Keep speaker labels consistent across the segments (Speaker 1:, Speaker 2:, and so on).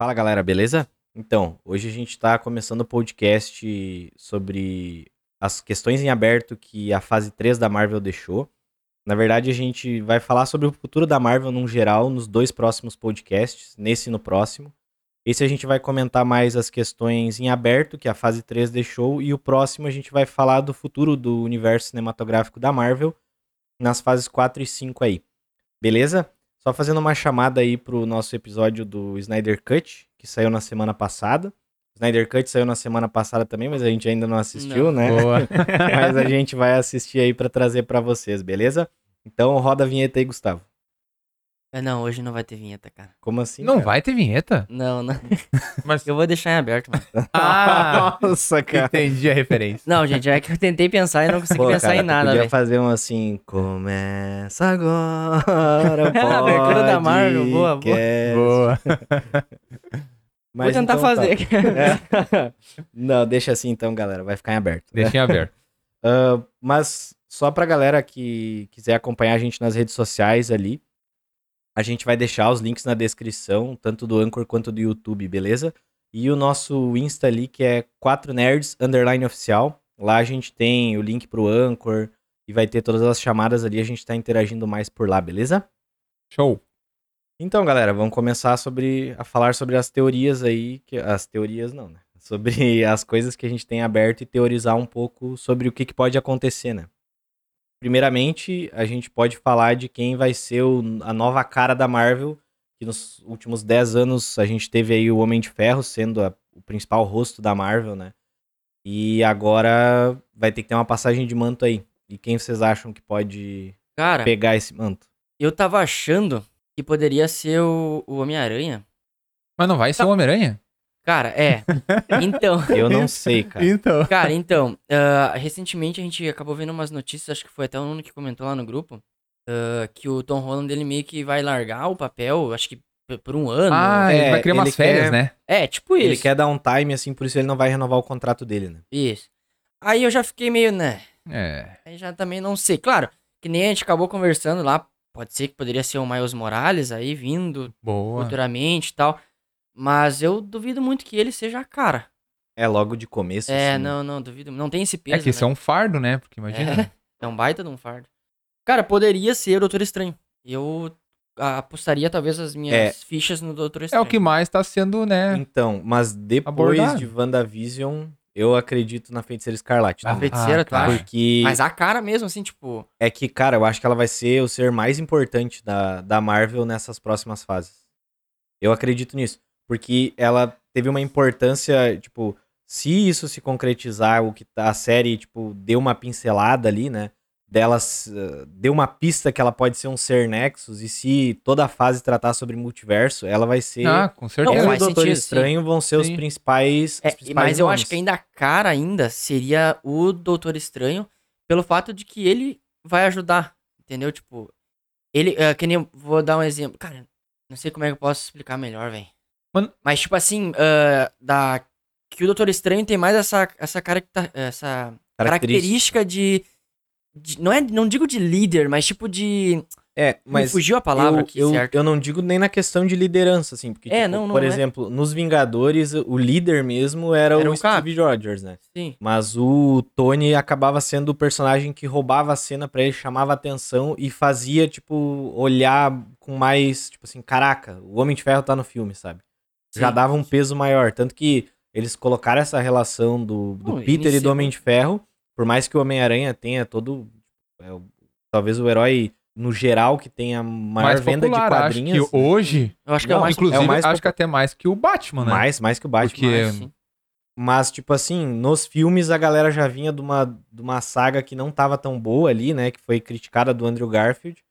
Speaker 1: Fala galera, beleza? Então, hoje a gente está começando o podcast sobre as questões em aberto que a fase 3 da Marvel deixou. Na verdade, a gente vai falar sobre o futuro da Marvel num geral nos dois próximos podcasts, nesse e no próximo. Esse a gente vai comentar mais as questões em aberto que a fase 3 deixou, e o próximo a gente vai falar do futuro do universo cinematográfico da Marvel nas fases 4 e 5 aí. Beleza? Só fazendo uma chamada aí pro nosso episódio do Snyder Cut, que saiu na semana passada. Snyder Cut saiu na semana passada também, mas a gente ainda não assistiu,
Speaker 2: Não.
Speaker 1: né?
Speaker 3: Boa.
Speaker 1: mas a gente vai assistir aí pra trazer pra vocês, beleza? Então roda a vinheta aí, Gustavo.
Speaker 2: Ah, Não, hoje não vai ter vinheta, cara.
Speaker 1: Como assim?
Speaker 3: Não
Speaker 1: cara?
Speaker 3: vai ter vinheta?
Speaker 2: Não, não.
Speaker 3: Mas-
Speaker 2: Eu vou deixar em aberto, mano.
Speaker 3: Ah,
Speaker 1: Nossa, cara.
Speaker 3: entendi a referência.
Speaker 2: Não, gente, é que eu tentei pensar e não consegui
Speaker 1: Pô,
Speaker 2: pensar
Speaker 1: cara,
Speaker 2: em
Speaker 1: tu
Speaker 2: nada,
Speaker 1: podia
Speaker 2: velho.
Speaker 1: fazer um assim, começa agora, pode,
Speaker 2: É, a abertura da Marvel, boa, boa.
Speaker 1: quer-
Speaker 3: Boa.
Speaker 2: Vou
Speaker 1: Mas
Speaker 2: tentar
Speaker 1: então tá.
Speaker 2: fazer.
Speaker 1: É. Não, deixa assim então, galera, vai ficar em aberto.
Speaker 3: Deixa em aberto.
Speaker 1: Ah, mas só pra galera que quiser acompanhar a gente nas redes sociais ali, a gente vai deixar os links na descrição, tanto do Anchor quanto do YouTube, beleza? E o nosso Insta ali, que é 4nerds, underline oficial. Lá a gente tem o link pro Anchor e vai ter todas as chamadas ali, a gente tá interagindo mais por lá, beleza?
Speaker 3: Show.
Speaker 1: Então, galera, vamos começar sobre a falar sobre as teorias aí, que as teorias não, né? Sobre as coisas que a gente tem aberto e teorizar um pouco sobre o que, que pode acontecer, né? Primeiramente, a gente pode falar de quem vai ser o- a nova cara da Marvel, que nos últimos 10 anos a gente teve aí o Homem de Ferro sendo a- o principal rosto da Marvel, né? E agora vai ter que ter uma passagem de manto aí. E quem vocês acham que pode
Speaker 2: Cara,
Speaker 1: pegar esse manto?
Speaker 2: eu tava achando que poderia ser o, o Homem-Aranha.
Speaker 3: Mas não vai ser o Homem-Aranha?
Speaker 2: Cara, é. Então,
Speaker 1: Eu não sei, cara.
Speaker 3: Então.
Speaker 2: cara, então. ah, recentemente a gente acabou vendo umas notícias, acho que foi até o Nuno que comentou lá no grupo, ah, que o Tom Holland ele meio que vai largar o papel, acho que p- por um ano.
Speaker 3: Ah,
Speaker 1: É,
Speaker 3: ele vai criar
Speaker 1: ele
Speaker 3: umas férias,
Speaker 1: quer-
Speaker 3: né?
Speaker 2: é, tipo isso.
Speaker 1: Ele quer dar um time, assim, por isso ele não vai renovar o contrato dele, né?
Speaker 2: Isso. Aí eu já fiquei meio, né?
Speaker 3: É.
Speaker 2: Aí já também não sei. Claro, que nem a gente acabou conversando lá, pode ser que poderia ser o Miles Morales aí vindo
Speaker 3: Boa.
Speaker 2: futuramente e tal. Mas eu duvido muito que ele seja a cara.
Speaker 1: É logo de começo.
Speaker 2: É,
Speaker 1: assim, né?
Speaker 2: não, não, duvido. Não tem esse peso.
Speaker 3: É que isso é
Speaker 2: né?
Speaker 3: um fardo, né? Porque imagina.
Speaker 2: É, é um baita de um fardo. Cara, poderia ser o Doutor Estranho. Eu ah, apostaria talvez as minhas
Speaker 1: É.
Speaker 2: fichas no Doutor
Speaker 3: É
Speaker 2: Estranho.
Speaker 3: o que mais tá sendo,
Speaker 2: é.
Speaker 3: né?
Speaker 1: Então, mas depois
Speaker 3: Abordado.
Speaker 1: de WandaVision, eu acredito na Feiticeira Escarlate.
Speaker 3: Ah,
Speaker 2: A
Speaker 1: também.
Speaker 2: feiticeira, tu
Speaker 3: cara.
Speaker 2: acha?
Speaker 1: Porque
Speaker 2: Mas a cara mesmo, assim, tipo.
Speaker 1: é que, cara, eu acho que ela vai ser o ser mais importante da, da Marvel nessas próximas fases. Eu acredito nisso. Porque ela teve uma importância, tipo, se isso se concretizar, o que tá- a série, tipo, deu uma pincelada ali, né? Delas eh, deu uma pista que ela pode ser um ser Nexus, e se toda a fase tratar sobre multiverso, ela vai ser.
Speaker 3: Ah, com
Speaker 1: Não,
Speaker 3: certeza.
Speaker 2: Não,
Speaker 1: o
Speaker 2: faz
Speaker 1: Doutor
Speaker 2: sentido,
Speaker 1: Estranho vão ser os
Speaker 3: Sim.
Speaker 1: principais.
Speaker 2: É,
Speaker 1: os principais
Speaker 2: mas eu acho
Speaker 1: nomes.
Speaker 2: que ainda a cara ainda seria o Doutor Estranho, pelo fato de que ele vai ajudar, entendeu? Tipo, ele, é, que nem, eu- vou dar um exemplo, cara, não sei como é que eu posso explicar melhor, velho.
Speaker 3: Mano-
Speaker 2: Mas tipo assim, ah, da que o Doutor Estranho tem mais essa essa caracta- essa característica de, de- não é, não digo de líder, mas tipo de
Speaker 1: É,
Speaker 2: me
Speaker 1: mas.
Speaker 2: fugiu a palavra
Speaker 1: eu,
Speaker 2: aqui,
Speaker 1: eu,
Speaker 2: certo?
Speaker 1: eu não digo nem na questão de liderança, assim. Porque,
Speaker 2: É,
Speaker 1: tipo,
Speaker 2: não, não
Speaker 1: por
Speaker 2: é.
Speaker 1: exemplo, nos Vingadores, o líder mesmo era,
Speaker 2: Era
Speaker 1: o,
Speaker 2: o Cap.
Speaker 1: Steve Rogers, né?
Speaker 2: Sim.
Speaker 1: Mas o Tony acabava sendo o personagem que roubava a cena pra ele, chamava atenção e fazia, tipo, olhar com mais, tipo assim, caraca, o Homem de Ferro tá no filme, sabe? Já
Speaker 2: sim.
Speaker 1: dava um peso maior. Tanto que eles colocaram essa relação do, do
Speaker 2: Não,
Speaker 1: Peter e do
Speaker 2: iniciou-
Speaker 1: Homem de Ferro, por mais que o Homem-Aranha tenha todo. é o- talvez o herói, no geral, que tenha É maior
Speaker 3: mais
Speaker 1: venda
Speaker 3: popular,
Speaker 1: de
Speaker 3: acho
Speaker 1: quadrinhos. né?
Speaker 3: que hoje.
Speaker 2: Eu acho que é
Speaker 1: Não,
Speaker 2: o mais
Speaker 3: inclusive,
Speaker 1: é o mais
Speaker 3: acho que até mais que o Batman, né?
Speaker 1: Mais, mais que o Batman.
Speaker 3: Porque-
Speaker 2: mais, sim.
Speaker 1: Mas, tipo assim, nos filmes a galera já vinha de uma, de uma saga que não tava tão boa ali, né? Que foi criticada do Andrew Garfield.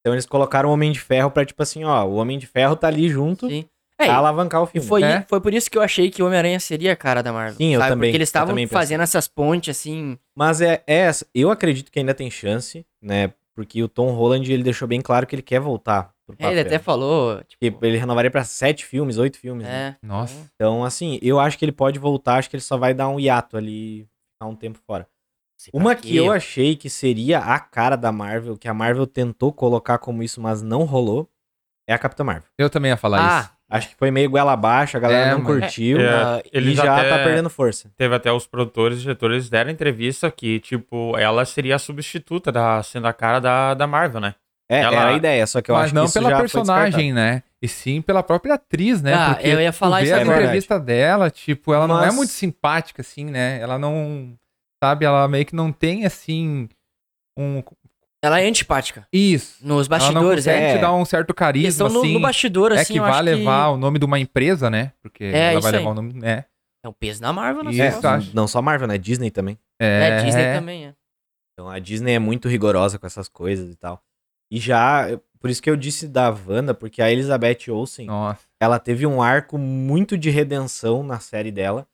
Speaker 1: Então eles colocaram o Homem de Ferro pra, tipo assim, ó, o Homem de Ferro tá ali junto
Speaker 2: Sim. É,
Speaker 1: pra alavancar o
Speaker 2: E
Speaker 1: filme.
Speaker 2: foi,
Speaker 3: É.
Speaker 2: foi por isso que eu achei que o Homem-Aranha seria a cara da Marvel.
Speaker 1: Sim, eu também-
Speaker 2: Porque eles
Speaker 1: eu
Speaker 2: estavam
Speaker 1: também pensei.
Speaker 2: fazendo essas pontes, assim.
Speaker 1: Mas é, é essa- eu acredito que ainda tem chance, né? Porque o Tom Holland, ele deixou bem claro que ele quer voltar pro
Speaker 2: É,
Speaker 1: papel.
Speaker 2: ele até falou, tipo...
Speaker 1: Porque ele renovaria pra sete filmes, oito filmes, né?
Speaker 2: É,
Speaker 3: Nossa.
Speaker 1: Então, assim, eu acho que ele pode voltar, acho que ele só vai dar um hiato ali, ficar um tempo fora. Uma que eu achei que seria a cara da Marvel, que a Marvel tentou colocar como isso, mas não rolou, é a Capitã Marvel.
Speaker 3: Eu também ia falar isso.
Speaker 2: Ah,
Speaker 1: Acho que foi meio goela abaixo, a galera
Speaker 3: É,
Speaker 1: não
Speaker 3: mas-
Speaker 1: curtiu
Speaker 2: É,
Speaker 4: É,
Speaker 2: Ah,
Speaker 1: e
Speaker 4: eles
Speaker 1: já
Speaker 4: até,
Speaker 1: tá perdendo força.
Speaker 4: Teve até os produtores e diretores deram entrevista que, tipo, ela seria a substituta da sendo a cara da, da Marvel, né?
Speaker 1: É,
Speaker 4: Ela-
Speaker 1: era a ideia, só que eu
Speaker 3: Mas
Speaker 1: acho
Speaker 3: não
Speaker 1: que isso
Speaker 3: pela
Speaker 1: já
Speaker 3: personagem, né? E sim pela própria atriz, né?
Speaker 2: Ah,
Speaker 3: Porque
Speaker 2: eu ia
Speaker 3: tu
Speaker 2: falar
Speaker 3: vê
Speaker 2: isso
Speaker 3: a
Speaker 1: agora.
Speaker 3: entrevista dela, tipo, ela não é
Speaker 1: é Mas-
Speaker 3: muito simpática, assim, né? Ela não. Sabe, ela meio que não tem assim. Um.
Speaker 2: ela é antipática.
Speaker 3: Isso.
Speaker 2: Nos
Speaker 3: ela não
Speaker 2: bastidores,
Speaker 3: consegue
Speaker 2: é.
Speaker 1: é.
Speaker 3: te dar um certo carisma,
Speaker 2: Questão no,
Speaker 3: assim.
Speaker 2: no bastidor,
Speaker 3: é
Speaker 2: assim,
Speaker 3: que
Speaker 2: eu
Speaker 3: vai
Speaker 2: acho
Speaker 3: levar o nome de uma empresa, né? Porque
Speaker 2: É,
Speaker 3: ela
Speaker 2: isso
Speaker 3: vai
Speaker 2: aí.
Speaker 3: levar o nome. Né?
Speaker 2: É o peso da Marvel, né?
Speaker 3: Isso,
Speaker 1: É,
Speaker 3: eu acho.
Speaker 1: não só Marvel, né? Disney também.
Speaker 2: É, Disney também, é.
Speaker 1: Então a Disney é muito rigorosa com essas coisas e tal. E já, eu- por isso que eu disse da Wanda, porque a Elizabeth Olsen,
Speaker 3: Nossa.
Speaker 1: ela teve um arco muito de redenção na série dela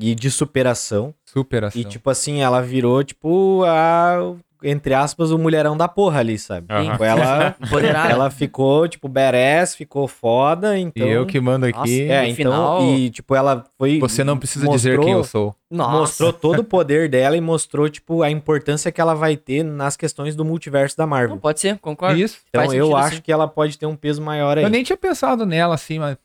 Speaker 1: e de superação.
Speaker 3: Super assim.
Speaker 1: E tipo assim, ela virou tipo a entre aspas o mulherão da porra ali, sabe?
Speaker 4: Aham.
Speaker 1: Tipo, ela
Speaker 2: Empoderada.
Speaker 1: ela ficou tipo badass, ficou foda, então
Speaker 5: eu que mando aqui.
Speaker 2: Nossa,
Speaker 1: é,
Speaker 2: no
Speaker 1: então,
Speaker 2: final-
Speaker 1: e tipo, ela foi
Speaker 5: Você não precisa dizer
Speaker 1: mostrou-
Speaker 5: quem eu sou.
Speaker 2: Nossa.
Speaker 1: mostrou todo o poder dela e mostrou, tipo, a importância que ela vai ter nas questões do multiverso da
Speaker 2: Não,
Speaker 1: Marvel.
Speaker 2: pode ser, concordo.
Speaker 3: Isso.
Speaker 1: Então
Speaker 2: faz
Speaker 1: eu
Speaker 2: sentido,
Speaker 1: acho
Speaker 2: sim.
Speaker 1: que ela pode ter um peso maior aí.
Speaker 3: Eu nem tinha pensado nela, assim, mas,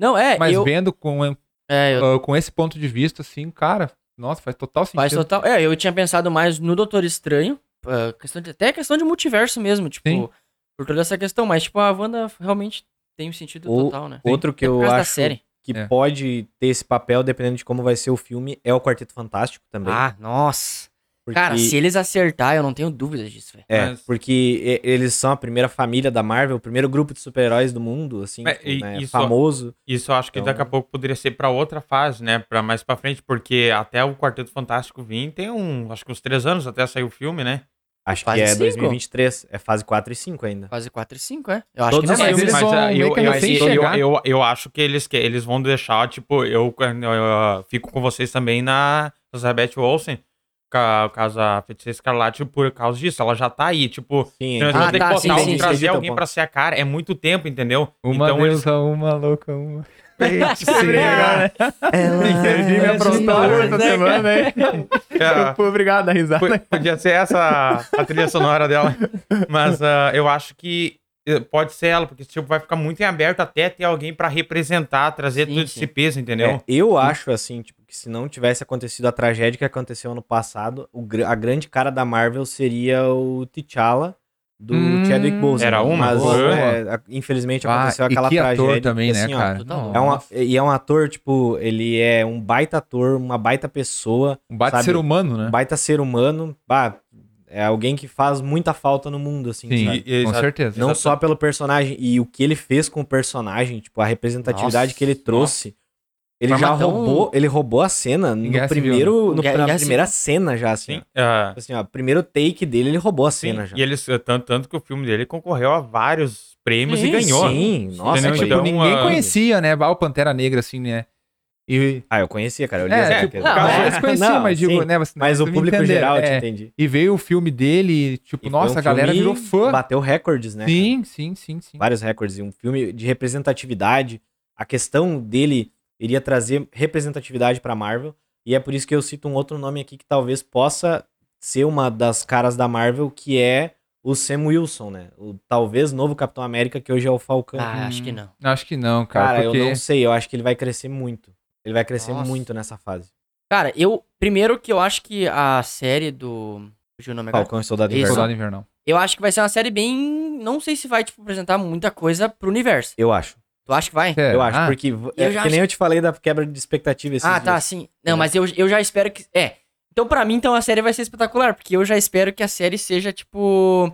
Speaker 2: Não, é,
Speaker 3: mas
Speaker 2: eu...
Speaker 3: vendo com,
Speaker 2: É, eu...
Speaker 3: ah, com esse ponto de vista, assim, cara, nossa, faz total sentido.
Speaker 2: Faz total... É, eu tinha pensado mais no Doutor Estranho, ah, questão de... até questão de multiverso mesmo, tipo,
Speaker 3: Sim.
Speaker 2: por toda essa questão, mas, tipo, a Wanda realmente tem um sentido
Speaker 1: O-
Speaker 2: total, né?
Speaker 1: Outro que
Speaker 2: Até por
Speaker 1: eu
Speaker 2: causa da
Speaker 1: acho
Speaker 2: série.
Speaker 1: que
Speaker 3: É.
Speaker 1: pode ter esse papel, dependendo de como vai ser o filme, é o Quarteto Fantástico também.
Speaker 2: Ah, nossa.
Speaker 1: porque-
Speaker 2: Cara, se eles acertar, eu não tenho dúvidas disso, velho.
Speaker 1: É,
Speaker 4: Mas-
Speaker 1: porque e- eles são a primeira família da Marvel, o primeiro grupo de super-heróis do mundo, assim,
Speaker 4: Mas
Speaker 1: tipo,
Speaker 4: e-
Speaker 1: né,
Speaker 4: isso-
Speaker 1: famoso.
Speaker 4: Isso eu acho que
Speaker 1: Então-
Speaker 4: daqui a pouco poderia ser pra outra fase, né? Pra mais pra frente, porque até o Quarteto Fantástico vir tem um, acho que uns três anos até sair o filme, né?
Speaker 1: Acho que
Speaker 2: Fase
Speaker 1: é
Speaker 2: cinco.
Speaker 1: 2023, é fase 4 e 5 ainda.
Speaker 2: Quase 4 e 5, é? Eu acho
Speaker 1: Todos
Speaker 2: que não
Speaker 1: os
Speaker 2: é.
Speaker 3: Mas
Speaker 1: filmes-
Speaker 2: mas-
Speaker 3: eles
Speaker 4: Mas
Speaker 3: vão
Speaker 4: ah,
Speaker 3: meio
Speaker 4: eu,
Speaker 3: que
Speaker 4: eu,
Speaker 1: recém
Speaker 4: eu, eu,
Speaker 3: chegar.
Speaker 4: eu- eu acho que eles, que eles vão deixar, tipo, eu, eu- eu fico com vocês também na Elizabeth Olsen, ca- caso a Feiticeira Escarlate, por causa disso. Ela já tá aí, tipo,
Speaker 1: Sim,
Speaker 4: Então, eles
Speaker 1: então-
Speaker 4: vão
Speaker 2: Ah,
Speaker 4: ter
Speaker 2: tá,
Speaker 4: que
Speaker 2: sim,
Speaker 4: botar,
Speaker 2: sim,
Speaker 4: trazer
Speaker 1: entendi teu
Speaker 4: alguém
Speaker 1: ponto.
Speaker 4: pra ser a cara. É muito tempo, entendeu?
Speaker 3: Uma
Speaker 4: então eles.
Speaker 3: deusa, uma louca, uma.
Speaker 1: né?
Speaker 5: Feiticeira. Entendi, me aprontou
Speaker 2: Nossa,
Speaker 5: essa
Speaker 2: né,
Speaker 5: semana, hein? Eu
Speaker 4: É,
Speaker 5: fui obrigado a risada.
Speaker 4: po- podia ser essa a trilha sonora dela. Mas ah, eu acho que eh, pode ser ela, porque tipo, vai ficar muito em aberto até ter alguém pra representar, trazer
Speaker 2: Sim,
Speaker 4: todo
Speaker 2: sim.
Speaker 4: esse peso, entendeu?
Speaker 1: É, eu acho, assim, tipo, que se não tivesse acontecido a tragédia que aconteceu ano passado, o gr- a grande cara da Marvel seria o T'Challa do
Speaker 3: Hum,
Speaker 1: Chadwick Boseman.
Speaker 4: era uma?
Speaker 1: Mas,
Speaker 3: Boa.
Speaker 1: é, a- infelizmente, aconteceu
Speaker 3: Ah,
Speaker 1: aquela
Speaker 3: e que
Speaker 1: tragédia.
Speaker 3: ator também,
Speaker 1: porque,
Speaker 3: né,
Speaker 1: assim, ó,
Speaker 3: cara?
Speaker 2: tu tá louco.
Speaker 1: É uma, e é um ator, tipo, ele é um baita ator, uma baita pessoa,
Speaker 3: Um bate
Speaker 1: sabe?
Speaker 3: ser humano, né?
Speaker 1: um baita ser humano. Bah, é alguém que faz muita falta no mundo, assim,
Speaker 3: Sim,
Speaker 1: sabe?
Speaker 4: E- e-
Speaker 3: com
Speaker 4: exa-
Speaker 3: certeza.
Speaker 1: Não só pelo personagem, e o que ele fez com o personagem, tipo, a representatividade
Speaker 2: Nossa,
Speaker 1: que ele trouxe. Ele
Speaker 2: Mas
Speaker 1: já
Speaker 2: então-
Speaker 1: roubou, ele roubou a cena no
Speaker 3: Guerra Civil,
Speaker 1: primeiro, no-
Speaker 2: Guerra-
Speaker 1: na
Speaker 2: Guerra
Speaker 1: primeira cena já, assim.
Speaker 4: né? Sim.
Speaker 1: ó.
Speaker 4: ah,
Speaker 1: Assim, ó, primeiro take dele, ele roubou a cena
Speaker 4: sim.
Speaker 1: já.
Speaker 4: E eles, eh, tanto, tanto que o filme dele concorreu a vários prêmios
Speaker 2: Sim,
Speaker 4: e ganhou.
Speaker 1: Sim, nossa, tipo,
Speaker 4: Entendeu?
Speaker 1: foi-
Speaker 4: Então,
Speaker 3: Tipo, Ninguém
Speaker 4: ah,
Speaker 3: conhecia, né? Bah, o Pantera Negra, assim, né? E.
Speaker 1: Ah, eu conhecia, cara, eu li as
Speaker 3: É, tipo,
Speaker 1: HQs.
Speaker 2: não,
Speaker 3: não,
Speaker 2: é.
Speaker 3: eles conheciam,
Speaker 1: Não,
Speaker 3: mas
Speaker 1: sim,
Speaker 3: digo, né? você-
Speaker 1: Mas o
Speaker 3: vocês
Speaker 1: público
Speaker 3: entenderam,
Speaker 1: geral, eu te
Speaker 3: é.
Speaker 1: entendi.
Speaker 3: E veio o filme dele, e, tipo,
Speaker 1: E foi
Speaker 3: nossa,
Speaker 1: um
Speaker 3: a galera
Speaker 1: filme-
Speaker 3: virou fã.
Speaker 1: Bateu recordes, né? cara?
Speaker 3: Sim, sim, sim, sim.
Speaker 1: vários recordes e um filme de representatividade. A questão dele iria trazer representatividade pra Marvel e é por isso que eu cito um outro nome aqui que talvez possa ser uma das caras da Marvel, que é o Sam Wilson, né? O talvez novo Capitão América que hoje é o Falcão.
Speaker 2: Ah, acho que não.
Speaker 3: Acho que não, cara.
Speaker 1: cara,
Speaker 3: porque...
Speaker 1: eu não sei, eu acho que ele vai crescer muito. Ele vai crescer
Speaker 2: Nossa.
Speaker 1: muito nessa fase.
Speaker 2: Cara, eu... Primeiro que eu acho que a série do... Fugiu o nome agora.
Speaker 1: Falcão e Soldado
Speaker 2: Isso.
Speaker 1: Invernal.
Speaker 3: Soldado Invernal.
Speaker 2: Eu acho que vai ser uma série bem... Não sei se vai, tipo, apresentar muita coisa pro universo.
Speaker 1: Eu acho.
Speaker 2: Tu acha que vai?
Speaker 1: Eu acho,
Speaker 3: Será?
Speaker 1: porque v- é,
Speaker 2: Eu já
Speaker 1: que
Speaker 2: acho-
Speaker 1: nem eu te falei da quebra de expectativa esses
Speaker 2: Ah, tá,
Speaker 1: dias.
Speaker 2: sim. Não, mas eu, eu já espero que. É. Então, pra mim, então, a série vai ser espetacular, porque eu já espero que a série seja, tipo.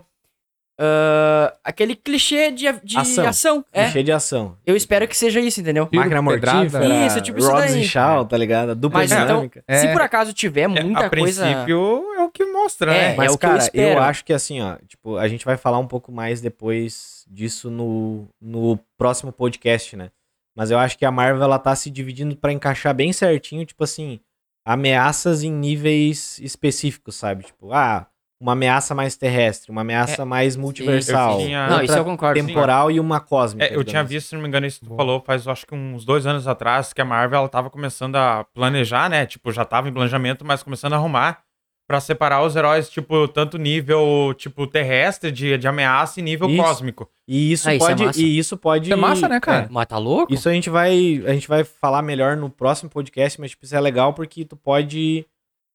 Speaker 2: ah, aquele clichê de, de
Speaker 1: Ação.
Speaker 2: ação.
Speaker 1: E
Speaker 2: É.
Speaker 1: Cheio de ação.
Speaker 2: Eu espero que seja isso, entendeu?
Speaker 3: Tiro,
Speaker 1: Máquina mortífera,
Speaker 3: pedrada.
Speaker 2: Tipo, Isso, tipo isso
Speaker 1: Rods
Speaker 2: daí.
Speaker 1: and Shaw, tá ligado? A Dupla
Speaker 2: Mas então-
Speaker 1: dinâmica.
Speaker 3: É.
Speaker 2: Se por acaso tiver
Speaker 4: É,
Speaker 2: muita
Speaker 4: a
Speaker 2: coisa.
Speaker 4: princípio é o que mostra,
Speaker 2: É,
Speaker 4: né?
Speaker 1: Mas,
Speaker 2: o que eu
Speaker 1: cara, eu,
Speaker 2: espero.
Speaker 1: acho que assim, ó, tipo, a gente vai falar um pouco mais depois disso no, no próximo podcast, né? Mas eu acho que a Marvel, ela tá se dividindo pra encaixar bem certinho, tipo assim, ameaças em níveis específicos, sabe? Tipo, ah, uma ameaça mais terrestre, uma
Speaker 2: É,
Speaker 1: ameaça mais multiversal,
Speaker 4: tinha-
Speaker 2: Não, isso é
Speaker 1: outra
Speaker 2: um eu concordo.
Speaker 4: tempo-
Speaker 1: temporal e uma cósmica.
Speaker 4: É, eu
Speaker 1: digamos
Speaker 4: tinha
Speaker 1: assim.
Speaker 4: visto, se não me engano, isso que tu falou faz, eu acho que uns dois anos atrás, que a Marvel ela tava começando a planejar, né? Tipo, já tava em planejamento, mas começando a arrumar Pra separar os heróis, tipo, tanto nível, tipo, terrestre de, de ameaça e nível
Speaker 1: Isso.
Speaker 4: cósmico.
Speaker 1: E isso
Speaker 2: Ah, isso é
Speaker 1: pode.
Speaker 2: massa.
Speaker 1: e isso pode.
Speaker 3: Isso é massa, né, cara?
Speaker 2: Mas tá louco?
Speaker 1: Isso a gente vai a gente vai falar melhor no próximo podcast, mas tipo, isso é legal porque tu pode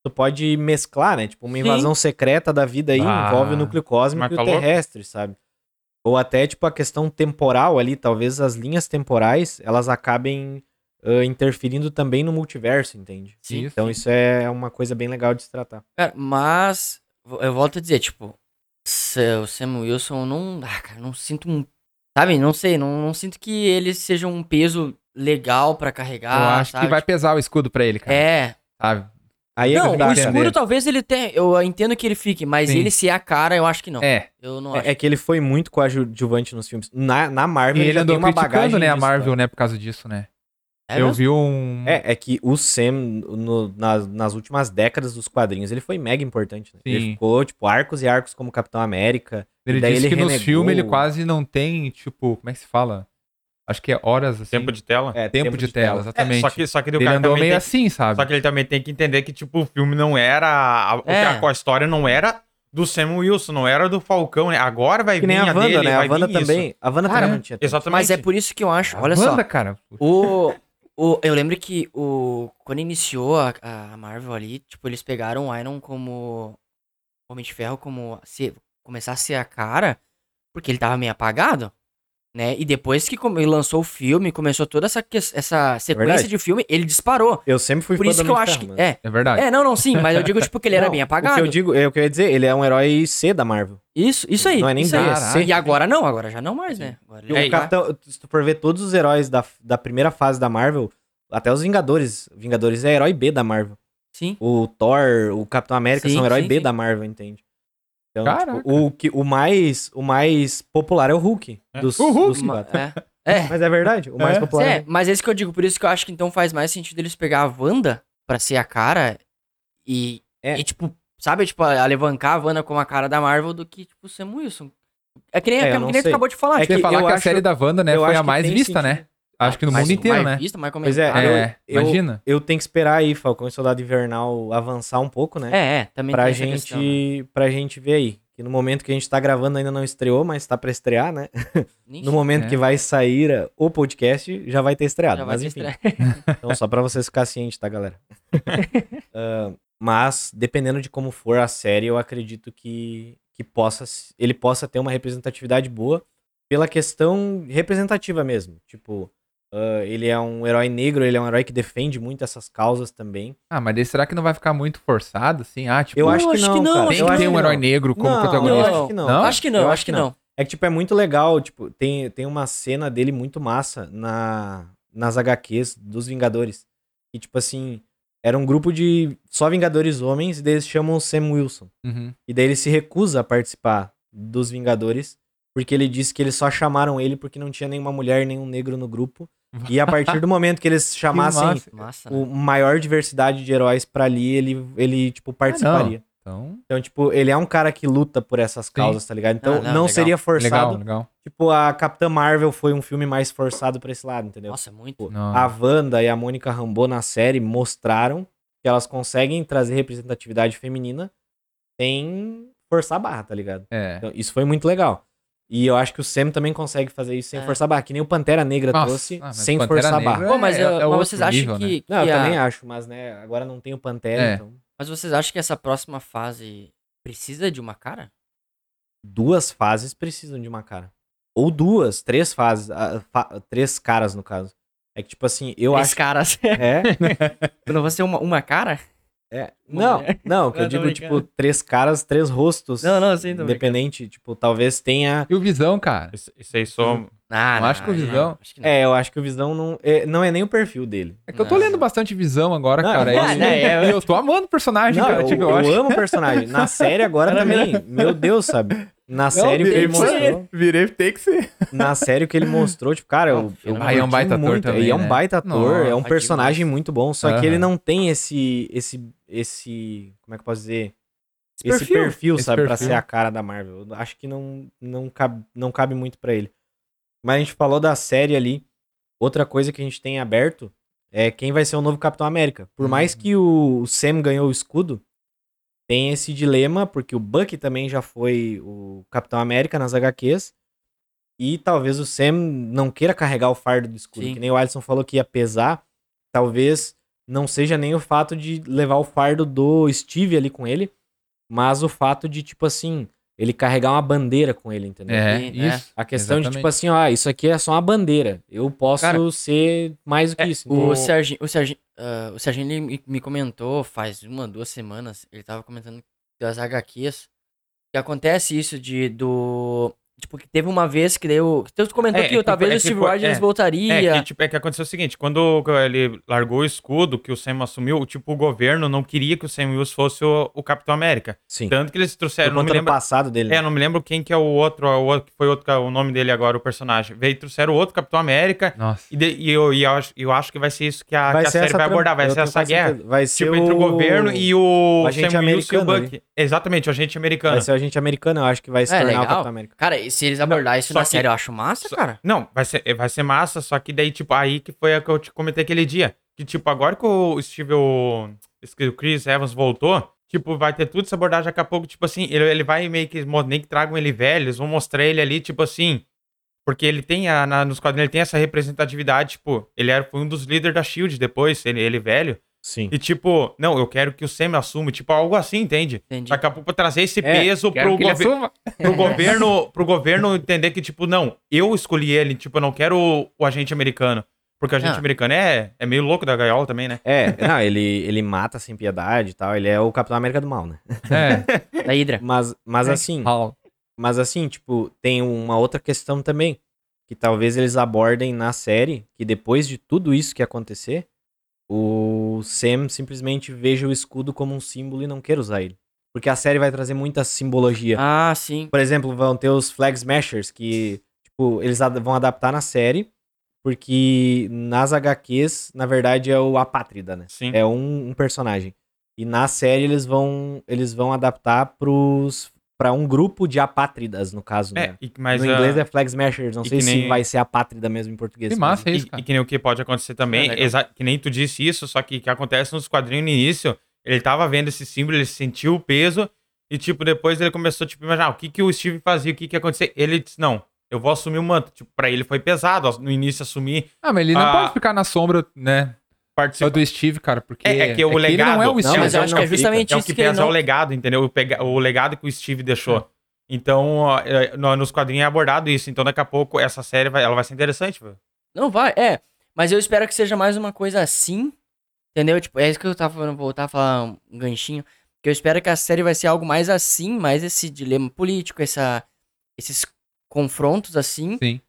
Speaker 1: tu pode mesclar, né? Tipo, uma
Speaker 2: Sim.
Speaker 1: invasão secreta da vida aí
Speaker 4: Ah,
Speaker 1: envolve o núcleo cósmico
Speaker 4: mas
Speaker 1: e
Speaker 4: tá
Speaker 1: o
Speaker 4: louco.
Speaker 1: terrestre, sabe? Ou até tipo a questão temporal ali, talvez as linhas temporais, elas acabem ah, interferindo também no multiverso, entende?
Speaker 2: Sim.
Speaker 3: Isso.
Speaker 1: Então isso é uma coisa bem legal de se tratar.
Speaker 2: Cara, mas vo- eu volto a dizer, tipo, se- o Sam Wilson eu não. Ah, cara, não sinto um. Sabe, não sei, não, não sinto que ele seja um peso legal pra carregar.
Speaker 3: eu acho que
Speaker 2: sabe?
Speaker 3: vai pesar o escudo pra ele,
Speaker 2: Tipo,
Speaker 3: cara.
Speaker 2: É.
Speaker 3: Sabe?
Speaker 1: Aí é
Speaker 2: Não,
Speaker 1: que tá,
Speaker 2: o
Speaker 1: cara.
Speaker 2: escuro talvez ele tenha. Eu entendo que ele fique, mas
Speaker 3: Sim.
Speaker 2: ele ser a cara, eu acho que não.
Speaker 3: É.
Speaker 2: Eu não acho.
Speaker 1: É, é que ele foi muito coadjuvante nos filmes. Na, na
Speaker 3: E
Speaker 1: Marvel
Speaker 3: ele
Speaker 1: já tem
Speaker 3: andou
Speaker 1: uma
Speaker 3: criticando,
Speaker 1: bagagem
Speaker 3: né, a
Speaker 1: disso,
Speaker 3: Marvel, né, por causa disso, né?
Speaker 2: É
Speaker 3: eu
Speaker 2: mesmo?
Speaker 3: vi um...
Speaker 1: É, é que o Sam, no- nas, nas últimas décadas dos quadrinhos, ele foi mega importante. Né? Ele
Speaker 3: Sim.
Speaker 1: ficou, tipo, arcos e arcos como Capitão América.
Speaker 3: Ele
Speaker 1: E daí
Speaker 3: disse
Speaker 1: ele
Speaker 3: que nos
Speaker 1: renegou.
Speaker 3: filmes ele quase não tem, tipo, como é que se fala? Acho que é horas, assim.
Speaker 4: Tempo de tela.
Speaker 1: É,
Speaker 3: tempo de tela, exatamente.
Speaker 4: Só que, só que daí o
Speaker 3: ele
Speaker 4: cara
Speaker 3: andou
Speaker 4: também
Speaker 3: meio
Speaker 4: tem-
Speaker 3: assim, sabe?
Speaker 4: Só que ele também tem que entender que, tipo, o filme não era. A,
Speaker 2: É.
Speaker 4: a, a história não era do Sam Wilson, não era do Falcão, né? Agora vai
Speaker 1: Que
Speaker 4: vir
Speaker 1: nem a Wanda,
Speaker 4: dele,
Speaker 1: né? A
Speaker 4: vai
Speaker 1: Wanda
Speaker 4: vir isso.
Speaker 1: também. A Wanda
Speaker 3: Cara,
Speaker 1: também não tinha. tempo.
Speaker 4: Exatamente.
Speaker 2: Mas é por isso que eu acho. Olha
Speaker 3: Wanda,
Speaker 2: só.
Speaker 3: cara.
Speaker 2: O, o, eu lembro que o, quando iniciou a, a Marvel ali, tipo, eles pegaram o Iron como. o Homem de Ferro como. Se, começar a ser a cara, porque ele tava meio apagado, né? E depois que come, lançou o filme, começou toda essa, que- essa sequência
Speaker 1: verdade.
Speaker 2: de filme, ele disparou.
Speaker 1: Eu sempre fui
Speaker 2: Por
Speaker 1: fã
Speaker 2: isso
Speaker 1: do
Speaker 2: que eu
Speaker 1: Homem de
Speaker 2: acho que.
Speaker 1: Ferro, né?
Speaker 2: É.
Speaker 3: É verdade.
Speaker 2: É, não, não, sim, mas eu digo, tipo, que ele era
Speaker 1: Não,
Speaker 2: bem
Speaker 1: O que
Speaker 2: apagado.
Speaker 1: eu digo, é o que eu ia dizer, ele é um herói C da Marvel.
Speaker 2: Isso, isso aí.
Speaker 1: Não é nem
Speaker 2: isso
Speaker 1: B,
Speaker 2: aí.
Speaker 1: é
Speaker 3: Caraca.
Speaker 1: C.
Speaker 2: E agora não, agora já não mais, né? Agora
Speaker 1: E
Speaker 2: ele
Speaker 1: o
Speaker 2: tá-
Speaker 1: Capitão, se tu for ver todos os heróis da, da primeira fase da Marvel, até os Vingadores. Vingadores é herói B da Marvel.
Speaker 2: Sim.
Speaker 1: O Thor, o Capitão América
Speaker 2: Sim,
Speaker 1: são herói
Speaker 2: sim,
Speaker 1: B
Speaker 2: sim.
Speaker 1: da Marvel, entende? Então,
Speaker 3: Caraca.
Speaker 1: tipo, o, que, o, mais, o mais popular é o Hulk.
Speaker 4: É.
Speaker 1: Dos,
Speaker 3: O Hulk.
Speaker 1: dos
Speaker 2: Uma-
Speaker 1: quatro.
Speaker 2: É. é.
Speaker 1: Mas é verdade, o mais
Speaker 3: É.
Speaker 1: popular.
Speaker 2: É, mas é isso que eu digo, por isso que eu acho que então faz mais sentido eles pegar a Wanda pra ser a cara e,
Speaker 1: É.
Speaker 2: e, tipo, sabe, tipo, alavancar a Wanda como a cara da Marvel do que, tipo, o Sam Wilson. É que nem,
Speaker 1: É,
Speaker 2: é,
Speaker 1: eu
Speaker 2: que
Speaker 1: não
Speaker 2: nem tu
Speaker 1: sei.
Speaker 2: acabou de falar.
Speaker 1: É
Speaker 2: tipo,
Speaker 3: Você
Speaker 1: que
Speaker 3: falar
Speaker 1: eu
Speaker 3: que a
Speaker 1: acho-
Speaker 3: série da Wanda, né,
Speaker 1: eu
Speaker 3: foi
Speaker 1: acho
Speaker 3: a
Speaker 1: que
Speaker 3: mais
Speaker 1: tem
Speaker 3: vista,
Speaker 1: sentido.
Speaker 3: né? Acho que no
Speaker 2: mais-
Speaker 3: mundo inteiro,
Speaker 2: mais
Speaker 3: né?
Speaker 2: Visto, mais
Speaker 1: Pois é,
Speaker 2: comentado.
Speaker 1: eu-
Speaker 3: É, imagina.
Speaker 1: Eu tenho que esperar aí, Falcão e Soldado Invernal avançar um pouco, né?
Speaker 2: é, é, também
Speaker 1: pra,
Speaker 2: tem essa
Speaker 1: gente,
Speaker 2: questão, né?
Speaker 1: pra gente ver aí. Que no momento que a gente tá gravando ainda não estreou, mas tá pra estrear, né?
Speaker 2: Nem
Speaker 1: No momento
Speaker 3: É.
Speaker 1: que vai sair eh, o podcast, já vai ter estreado.
Speaker 2: já vai
Speaker 1: mas
Speaker 2: se
Speaker 1: enfim.
Speaker 2: estrear.
Speaker 1: Então, só pra vocês ficarem cientes, tá, galera? Ah, mas, dependendo de como for a série, eu acredito que, que possa, s- ele possa ter uma representatividade boa pela questão representativa mesmo. Tipo, ah, ele é um herói negro, ele é um herói que defende muito essas causas também.
Speaker 3: Ah, mas daí será que não vai ficar muito forçado, assim? Ah, tipo,
Speaker 1: eu acho que
Speaker 2: acho que
Speaker 1: não,
Speaker 2: não,
Speaker 1: cara.
Speaker 2: acho
Speaker 1: eu
Speaker 3: tem que ter
Speaker 1: acho
Speaker 3: um herói
Speaker 1: não.
Speaker 3: negro como
Speaker 1: Não,
Speaker 3: protagonista.
Speaker 1: eu acho que não.
Speaker 3: Não?
Speaker 2: Acho que não,
Speaker 1: Eu
Speaker 2: acho que não.
Speaker 1: É que, tipo, é muito legal, tipo, tem, tem uma cena dele muito massa na, nas HQs dos Vingadores. E, tipo assim, era um grupo de só Vingadores homens, e daí eles chamam o Sam Wilson.
Speaker 3: Uhum.
Speaker 1: E daí ele se recusa a participar dos Vingadores, porque ele disse que eles só chamaram ele porque não tinha nenhuma mulher, nenhum negro no grupo. E a partir do momento que eles chamassem
Speaker 3: massa.
Speaker 2: Massa, né?
Speaker 1: o maior diversidade de heróis pra ali, ele, ele tipo, participaria.
Speaker 3: Então,
Speaker 1: então, tipo, ele é um cara que luta por essas causas, tá ligado? Então,
Speaker 2: Ah, não,
Speaker 1: não,
Speaker 2: legal.
Speaker 1: seria forçado.
Speaker 3: legal, legal.
Speaker 1: Tipo, a Capitã Marvel foi um filme mais forçado pra esse lado, entendeu?
Speaker 2: Nossa, muito.
Speaker 1: Pô,
Speaker 3: Não.
Speaker 1: A Wanda e a Mônica Rambeau na série mostraram que elas conseguem trazer representatividade feminina sem forçar a barra, tá ligado?
Speaker 3: É.
Speaker 1: Então, isso foi muito legal. E eu acho que o Sam também consegue fazer isso sem
Speaker 2: É.
Speaker 1: forçar a barra, que nem o Pantera Negra
Speaker 3: Nossa,
Speaker 1: trouxe
Speaker 3: ah, mas
Speaker 1: sem
Speaker 3: Pantera
Speaker 1: forçar a
Speaker 3: Negra
Speaker 1: barra.
Speaker 2: Pô, mas,
Speaker 3: é-
Speaker 2: eu-
Speaker 3: é
Speaker 2: mas
Speaker 3: outro
Speaker 2: vocês acham
Speaker 3: nível, né?
Speaker 2: que.
Speaker 1: Não,
Speaker 2: que
Speaker 1: eu
Speaker 2: a-
Speaker 1: também acho, mas né, agora não tem o Pantera,
Speaker 3: É.
Speaker 1: então.
Speaker 2: Mas vocês acham que essa próxima fase precisa de uma cara?
Speaker 1: Duas fases precisam de uma cara. Ou duas, três fases, ah, fa- três caras no caso. É que tipo assim, eu
Speaker 2: Três
Speaker 1: acho
Speaker 2: caras.
Speaker 1: que é
Speaker 2: Eu não vou ser uma, uma cara?
Speaker 1: É,
Speaker 2: Uma
Speaker 1: não,
Speaker 2: mulher.
Speaker 1: não, que eu
Speaker 4: Eu tô
Speaker 1: digo, tipo,
Speaker 4: brincando.
Speaker 1: três caras, três rostos.
Speaker 2: Não, não, sim, tô brincando.
Speaker 1: Independente, tipo, talvez tenha.
Speaker 3: E o Visão, cara?
Speaker 4: Isso, isso aí só.
Speaker 2: Ah,
Speaker 3: Eu acho que o
Speaker 4: um
Speaker 2: não,
Speaker 3: Visão-
Speaker 2: acho que não.
Speaker 1: É, eu acho que o Visão não é, não é nem o perfil dele.
Speaker 3: É que eu tô
Speaker 2: Não.
Speaker 3: lendo bastante Visão agora,
Speaker 1: Não,
Speaker 3: cara.
Speaker 1: eu gosto
Speaker 3: e-
Speaker 2: muito.
Speaker 3: e eu tô amando o personagem,
Speaker 1: Não,
Speaker 3: cara.
Speaker 1: eu,
Speaker 3: tipo, eu
Speaker 1: eu
Speaker 3: acho-
Speaker 1: amo o personagem. Na série agora também. Meu Deus, sabe? Na série o que ele
Speaker 2: tem que ser.
Speaker 1: mostrou.
Speaker 5: Virei tem que ser.
Speaker 1: Na série o que ele mostrou, tipo, cara, eu, eu
Speaker 2: Ah, e
Speaker 3: é um
Speaker 1: curti
Speaker 3: baita ator
Speaker 1: muito,
Speaker 3: também,
Speaker 1: E é um
Speaker 3: né?
Speaker 1: baita ator, é um
Speaker 2: Nossa,
Speaker 1: personagem
Speaker 2: demais.
Speaker 1: muito bom. Só que ele
Speaker 3: Aham.
Speaker 1: não tem esse. esse. esse. Como é que eu posso dizer?
Speaker 2: Esse
Speaker 1: esse perfil,
Speaker 3: Esse
Speaker 1: sabe, pra
Speaker 3: perfil.
Speaker 1: ser a cara da Marvel. Eu acho que não, não, cabe, não cabe muito pra ele. Mas a gente falou da série ali. Outra coisa que a gente tem aberto é quem vai ser o novo Capitão América. Por mais que o Sam ganhou o escudo, Tem esse dilema, porque o Buck também já foi o Capitão América nas HQs. E talvez o Sam não queira carregar o fardo do escudo,
Speaker 2: Sim.
Speaker 1: que nem o Alisson falou que ia pesar. Talvez não seja nem o fato de levar o fardo do Steve ali com ele, mas o fato de, tipo assim, ele carregar uma bandeira com ele, entendeu?
Speaker 3: É,
Speaker 2: Sim, né?
Speaker 3: isso.
Speaker 1: A questão de, tipo
Speaker 3: Exatamente.
Speaker 1: assim, ó, isso aqui é só uma bandeira. Eu posso
Speaker 4: Cara, é,
Speaker 1: ser mais do que isso.
Speaker 2: O,
Speaker 1: entendeu?
Speaker 2: Serginho, o Serginho, ah, o Serginho ele me- me comentou faz uma, duas semanas, ele tava comentando das HQs, que acontece isso de, do... Tipo, que teve uma vez que daí o... que Tu comentou
Speaker 4: É,
Speaker 2: que,
Speaker 4: é que
Speaker 2: talvez
Speaker 4: foi- é
Speaker 2: o
Speaker 4: que
Speaker 2: Steve
Speaker 4: foi-
Speaker 2: Rogers
Speaker 4: é.
Speaker 2: voltaria.
Speaker 4: É, que, tipo, é que aconteceu o seguinte, quando ele largou o escudo, que o Sam assumiu, tipo, o governo não queria que o Sam Wilson fosse o, o Capitão América.
Speaker 1: Sim.
Speaker 4: Tanto que eles
Speaker 1: Por
Speaker 4: trouxeram,
Speaker 1: conta
Speaker 4: não me
Speaker 1: do
Speaker 4: lembro...
Speaker 1: passado dele. né?
Speaker 4: É, não me lembro quem que é o outro, o outro que foi outro, o nome dele agora, o personagem. Veio e trouxeram outro Capitão América,
Speaker 3: Nossa.
Speaker 4: e, de- e eu, e eu, acho, eu acho que vai ser isso que a, que a série vai
Speaker 1: tram-
Speaker 4: abordar, vai
Speaker 1: eu
Speaker 4: ser
Speaker 1: tenho
Speaker 4: essa
Speaker 1: quase
Speaker 4: guerra.
Speaker 1: certeza. Vai ser
Speaker 4: Tipo, entre o governo e o,
Speaker 1: o agente
Speaker 4: Sam Wilson e o
Speaker 1: americano
Speaker 4: Buck. Exatamente, o agente americano.
Speaker 1: Vai ser o agente americano, eu acho que vai se
Speaker 2: É,
Speaker 1: tornar o
Speaker 2: legal.
Speaker 1: Capitão América.
Speaker 2: Cara, e se eles abordarem isso
Speaker 4: só
Speaker 2: na
Speaker 4: que-
Speaker 2: série, eu acho massa,
Speaker 4: só-
Speaker 2: cara.
Speaker 4: Não, vai ser, eh, vai ser massa, só que daí, tipo, aí que foi a que eu te comentei aquele dia. Que, tipo, agora que o Steve, o, o Chris Evans voltou, tipo, vai ter tudo essa abordagem daqui a pouco, tipo assim, ele, ele vai meio que, mo- nem que tragam ele velho, eles vão mostrar ele ali, tipo assim, porque ele tem, a, na- nos quadrinhos, ele tem essa representatividade, tipo, ele era, foi um dos líderes da SHIELD depois, ele, ele velho,
Speaker 1: Sim.
Speaker 4: e tipo, não, eu quero que o Sam assuma, tipo, algo assim, entende?
Speaker 2: Entendi.
Speaker 4: Daqui a pouco pra trazer esse
Speaker 1: É,
Speaker 4: peso pro
Speaker 3: Quero que ele
Speaker 4: governo
Speaker 3: assuma.
Speaker 4: pro governo, pro governo entender que, tipo, não, eu escolhi ele, tipo, eu não quero o, o agente americano. Porque o agente
Speaker 2: Ah.
Speaker 4: americano é, é meio louco da gaiola também, né?
Speaker 1: É, não, ele, ele mata sem piedade e tal, ele é o Capitão América do mal, né?
Speaker 3: É.
Speaker 2: Da Hydra.
Speaker 1: Mas,
Speaker 4: É.
Speaker 1: mas assim,
Speaker 3: Paulo.
Speaker 1: mas assim, tipo, tem uma outra questão também, que talvez eles abordem na série, que depois de tudo isso que acontecer, o Sam simplesmente veja o escudo como um símbolo e não queira usar ele. Porque a série vai trazer muita simbologia.
Speaker 2: Ah, sim.
Speaker 1: Por exemplo, vão ter os Flag Smashers, que, tipo, eles ad- vão adaptar na série, porque nas HQs, na verdade, é o Apátrida, né?
Speaker 4: Sim.
Speaker 1: É um, um personagem. E na série eles vão, eles vão adaptar pros, pra um grupo de apátridas, no caso,
Speaker 4: É,
Speaker 1: né?
Speaker 4: e, mas,
Speaker 1: no
Speaker 4: ah,
Speaker 1: inglês é Flag Smashers, não
Speaker 4: e
Speaker 1: sei
Speaker 4: que
Speaker 1: se
Speaker 4: nem-
Speaker 1: vai ser apátrida mesmo em português.
Speaker 3: Que massa é
Speaker 1: mas-
Speaker 3: isso,
Speaker 4: e, e
Speaker 3: cara.
Speaker 4: que nem o que pode acontecer também,
Speaker 2: É, legal.
Speaker 4: exa- que nem tu disse isso, só que que acontece nos quadrinhos no início, ele tava vendo esse símbolo, ele sentiu o peso, e tipo, depois ele começou, tipo, a imaginar, ah, o que que o Steve fazia, o que que ia acontecer? Ele disse, não, eu vou assumir o manto. Tipo, pra ele foi pesado, ó, no início assumir,
Speaker 3: Ah, mas ele não
Speaker 4: Ah.
Speaker 3: pode ficar na sombra, né? Só
Speaker 4: participar.
Speaker 3: do Steve, cara, porque.
Speaker 4: É, é que o
Speaker 3: Ele
Speaker 4: legado-
Speaker 3: não é o
Speaker 4: Não,
Speaker 3: Steve.
Speaker 2: Não, mas eu
Speaker 1: ele
Speaker 2: acho
Speaker 1: não
Speaker 2: que é
Speaker 1: fica.
Speaker 2: justamente
Speaker 4: É o
Speaker 2: isso
Speaker 4: que
Speaker 2: que, ele
Speaker 4: pesa é
Speaker 2: não... É.
Speaker 4: o legado, entendeu? O, pega- o legado que o Steve deixou. Então, ó, é, no- nos quadrinhos é abordado isso. Então, daqui a pouco, essa série vai, ela vai ser interessante. velho.
Speaker 2: Não vai, é. Mas eu espero que seja mais uma coisa assim. Entendeu? Tipo, é isso que eu tava falando, voltar a falar um ganchinho. Que eu espero que a série vai ser algo mais assim, mais esse dilema político, essa, esses confrontos assim.
Speaker 3: Sim.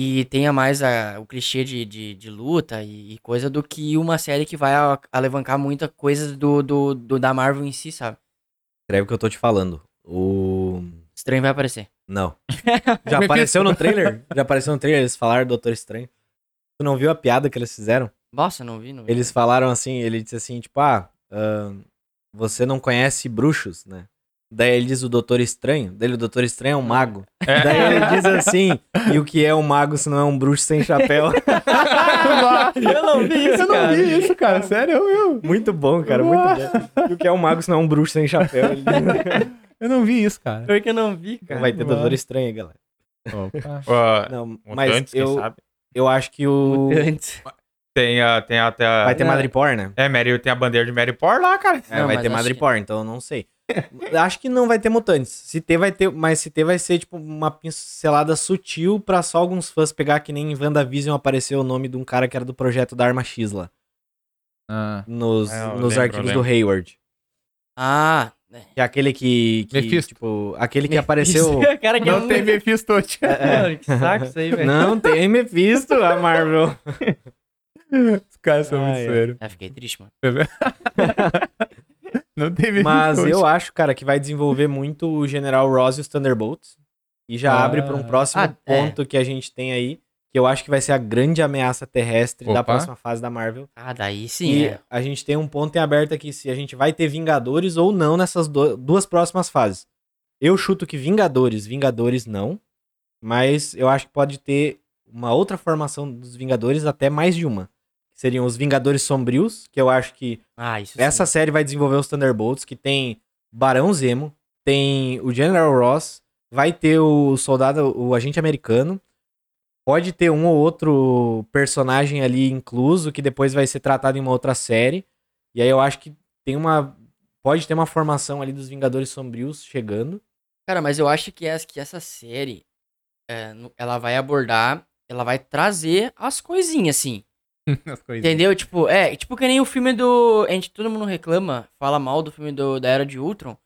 Speaker 2: E tenha mais a- o clichê de, de, de luta e, e coisa do que uma série que vai a- alavancar muita coisa do, do, do- da Marvel em si, sabe?
Speaker 1: Escreve o que eu tô te falando. O.
Speaker 2: Estranho vai aparecer.
Speaker 1: Não. Já apareceu no trailer? Já apareceu no trailer, eles falaram do Doutor Estranho. Tu não viu a piada que eles fizeram?
Speaker 2: Nossa, não vi, não vi.
Speaker 1: Eles falaram assim, ele disse assim, tipo, ah, ahn, você não conhece bruxos, né? Daí ele diz o Doutor Estranho. Daí ele, o Doutor Estranho é um mago. Daí ele diz assim, e o que é um mago se não é um bruxo sem chapéu?
Speaker 2: eu não vi isso,
Speaker 3: Eu não vi isso, cara. Sério, eu,
Speaker 1: muito bom, cara, muito bom. E o que é um mago se não é um bruxo sem chapéu? Ele diz,
Speaker 3: eu não vi isso, cara.
Speaker 2: Pior que eu não vi, cara.
Speaker 1: Não vai ter
Speaker 3: Mano.
Speaker 1: Doutor Estranho, aí, galera.
Speaker 3: Opa.
Speaker 4: Ah,
Speaker 1: Não,
Speaker 4: mutantes,
Speaker 1: mas
Speaker 4: quem
Speaker 1: eu,
Speaker 4: sabe?
Speaker 1: eu acho que o...
Speaker 2: Antes.
Speaker 4: Tem, a, tem até... A,
Speaker 1: Vai ter
Speaker 2: Não.
Speaker 1: Madripoor, né?
Speaker 4: É, Mary, tem a bandeira de Mary Por lá, cara.
Speaker 1: É,
Speaker 2: Não,
Speaker 1: vai
Speaker 2: mas
Speaker 1: ter
Speaker 2: acho
Speaker 1: Madripoor, então eu não sei. acho que não vai ter mutantes. Se ter, vai ter. Mas se ter, vai ser tipo uma pincelada sutil pra só alguns fãs pegar que nem em WandaVision apareceu o nome de um cara que era do projeto da Arma X lá.
Speaker 3: Ah.
Speaker 1: Nos,
Speaker 4: É, eu
Speaker 1: nos
Speaker 4: lembro,
Speaker 1: arquivos
Speaker 4: eu
Speaker 1: do Hayward.
Speaker 2: Ah, né.
Speaker 1: Que é aquele que. que
Speaker 3: Mephisto.
Speaker 1: Tipo, aquele que apareceu.
Speaker 2: cara
Speaker 3: Não tem Mephisto
Speaker 2: Mano, que saco isso aí, velho.
Speaker 1: não tem Mephisto, a Marvel.
Speaker 3: Os caras são muito
Speaker 1: Ah, é.
Speaker 3: sérios.
Speaker 2: Ah, fiquei triste, mano.
Speaker 3: Não tem Mephisto
Speaker 1: Mas eu acho, cara, que vai desenvolver muito o General Ross e os Thunderbolts. E já
Speaker 3: Ah.
Speaker 1: abre para um próximo
Speaker 2: Ah, é.
Speaker 1: ponto que a gente tem aí, que eu acho que vai ser a grande ameaça terrestre da
Speaker 3: Opa.
Speaker 1: próxima fase da Marvel.
Speaker 2: Ah, daí sim,
Speaker 1: E
Speaker 2: é.
Speaker 1: a gente tem um ponto em aberto aqui, se a gente vai ter Vingadores ou não nessas do- duas próximas fases. Eu chuto que Vingadores, Vingadores não, mas eu acho que pode ter uma outra formação dos Vingadores, até mais de uma. Seriam os Vingadores Sombrios, que eu acho que
Speaker 2: Ah, isso
Speaker 1: essa
Speaker 2: sim.
Speaker 1: série vai desenvolver os Thunderbolts, que tem Barão Zemo, tem o General Ross, vai ter o soldado, o agente americano. Pode ter um ou outro personagem ali incluso, que depois vai ser tratado em uma outra série. E aí eu acho que tem uma. Pode ter uma formação ali dos Vingadores Sombrios chegando.
Speaker 2: Cara, mas eu acho que, es- que essa série, é, no- ela vai abordar, ela vai trazer as coisinhas, assim.
Speaker 3: As coisas.
Speaker 2: Entendeu? Tipo, é, tipo que nem o filme do... A gente, todo mundo reclama, fala mal do filme do, da Era de Ultron.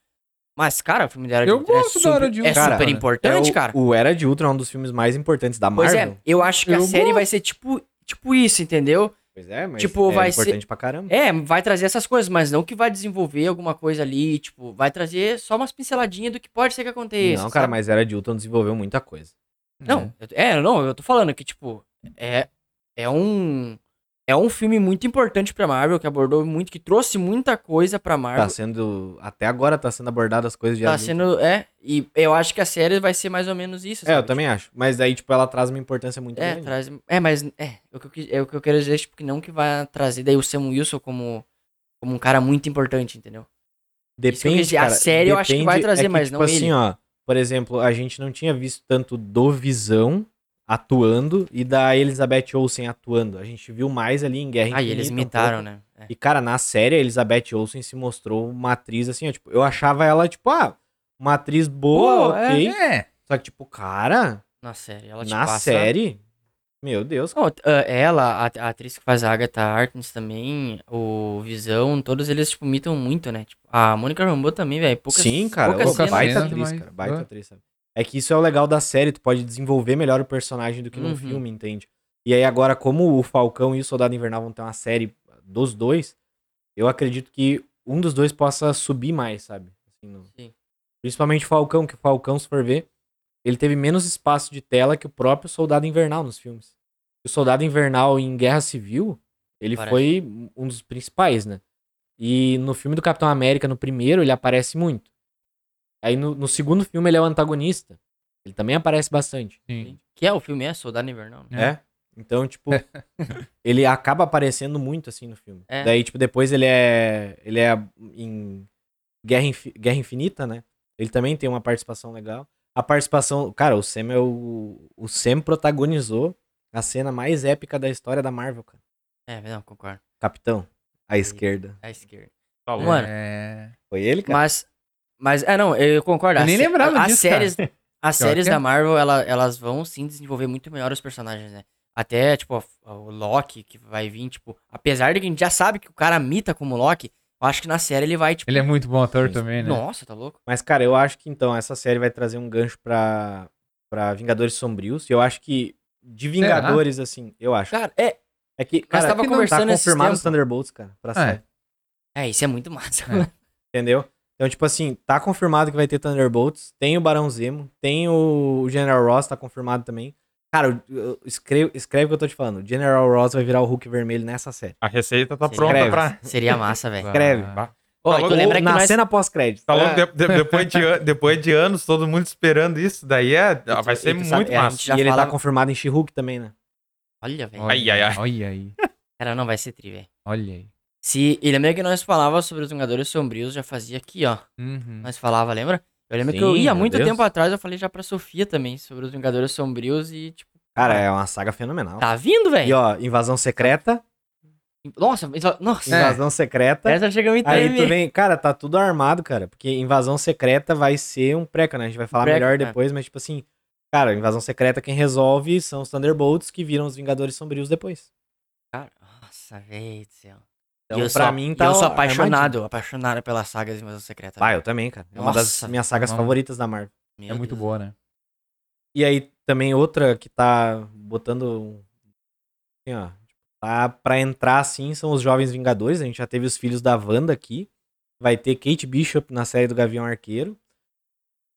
Speaker 2: Mas, cara, o filme da Era
Speaker 3: Eu
Speaker 2: de Ultron
Speaker 3: gosto
Speaker 2: é
Speaker 3: da
Speaker 2: super,
Speaker 3: Era de
Speaker 2: é
Speaker 3: Ultron,
Speaker 2: super
Speaker 3: cara.
Speaker 2: importante,
Speaker 1: É o,
Speaker 2: cara.
Speaker 1: O Era de Ultron é um dos filmes mais importantes da
Speaker 2: pois
Speaker 1: Marvel.
Speaker 2: é, eu acho que a
Speaker 3: Eu
Speaker 2: série vai ser tipo, tipo isso, entendeu?
Speaker 1: Pois é, mas
Speaker 2: Tipo,
Speaker 1: é
Speaker 2: vai
Speaker 1: importante pra caramba.
Speaker 2: É, vai trazer essas coisas, mas não que vai desenvolver alguma coisa ali, tipo, vai trazer só umas pinceladinhas do que pode ser que aconteça.
Speaker 1: não, cara,
Speaker 2: É sabe?
Speaker 1: mas Era de Ultron desenvolveu muita coisa. Né?
Speaker 2: Não, eu- é, não, eu tô falando que, tipo, é, é um. É um filme muito importante pra Marvel, que abordou muito, que trouxe muita coisa pra Marvel.
Speaker 1: Tá sendo. Até agora tá sendo abordado as coisas de
Speaker 2: Tá
Speaker 1: Era de Ultron.
Speaker 2: sendo. É, e eu acho que a série vai ser mais ou menos isso.
Speaker 1: É, eu
Speaker 2: sabe?
Speaker 1: também acho. Mas daí, tipo, ela traz uma importância muito
Speaker 2: É,
Speaker 1: grande.
Speaker 2: traz, é, mas é, o que eu, quis- é o que eu quero dizer, tipo, que não que vai trazer daí o Sam Wilson como, como um cara muito importante, entendeu? Isso que eu quis
Speaker 1: Depende,
Speaker 2: dizer, a
Speaker 1: cara,
Speaker 2: série eu acho que
Speaker 1: depende-
Speaker 2: vai trazer,
Speaker 1: é que,
Speaker 2: mas
Speaker 1: tipo
Speaker 2: não
Speaker 1: assim,
Speaker 2: ele.
Speaker 1: ó, por exemplo, a gente não tinha visto tanto do Visão atuando e da Elizabeth Olsen atuando. A gente viu mais ali em Guerra
Speaker 2: Ah, e eles
Speaker 1: Infinita um
Speaker 2: imitaram,
Speaker 1: pouco.
Speaker 2: né? É.
Speaker 1: E, cara, na série, a Elizabeth Olsen se mostrou uma atriz, assim, ó, tipo, eu achava ela, tipo, ah, uma atriz boa,
Speaker 2: Pô, é,
Speaker 1: ok.
Speaker 3: É.
Speaker 1: Só que, tipo, cara,
Speaker 2: Na série, ela te
Speaker 1: na
Speaker 2: passa-
Speaker 1: série, meu Deus,
Speaker 2: Não, ah, ela, a, a atriz que faz a Agatha Harkness também, o Visão, todos eles, tipo, imitam muito, né? Tipo, a Mônica Rambeau também, velho. poucas-
Speaker 1: Sim, cara.
Speaker 2: poucas
Speaker 1: ô,
Speaker 3: pouca
Speaker 2: cenas,
Speaker 1: baita
Speaker 3: cena,
Speaker 2: né?
Speaker 1: atriz,
Speaker 3: mas-
Speaker 1: cara. Baita
Speaker 3: Ah.
Speaker 1: atriz, sabe? É que isso é o legal da série, tu pode desenvolver melhor o personagem do que num
Speaker 2: Uhum.
Speaker 1: filme, entende? E aí agora, como o Falcão e o Soldado Invernal vão ter uma série dos dois, eu acredito que um dos dois possa subir mais, sabe? Assim, no-
Speaker 2: Sim.
Speaker 1: Principalmente o Falcão, que o Falcão, se for ver, ele teve menos espaço de tela que o próprio Soldado Invernal nos filmes. O Soldado Invernal em Guerra Civil, ele
Speaker 2: Parece.
Speaker 1: foi um dos principais, né? E no filme do Capitão América, no primeiro, ele aparece muito. Aí no, no segundo filme ele é o antagonista. Ele também aparece bastante.
Speaker 3: Sim.
Speaker 2: Que é o filme, é Soldado Invernal. Né?
Speaker 3: É.
Speaker 1: Então, tipo, ele acaba aparecendo muito assim no filme.
Speaker 2: É.
Speaker 1: Daí, tipo, depois ele é. Ele é em Guerra, Infi- Guerra Infinita, né? Ele também tem uma participação legal. A participação. Cara, o Sam é o. O Sam protagonizou a cena mais épica da história da Marvel, cara.
Speaker 2: É, não, concordo.
Speaker 1: Capitão, à esquerda.
Speaker 2: É esquerda.
Speaker 4: Tá louco.
Speaker 2: Mano,
Speaker 3: É.
Speaker 1: Foi ele, cara?
Speaker 2: mas, mas, é, não, eu concordo.
Speaker 3: Eu
Speaker 2: as
Speaker 3: nem
Speaker 2: sé-
Speaker 3: lembrava
Speaker 2: as
Speaker 3: disso,
Speaker 2: séries, As
Speaker 3: Pior
Speaker 2: séries
Speaker 3: que é.
Speaker 2: da Marvel, ela- elas vão sim desenvolver muito melhor os personagens, né? Até, tipo, a- o Loki, que vai vir, tipo, apesar de que a gente já sabe que o cara mita como Loki, eu acho que na série ele vai, tipo,
Speaker 3: Ele é muito bom ator
Speaker 1: Sim.
Speaker 3: também, né?
Speaker 2: nossa, tá louco?
Speaker 1: Mas, cara, eu acho que então essa série vai trazer um gancho pra, pra Vingadores Sombrios. E eu acho que de Vingadores, assim, eu acho.
Speaker 2: Cara, é,
Speaker 1: É que, cara,
Speaker 2: tava
Speaker 1: que não
Speaker 2: conversando
Speaker 1: tá
Speaker 2: esses
Speaker 1: confirmado os
Speaker 2: tempos.
Speaker 1: Thunderbolts, cara, pra série.
Speaker 2: é, isso é muito massa.
Speaker 3: É.
Speaker 1: Entendeu? Então, tipo assim, tá confirmado que vai ter Thunderbolts, tem o Barão Zemo, tem o General Ross, tá confirmado também. Cara, eu- eu- escreve, escreve o que eu tô te falando. O General Ross vai virar o Hulk vermelho nessa série.
Speaker 4: A receita tá
Speaker 2: Sim.
Speaker 4: pronta
Speaker 1: Creves.
Speaker 4: pra.
Speaker 2: Seria massa, velho.
Speaker 1: Escreve.
Speaker 3: Ah,
Speaker 2: Ô,
Speaker 4: Tá
Speaker 2: e tu
Speaker 4: louco.
Speaker 2: lembra
Speaker 1: Ou
Speaker 2: que
Speaker 1: na
Speaker 2: nós...
Speaker 1: cena pós-crédito.
Speaker 4: Tá louco,
Speaker 2: É.
Speaker 4: de- de- depois, de, an- depois de anos, todo mundo esperando isso. Daí é, vai
Speaker 2: e
Speaker 4: ser
Speaker 2: tu
Speaker 4: muito
Speaker 2: sabe- é, a gente
Speaker 4: massa.
Speaker 2: já
Speaker 1: E ele
Speaker 2: fala-
Speaker 1: tá confirmado em She-Hulk também, né?
Speaker 2: Olha, velho.
Speaker 3: olha,
Speaker 4: Ai, ai, ai.
Speaker 3: Olha aí.
Speaker 2: Cara, não vai ser tri, velho.
Speaker 3: Olha aí.
Speaker 2: Se... E lembra que nós falava sobre os Vingadores Sombrios, já fazia aqui, ó.
Speaker 3: Uhum.
Speaker 2: Nós falava, lembra? Eu lembro que
Speaker 1: Hum. Sim,
Speaker 2: eu ia
Speaker 1: meu
Speaker 2: muito
Speaker 1: Deus.
Speaker 2: tempo atrás, eu falei já pra Sofia também, sobre os Vingadores Sombrios e, tipo,
Speaker 1: Cara, é uma saga fenomenal.
Speaker 2: tá vindo, velho.
Speaker 1: E ó, Invasão Secreta,
Speaker 2: Nossa, mas, ó, nossa.
Speaker 1: Invasão Secreta.
Speaker 2: Essa chegou em
Speaker 1: É. Aí tu
Speaker 2: treme.
Speaker 1: vem, cara, tá tudo armado, cara, porque Invasão Secreta vai ser um preca, né? A gente vai falar
Speaker 2: Preca,
Speaker 1: melhor
Speaker 2: é.
Speaker 1: depois, mas tipo assim, cara, Invasão Secreta quem resolve são os Thunderbolts que viram os Vingadores Sombrios depois.
Speaker 2: Cara, nossa, velho do céu.
Speaker 1: Então,
Speaker 2: E eu
Speaker 1: pra
Speaker 2: sou,
Speaker 1: mim
Speaker 2: e
Speaker 1: tá
Speaker 2: eu sou
Speaker 1: armadinho.
Speaker 2: apaixonado, apaixonado pela saga de Invasão Secreta.
Speaker 1: Ah, eu também, cara. É uma das
Speaker 2: Nossa,
Speaker 1: minhas sagas
Speaker 3: não.
Speaker 1: favoritas da Marvel.
Speaker 2: Meu
Speaker 3: É muito
Speaker 2: Deus.
Speaker 3: boa, né?
Speaker 1: E aí também outra que tá botando um- assim, ó, tá pra entrar assim são os Jovens Vingadores, a gente já teve os filhos da Wanda aqui. Vai ter Kate Bishop na série do Gavião Arqueiro.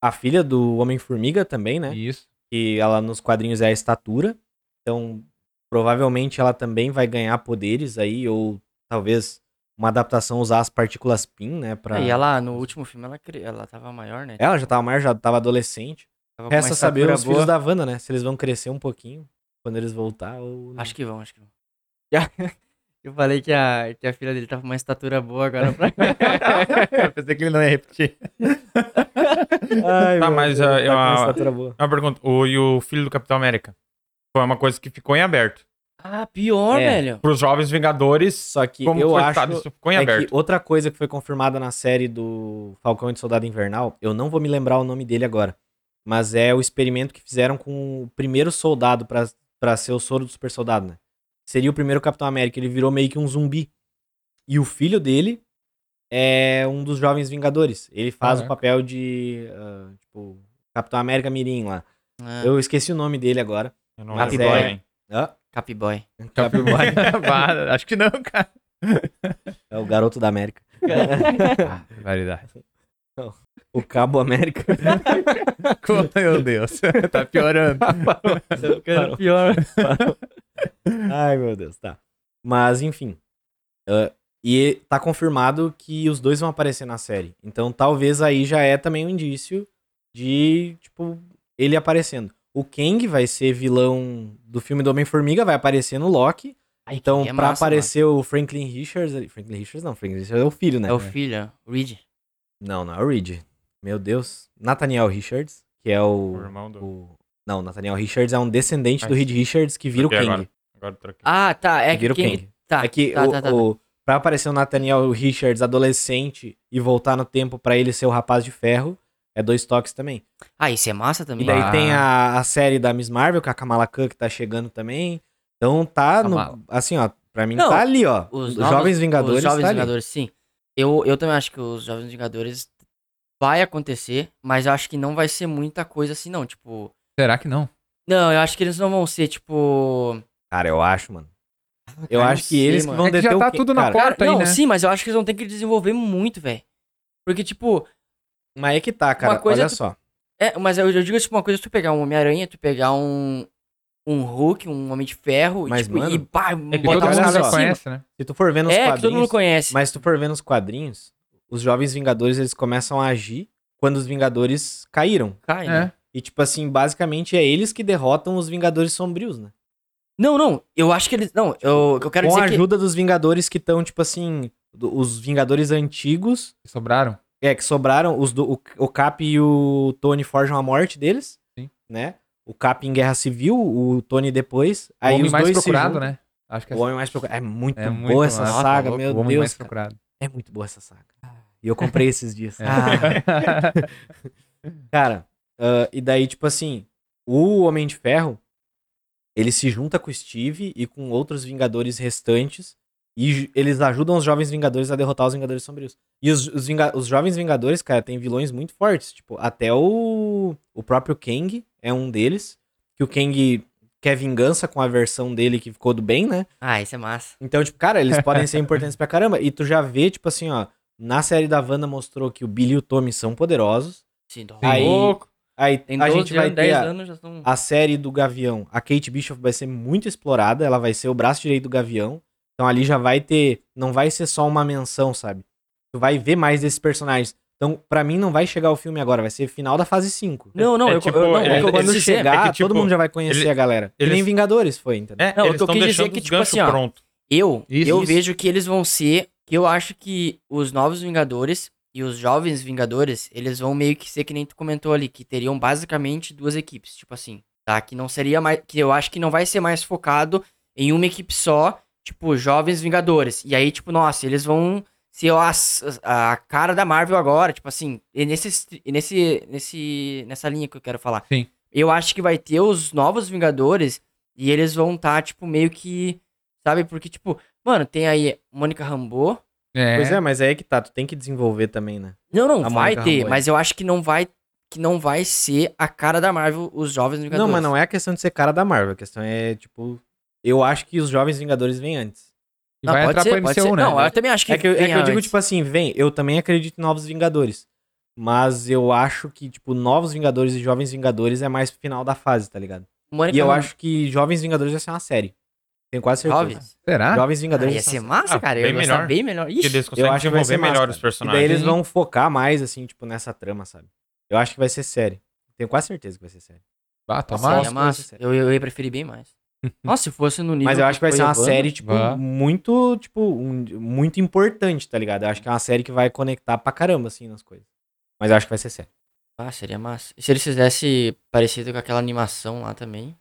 Speaker 1: A filha do Homem-Formiga também, né?
Speaker 3: Isso.
Speaker 1: que ela nos quadrinhos é a estatura. Então, provavelmente ela também vai ganhar poderes aí, ou talvez uma adaptação usar as partículas PIN, né? Pra...
Speaker 2: É, E ela, no último filme, ela, cri- ela tava maior, né?
Speaker 1: Ela já tava mais, já tava adolescente.
Speaker 2: Tava com uma
Speaker 1: Resta saber
Speaker 2: estatura
Speaker 1: os filhos da Wanda, né? Se eles vão crescer um pouquinho quando eles voltar ou não.
Speaker 2: Acho que vão, acho que vão. Eu falei que a, que a filha dele tava com uma estatura boa agora. Pra...
Speaker 3: Eu pensei que ele não ia repetir.
Speaker 1: Ai,
Speaker 4: Tá,
Speaker 1: meu
Speaker 4: mas,
Speaker 1: Deus,
Speaker 4: ah, eu-
Speaker 1: com uma
Speaker 4: ah,
Speaker 1: estatura boa.
Speaker 4: Uma pergunta. O, e o filho do Capitão América? Foi uma coisa que ficou em aberto.
Speaker 2: Ah, pior,
Speaker 1: É.
Speaker 2: velho.
Speaker 4: Para os jovens Vingadores,
Speaker 1: Só que
Speaker 4: como
Speaker 1: eu
Speaker 4: foi tá
Speaker 1: acho
Speaker 4: citado, isso ficou em
Speaker 1: é que
Speaker 4: aberto.
Speaker 1: outra coisa que foi confirmada na série do Falcão e do Soldado Invernal, eu não vou me lembrar o nome dele agora, mas é o experimento que fizeram com o primeiro soldado pra pra ser o soro do super soldado, né? Seria o primeiro Capitão América, ele virou meio que um zumbi. E o filho dele é um dos jovens Vingadores. Ele faz o
Speaker 3: Caraca.
Speaker 1: papel de ah, tipo Capitão América Mirim lá.
Speaker 2: Ah,
Speaker 1: Eu esqueci o nome dele agora.
Speaker 4: Eu não
Speaker 1: Mas
Speaker 4: lembro
Speaker 1: é-
Speaker 4: também.
Speaker 1: Ah,
Speaker 2: Capboy.
Speaker 3: Bah, Acho que não, cara.
Speaker 1: é o garoto da América.
Speaker 3: Variedade.
Speaker 1: O Cabo América.
Speaker 3: Meu Deus. Tá piorando.
Speaker 1: Parou.
Speaker 2: pior.
Speaker 1: Ai, meu Deus, tá. Mas, enfim. Ah, e tá confirmado que os dois vão aparecer na série. Então, talvez aí já é também um indício de, tipo, ele aparecendo. O Kang vai ser vilão do filme do Homem-Formiga, vai aparecer no Loki. Então,
Speaker 2: Kang é
Speaker 1: pra
Speaker 2: massa,
Speaker 1: aparecer o Franklin Richards... ali- Franklin Richards não, Franklin Richards é o filho, né?
Speaker 2: É o filho, o Reed.
Speaker 1: Não, não é o Reed. Meu Deus. Nathaniel Richards, que é
Speaker 4: O
Speaker 1: o...
Speaker 4: irmão do.
Speaker 1: o- Não, Nathaniel Richards é um descendente
Speaker 4: Ai.
Speaker 1: do Reed Richards que vira o
Speaker 4: Troquei
Speaker 1: Kang.
Speaker 4: agora. Agora eu troquei.
Speaker 2: Ah, tá. É
Speaker 1: que vira
Speaker 2: que
Speaker 1: o Kang.
Speaker 2: quem... Tá,
Speaker 1: É que
Speaker 2: tá,
Speaker 1: o,
Speaker 2: tá, tá.
Speaker 1: o- pra aparecer o Nathaniel Richards adolescente e voltar no tempo pra ele ser o rapaz de ferro, é dois toques também.
Speaker 2: Ah, isso é massa
Speaker 1: E
Speaker 2: também.
Speaker 1: daí
Speaker 3: Ah.
Speaker 1: tem a, a série da Miss Marvel, com a Kamala Khan que tá chegando também. Então tá no-
Speaker 3: Kamala.
Speaker 1: assim, ó, pra mim
Speaker 2: Não,
Speaker 1: tá ali, ó.
Speaker 2: Os
Speaker 1: Os,
Speaker 2: novos-
Speaker 1: Jovens Vingadores
Speaker 2: Os Jovens
Speaker 1: tá ali.
Speaker 2: Vingadores, sim. Eu, eu também acho que os Jovens Vingadores vai acontecer, mas eu acho que não vai ser muita coisa assim, não. Tipo.
Speaker 3: Será que não?
Speaker 2: Não, eu acho que eles não vão ser, tipo.
Speaker 1: Cara, eu acho, mano. Eu
Speaker 2: Ah, não
Speaker 1: acho que
Speaker 2: sei,
Speaker 1: eles que
Speaker 2: mano.
Speaker 1: vão
Speaker 3: É que já
Speaker 1: deter o
Speaker 3: tá
Speaker 1: Kang,
Speaker 3: tudo na
Speaker 1: cara.
Speaker 3: porta aí,
Speaker 2: não,
Speaker 3: né?
Speaker 2: sim, mas eu acho que eles vão ter que desenvolver muito, velho. Porque, tipo.
Speaker 1: Mas é que tá, cara.
Speaker 2: Uma coisa
Speaker 1: Olha
Speaker 2: é tu-
Speaker 1: só.
Speaker 2: É, mas eu, eu digo tipo, uma coisa: tu pegar um Homem-Aranha, tu pegar um. Um Hulk, um Homem de Ferro,
Speaker 1: Mas,
Speaker 2: tipo, e
Speaker 1: mano,
Speaker 2: pá,
Speaker 3: É que
Speaker 1: Bota
Speaker 3: todo
Speaker 1: os caras
Speaker 3: mundo já
Speaker 1: em cima.
Speaker 3: conhece, né?
Speaker 1: Se tu for ver nos
Speaker 2: É, que todo
Speaker 1: quadrinhos,
Speaker 2: mundo conhece.
Speaker 1: Mas se tu for ver nos quadrinhos, os jovens Vingadores eles começam a agir quando os Vingadores caíram.
Speaker 2: Cai, né?
Speaker 3: É.
Speaker 1: E tipo assim, basicamente é eles que derrotam os Vingadores Sombrios, né?
Speaker 2: Não, não, eu acho que eles. Não, eu, eu quero
Speaker 1: Com a
Speaker 2: dizer é que.
Speaker 1: ajuda dos Vingadores que estão, tipo assim, do- os Vingadores antigos,
Speaker 3: Sobraram.
Speaker 1: é, que sobraram, os do, o, o Cap e o Tony forjam a morte deles,
Speaker 3: Sim.
Speaker 1: né? O Cap em Guerra Civil, o Tony depois. Aí
Speaker 3: o homem
Speaker 1: os
Speaker 3: mais
Speaker 1: dois se
Speaker 3: procurado,
Speaker 1: juntam.
Speaker 3: né? Acho que é
Speaker 1: O Homem Mais Procurado. É muito
Speaker 3: É muito
Speaker 1: boa essa
Speaker 3: massa,
Speaker 1: saga,
Speaker 3: louco,
Speaker 1: meu
Speaker 3: O homem
Speaker 1: Deus,
Speaker 3: mais
Speaker 1: cara.
Speaker 3: procurado.
Speaker 1: É muito boa essa saga. E eu comprei esses dias.
Speaker 3: É.
Speaker 1: Ah, Cara, ah, e daí, tipo assim, o Homem de Ferro, ele se junta com o Steve e com outros Vingadores restantes, e ju- eles ajudam os Jovens Vingadores a derrotar os Vingadores Sombrios. E os, os, Vinga- os Jovens Vingadores, cara, tem vilões muito fortes, tipo, até o, o próprio Kang é um deles, que o Kang quer vingança com a versão dele que ficou do bem, né?
Speaker 2: Ah, isso é massa.
Speaker 1: Então, tipo, cara, eles podem ser importantes pra caramba, e tu já vê, tipo assim, ó, na série da Wanda mostrou que o Billy e o Tommy são poderosos,
Speaker 2: Sim, tô
Speaker 1: Aí,
Speaker 4: Louco.
Speaker 1: Aí
Speaker 2: Tem
Speaker 1: a
Speaker 2: 12
Speaker 1: gente vai
Speaker 2: anos, 10
Speaker 1: ter a,
Speaker 2: anos já estão.
Speaker 1: a série do Gavião. A Kate Bishop vai ser muito explorada, ela vai ser o braço direito do Gavião. Então ali já vai ter, não vai ser só uma menção, sabe? Tu vai ver mais desses personagens. Então, pra mim não vai chegar o filme agora, vai ser final da fase Então, 5.
Speaker 2: Não, não,
Speaker 4: É
Speaker 2: eu,
Speaker 4: tipo,
Speaker 2: eu- não,
Speaker 4: ele-
Speaker 2: eu-
Speaker 1: Porque
Speaker 4: ele-
Speaker 1: quando
Speaker 2: esse-
Speaker 1: chegar,
Speaker 4: é que, tipo,
Speaker 1: todo mundo já vai conhecer
Speaker 4: ele-
Speaker 1: a galera. Que nem
Speaker 4: eles-
Speaker 1: Vingadores foi, entendeu?
Speaker 4: É,
Speaker 2: Não, eu
Speaker 4: eles
Speaker 2: tô
Speaker 4: estão
Speaker 2: querendo dizer
Speaker 4: deixando
Speaker 2: que,
Speaker 4: os
Speaker 2: tipo
Speaker 4: ganchos
Speaker 2: assim, ó,
Speaker 4: prontos.
Speaker 2: eu,
Speaker 3: Isso,
Speaker 2: eu
Speaker 3: isso.
Speaker 2: vejo que eles vão ser. Que eu acho que os novos Vingadores e os jovens Vingadores, eles vão meio que ser que nem tu comentou ali, que teriam basicamente duas equipes, tipo assim, tá? Que não seria mais. Que eu acho que não vai ser mais focado em uma equipe só, tipo, jovens Vingadores. E aí, tipo, nossa, eles vão ser as- a, a cara da Marvel agora, tipo assim, e nesse, e nesse, nesse, nessa linha que eu quero falar.
Speaker 3: Sim.
Speaker 2: Eu acho que vai ter os novos Vingadores e eles vão estar, tipo, meio que. Sabe? Porque, tipo, mano, tem aí Mônica Rambeau.
Speaker 3: É.
Speaker 1: Pois é, mas aí é que tá, tu tem que desenvolver também, né?
Speaker 2: Não, não,
Speaker 1: A
Speaker 2: vai
Speaker 1: Mônica
Speaker 2: ter,
Speaker 1: Rambeau, é.
Speaker 2: mas eu acho que não vai. Que não vai ser a cara da Marvel, os jovens Vingadores.
Speaker 1: Não, mas não é a questão de ser cara da Marvel, a questão é, tipo, eu acho que os jovens Vingadores vêm antes.
Speaker 3: E vai entrar pra MCU, né?
Speaker 2: Não, eu também acho que.
Speaker 1: é que, eu- é
Speaker 2: vem
Speaker 1: que eu digo,
Speaker 2: antes.
Speaker 1: tipo assim, vem, eu também acredito em Novos Vingadores. Mas eu acho que, tipo, Novos Vingadores e Jovens Vingadores é mais pro final da fase, tá ligado?
Speaker 2: Mônica
Speaker 1: E eu
Speaker 2: Rambeau.
Speaker 1: acho que Jovens Vingadores vai ser uma série. Tenho quase certeza. Jovens,
Speaker 2: Jovens.
Speaker 3: Será?
Speaker 2: Ah,
Speaker 1: Vingadores.
Speaker 2: ia
Speaker 1: vai ser
Speaker 2: ser
Speaker 1: uma
Speaker 2: massa,
Speaker 4: Ah,
Speaker 2: cara. Eu ia
Speaker 4: bem
Speaker 2: gostar
Speaker 4: melhor.
Speaker 2: bem melhor.
Speaker 4: Que
Speaker 2: Ixi,
Speaker 4: eles conseguem
Speaker 1: acho que vai ser
Speaker 4: desenvolver melhor
Speaker 1: massa,
Speaker 4: os
Speaker 1: cara. série. E daí
Speaker 4: personagens.
Speaker 1: eles
Speaker 3: Sim.
Speaker 1: vão focar mais, assim, tipo, nessa trama, sabe? Eu acho que vai ser série. Tenho quase certeza que vai ser série.
Speaker 3: Ah,
Speaker 2: seria
Speaker 3: tomara.
Speaker 1: Nossa,
Speaker 2: massa. Eu, eu ia preferir bem mais. Nossa, se fosse no nível.
Speaker 1: Mas eu acho que vai
Speaker 2: foi
Speaker 1: ser uma
Speaker 2: Evandro-
Speaker 1: série, tipo,
Speaker 3: Vá.
Speaker 1: muito, tipo, um- muito importante, tá ligado? Eu acho que é uma série que vai conectar pra caramba, assim, nas coisas. Mas eu acho que vai ser sério.
Speaker 2: Ah, seria massa. E se eles fizessem parecido com aquela animação lá também?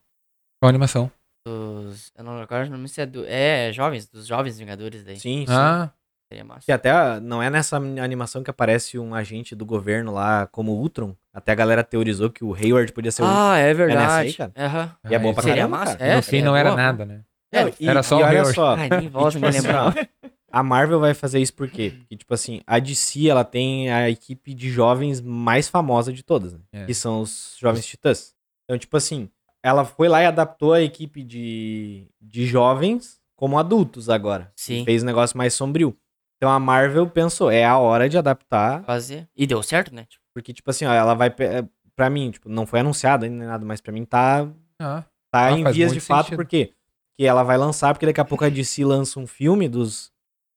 Speaker 3: Qual animação?
Speaker 2: Dos. Eu não agora não me se é do. É, jovens, dos jovens Vingadores daí.
Speaker 1: Sim, sim.
Speaker 3: Ah,
Speaker 2: Seria massa.
Speaker 1: Que até ah, não é nessa animação que aparece um agente do governo lá como Ultron. Até a galera teorizou que o Hayward podia ser o Ultron.
Speaker 2: Ah, é
Speaker 1: nessa aí,
Speaker 2: verdade.
Speaker 1: cara?
Speaker 2: Aham.
Speaker 1: E é bom pra
Speaker 2: Seria
Speaker 1: caramba,
Speaker 2: massa.
Speaker 1: cara.
Speaker 2: É,
Speaker 3: no fim
Speaker 2: é
Speaker 3: não era
Speaker 2: boa.
Speaker 3: nada, né?
Speaker 2: É,
Speaker 1: Não, e-
Speaker 3: era só
Speaker 1: e
Speaker 3: o
Speaker 1: olha
Speaker 3: Hayward.
Speaker 1: só,
Speaker 2: Ai, nem
Speaker 1: E,
Speaker 2: volta a
Speaker 1: tipo
Speaker 2: me
Speaker 1: assim,
Speaker 2: lembrar.
Speaker 1: ó, a Marvel vai fazer isso por quê? Porque, tipo assim, a DC, ela tem a equipe de jovens mais famosa de todas, né?
Speaker 3: É.
Speaker 1: Que são os Jovens Titãs. Então, tipo assim, ela foi lá e adaptou a equipe de, de jovens como adultos agora.
Speaker 2: Sim.
Speaker 1: E fez um negócio mais sombrio. Então a Marvel pensou, é a hora de adaptar,
Speaker 2: Fazer. E deu certo, né? Tipo,
Speaker 1: porque, tipo assim, ó, ela vai... pe- é, Pra mim, tipo, não foi anunciado ainda nem nada, mas pra mim tá
Speaker 3: Ah,
Speaker 1: tá
Speaker 3: Ah,
Speaker 1: em
Speaker 3: faz
Speaker 1: vias de
Speaker 3: muito
Speaker 1: fato,
Speaker 3: sentido.
Speaker 1: porque que ela vai lançar, porque daqui a pouco a DC lança um filme dos,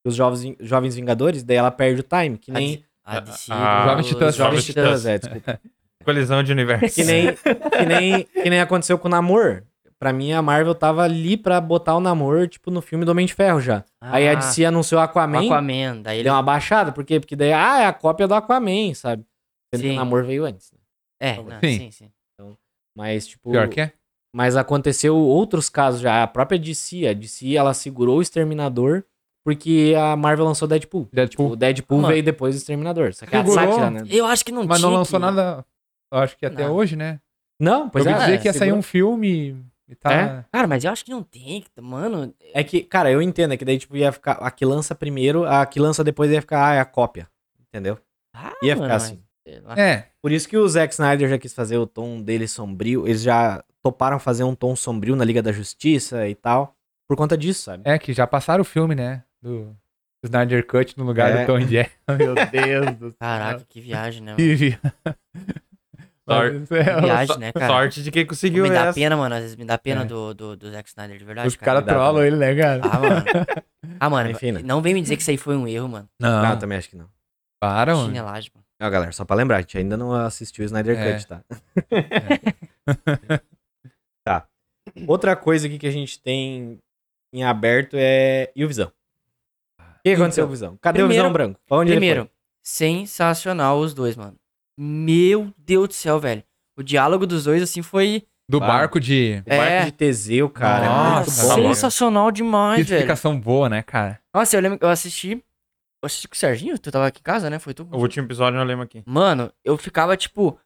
Speaker 1: dos jovens, jovens Vingadores, daí ela perde o time, que
Speaker 2: a
Speaker 1: nem
Speaker 2: D- a
Speaker 4: Ah,
Speaker 2: DC,
Speaker 4: ah,
Speaker 2: do-
Speaker 3: Jovens
Speaker 2: os
Speaker 3: Titãs.
Speaker 1: os jovens
Speaker 4: Jovens
Speaker 1: titãs,
Speaker 4: Titãs.
Speaker 1: é, desculpa.
Speaker 4: Colisão de universo.
Speaker 1: Que nem, que, nem, que nem aconteceu com o Namor. Pra mim, a Marvel tava ali pra botar o Namor, tipo, no filme do Homem de Ferro já. Aí a
Speaker 2: Ah,
Speaker 1: DC anunciou Aquaman,
Speaker 2: Aquaman. Daí
Speaker 1: ele
Speaker 2: ele.
Speaker 1: deu uma baixada, por quê? Porque daí, ah, é a cópia do Aquaman, sabe? Sendo que o
Speaker 2: Sim.
Speaker 1: Namor veio antes. né?
Speaker 2: É, não,
Speaker 3: Sim.
Speaker 2: sim, sim.
Speaker 1: Mas, tipo...
Speaker 3: pior que é.
Speaker 1: Mas aconteceu outros casos já. A própria DC, a DC, ela segurou o Exterminador porque a Marvel lançou Deadpool.
Speaker 3: Deadpool.
Speaker 1: O Deadpool
Speaker 2: Ah, mano.
Speaker 1: veio depois do Exterminador. Saca-
Speaker 3: Segurou.
Speaker 1: Sátira, né?
Speaker 2: Eu acho que não
Speaker 3: Mas não
Speaker 2: tinha
Speaker 3: lançou
Speaker 2: que-
Speaker 3: nada, eu acho que até
Speaker 2: Nada.
Speaker 3: hoje, né?
Speaker 1: Não, pois
Speaker 3: eu ouvi
Speaker 1: é.
Speaker 3: dizer
Speaker 2: é,
Speaker 3: que ia sair
Speaker 1: segurou.
Speaker 3: um filme e tá...
Speaker 1: É?
Speaker 2: Cara, mas eu acho que não tem. que- Mano,
Speaker 3: um
Speaker 1: É que, cara, eu entendo. É que daí, tipo, ia ficar... A que lança primeiro, a que lança depois ia ficar... Ah, é a cópia. Entendeu?
Speaker 2: Ah,
Speaker 1: Ia
Speaker 2: mano,
Speaker 1: ficar
Speaker 2: mas-
Speaker 1: assim.
Speaker 2: sei lá.
Speaker 3: É,
Speaker 1: Por isso que o Zack Snyder já quis fazer o tom dele sombrio. Eles já toparam fazer um tom sombrio na Liga da Justiça e tal. Por conta disso, sabe?
Speaker 3: é que já passaram o filme, né? Do Snyder Cut no lugar
Speaker 1: É.
Speaker 3: do Tom Jack. Meu Deus do
Speaker 2: Caraca, que viagem, né? Mano?
Speaker 3: Que vi-
Speaker 4: Sorry.
Speaker 3: Mas isso é-
Speaker 2: Que viagem, né, cara?
Speaker 4: Sorte de quem conseguiu
Speaker 2: me dá
Speaker 4: essa.
Speaker 2: pena, mano. Às vezes me dá pena
Speaker 3: É.
Speaker 2: do, do, do Zack Snyder, de verdade.
Speaker 3: Os caras
Speaker 1: dá,
Speaker 3: trollam
Speaker 1: né?
Speaker 3: ele, né, cara?
Speaker 2: Ah, mano. Ah, mano,
Speaker 1: Enfim, né?
Speaker 2: não vem me dizer que isso aí foi um erro, mano.
Speaker 3: não,
Speaker 1: Não, eu Ah, também acho que não.
Speaker 3: para, mano.
Speaker 2: Chinelagem, mano.
Speaker 1: Ó, galera, só pra lembrar, a gente ainda não assistiu o Snyder
Speaker 3: É.
Speaker 1: Cut, tá? tá. Outra coisa aqui que a gente tem em aberto é. E o Visão? O que aconteceu com o Visão? Cadê o
Speaker 2: Então, primeiro-
Speaker 1: Visão Branco? Pra onde ele
Speaker 2: Primeiro, sensacional os dois, mano. Meu Deus do céu, velho. O diálogo dos dois, assim, foi
Speaker 3: Do
Speaker 1: Para.
Speaker 3: barco de...
Speaker 1: foi? O
Speaker 2: é.
Speaker 1: barco de Teseu, cara.
Speaker 3: Nossa,
Speaker 1: é muito bom.
Speaker 3: louco.
Speaker 2: sensacional
Speaker 3: Que
Speaker 2: demais, velho.
Speaker 3: explicação boa, né, cara?
Speaker 2: Nossa, eu lembro que eu assisti. Eu assisti com o Serginho, tu tava aqui em casa, né? Foi tu?
Speaker 4: O último episódio eu não lembro aqui.
Speaker 2: Mano, eu ficava tipo.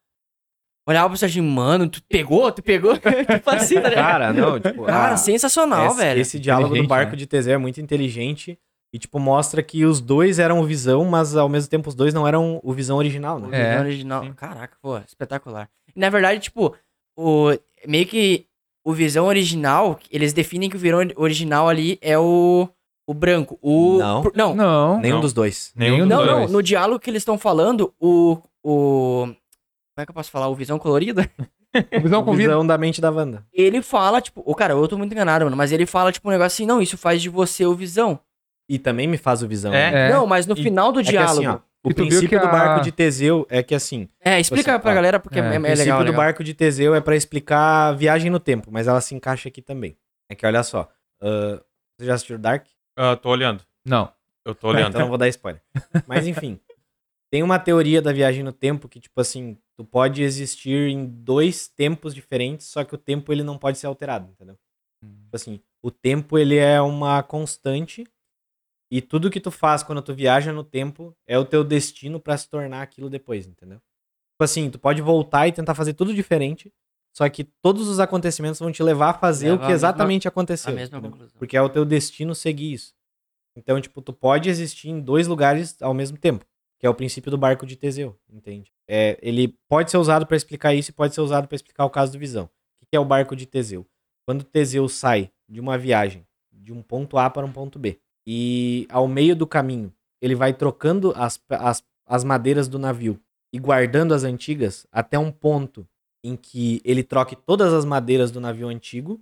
Speaker 2: Olhava pro Serginho, mano, tu pegou, tu pegou. tipo assim, tá ligado?
Speaker 1: Cara, não, tipo.
Speaker 2: Cara,
Speaker 1: ah,
Speaker 2: sensacional,
Speaker 1: esse,
Speaker 2: velho.
Speaker 1: Esse diálogo do
Speaker 3: Inteligente,
Speaker 1: barco
Speaker 3: né?
Speaker 1: de Teseu é muito inteligente. E, tipo, mostra que os dois eram o Visão, mas ao mesmo tempo os dois não eram o Visão original, né?
Speaker 3: É.
Speaker 2: No original.
Speaker 4: Sim.
Speaker 2: Caraca, pô, espetacular. Na verdade, tipo, o meio que o Visão original, eles definem que o Visão original ali é o o branco, o
Speaker 1: Não.
Speaker 2: por- não, não,
Speaker 3: Não.
Speaker 1: Nenhum
Speaker 4: Não.
Speaker 1: dos dois.
Speaker 3: Nenhum
Speaker 2: não,
Speaker 3: dos dois.
Speaker 2: no diálogo que eles estão falando, o o como é que eu posso falar? O Visão colorido?
Speaker 3: Visão
Speaker 1: O
Speaker 3: convida.
Speaker 1: Visão da mente da Wanda.
Speaker 2: Ele fala, tipo, ô cara, eu tô muito enganado, mano, mas ele fala, tipo, um negócio assim, não, isso faz de você o Visão.
Speaker 1: E também me faz o Visão.
Speaker 4: É.
Speaker 1: né?
Speaker 3: É.
Speaker 2: Não, mas no
Speaker 4: E-
Speaker 2: final do
Speaker 1: É que
Speaker 2: tipo diálogo.
Speaker 1: assim, ó, o
Speaker 3: E tu viu
Speaker 1: princípio
Speaker 3: que
Speaker 1: do
Speaker 3: a-
Speaker 1: barco de Teseu é que assim,
Speaker 2: é, explica
Speaker 1: Assim,
Speaker 2: pra
Speaker 1: ó,
Speaker 2: galera porque é,
Speaker 3: é,
Speaker 2: é,
Speaker 3: o
Speaker 1: o princípio
Speaker 2: legal,
Speaker 1: do
Speaker 2: legal.
Speaker 1: barco de Teseu é pra explicar a viagem no tempo, mas ela se encaixa aqui também. É que olha só, ah, você já assistiu Dark?
Speaker 4: Ah, tô olhando.
Speaker 3: Não.
Speaker 4: Eu tô olhando.
Speaker 1: Então não vou dar spoiler. Mas enfim, tem uma teoria da viagem no tempo que tipo assim, tu pode existir em dois tempos diferentes, só que o tempo ele não pode ser alterado, entendeu?
Speaker 2: Hum.
Speaker 1: Tipo assim, o tempo ele é uma constante e tudo que tu faz quando tu viaja no tempo é o teu destino pra se tornar aquilo depois, entendeu? Tipo assim, tu pode voltar e tentar fazer tudo diferente, só que todos os acontecimentos vão te levar a fazer
Speaker 2: Leva
Speaker 1: o
Speaker 2: a
Speaker 1: que
Speaker 2: mesma-
Speaker 1: exatamente
Speaker 2: A
Speaker 1: aconteceu.
Speaker 2: mesma
Speaker 1: entendeu?
Speaker 2: conclusão.
Speaker 1: porque é o teu destino seguir isso. Então, tipo, tu pode existir em dois lugares ao mesmo tempo, que é o princípio do barco de Teseu, entende? É, ele pode ser usado pra explicar isso e pode ser usado pra explicar o caso do Visão. O que que é o barco de Teseu? Quando Teseu sai de uma viagem de um ponto A para um ponto B e ao meio do caminho ele vai trocando as, as, as madeiras do navio e guardando as antigas até um ponto em que ele troque todas as madeiras do navio antigo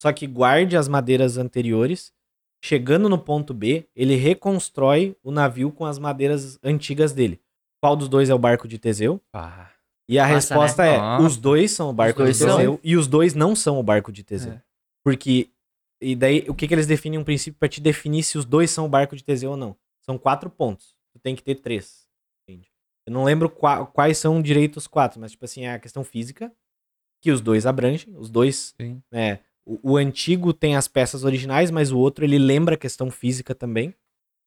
Speaker 1: só que guarde as madeiras anteriores. Chegando no ponto B, ele reconstrói o navio com as madeiras antigas dele. Qual dos dois é o barco de Teseu?
Speaker 3: Ah,
Speaker 1: E a
Speaker 2: Nossa,
Speaker 1: resposta
Speaker 3: né?
Speaker 1: é:
Speaker 3: Nossa.
Speaker 1: os dois são o barco
Speaker 2: dois
Speaker 1: de
Speaker 2: são.
Speaker 1: Teseu e os dois não são o barco de Teseu.
Speaker 3: É.
Speaker 1: Porque. E daí, o que, que eles definem um princípio pra te definir se os dois são o barco de Teseu ou não? São quatro pontos. Tu tem que ter três. Entende? Eu não lembro qua- quais são direito os quatro, mas, tipo assim, é a questão física, que os dois abrangem, os dois.
Speaker 3: Sim.
Speaker 1: Né, o, o antigo tem as peças originais, mas o outro ele lembra a questão física também.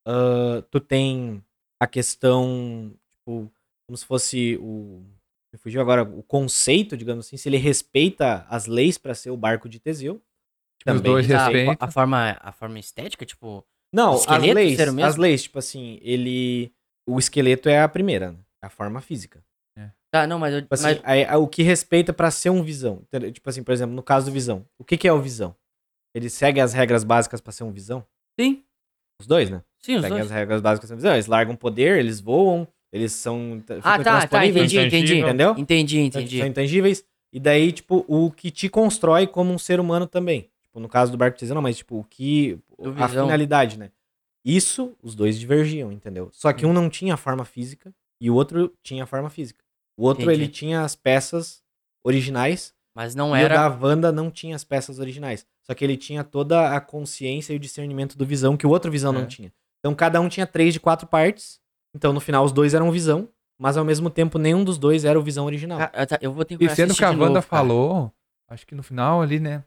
Speaker 1: Ah, tu tem a questão, tipo, como se fosse o. Me fugiu agora, o conceito, digamos assim, se ele respeita as leis pra ser o barco de Teseu.
Speaker 3: Tipo, os dois
Speaker 1: Tá,
Speaker 2: Mas a-
Speaker 3: respeitam.
Speaker 2: A, forma, a forma estética, tipo.
Speaker 1: Não, as
Speaker 2: Esqueleto,
Speaker 1: leis,
Speaker 2: sério mesmo?
Speaker 1: as leis, tipo assim, ele. O esqueleto é a primeira, né? a forma física.
Speaker 2: Tá, não, mas eu.
Speaker 1: Tipo assim,
Speaker 2: mas-
Speaker 1: a- a- o que respeita pra ser um visão. Entendeu? Tipo assim, por exemplo, no caso do visão, o que, que é o visão? Ele segue as regras básicas pra ser um visão?
Speaker 2: sim,
Speaker 1: Os dois, né?
Speaker 2: sim, os
Speaker 1: Seguem
Speaker 2: dois.
Speaker 1: as regras básicas pra ser um visão. Eles largam poder, eles voam, eles são.
Speaker 2: Ah,
Speaker 1: ficam
Speaker 2: tá, tá,
Speaker 1: intransponíveis,
Speaker 2: entendi, entendi.
Speaker 4: intangível.
Speaker 1: Entendeu?
Speaker 2: Entendi,
Speaker 1: São
Speaker 2: entendi.
Speaker 1: intangíveis. E daí, tipo, o que te constrói como um ser humano também. Tipo, no caso do barco de não, mas tipo, o que.
Speaker 2: Do
Speaker 1: a
Speaker 2: visão.
Speaker 1: finalidade, né? Isso, os dois divergiam, entendeu? Só
Speaker 2: Uhum.
Speaker 1: que um não tinha forma física e o outro tinha forma física. O outro,
Speaker 2: Entendi.
Speaker 1: ele tinha as peças originais
Speaker 2: Mas não
Speaker 1: e o
Speaker 2: era.
Speaker 1: da Wanda não tinha as peças originais. Só que ele tinha toda a consciência e o discernimento do visão que o outro visão
Speaker 3: É.
Speaker 1: não tinha. Então cada um tinha três de quatro partes. Então no final os dois eram visão, mas ao mesmo tempo nenhum dos dois era o visão original.
Speaker 2: Ca- ah, tá, eu vou ter que
Speaker 3: E sendo
Speaker 2: assistir
Speaker 3: que a
Speaker 2: de
Speaker 3: Wanda
Speaker 2: novo, cara. Ah,
Speaker 3: falou, acho que no final ali, né?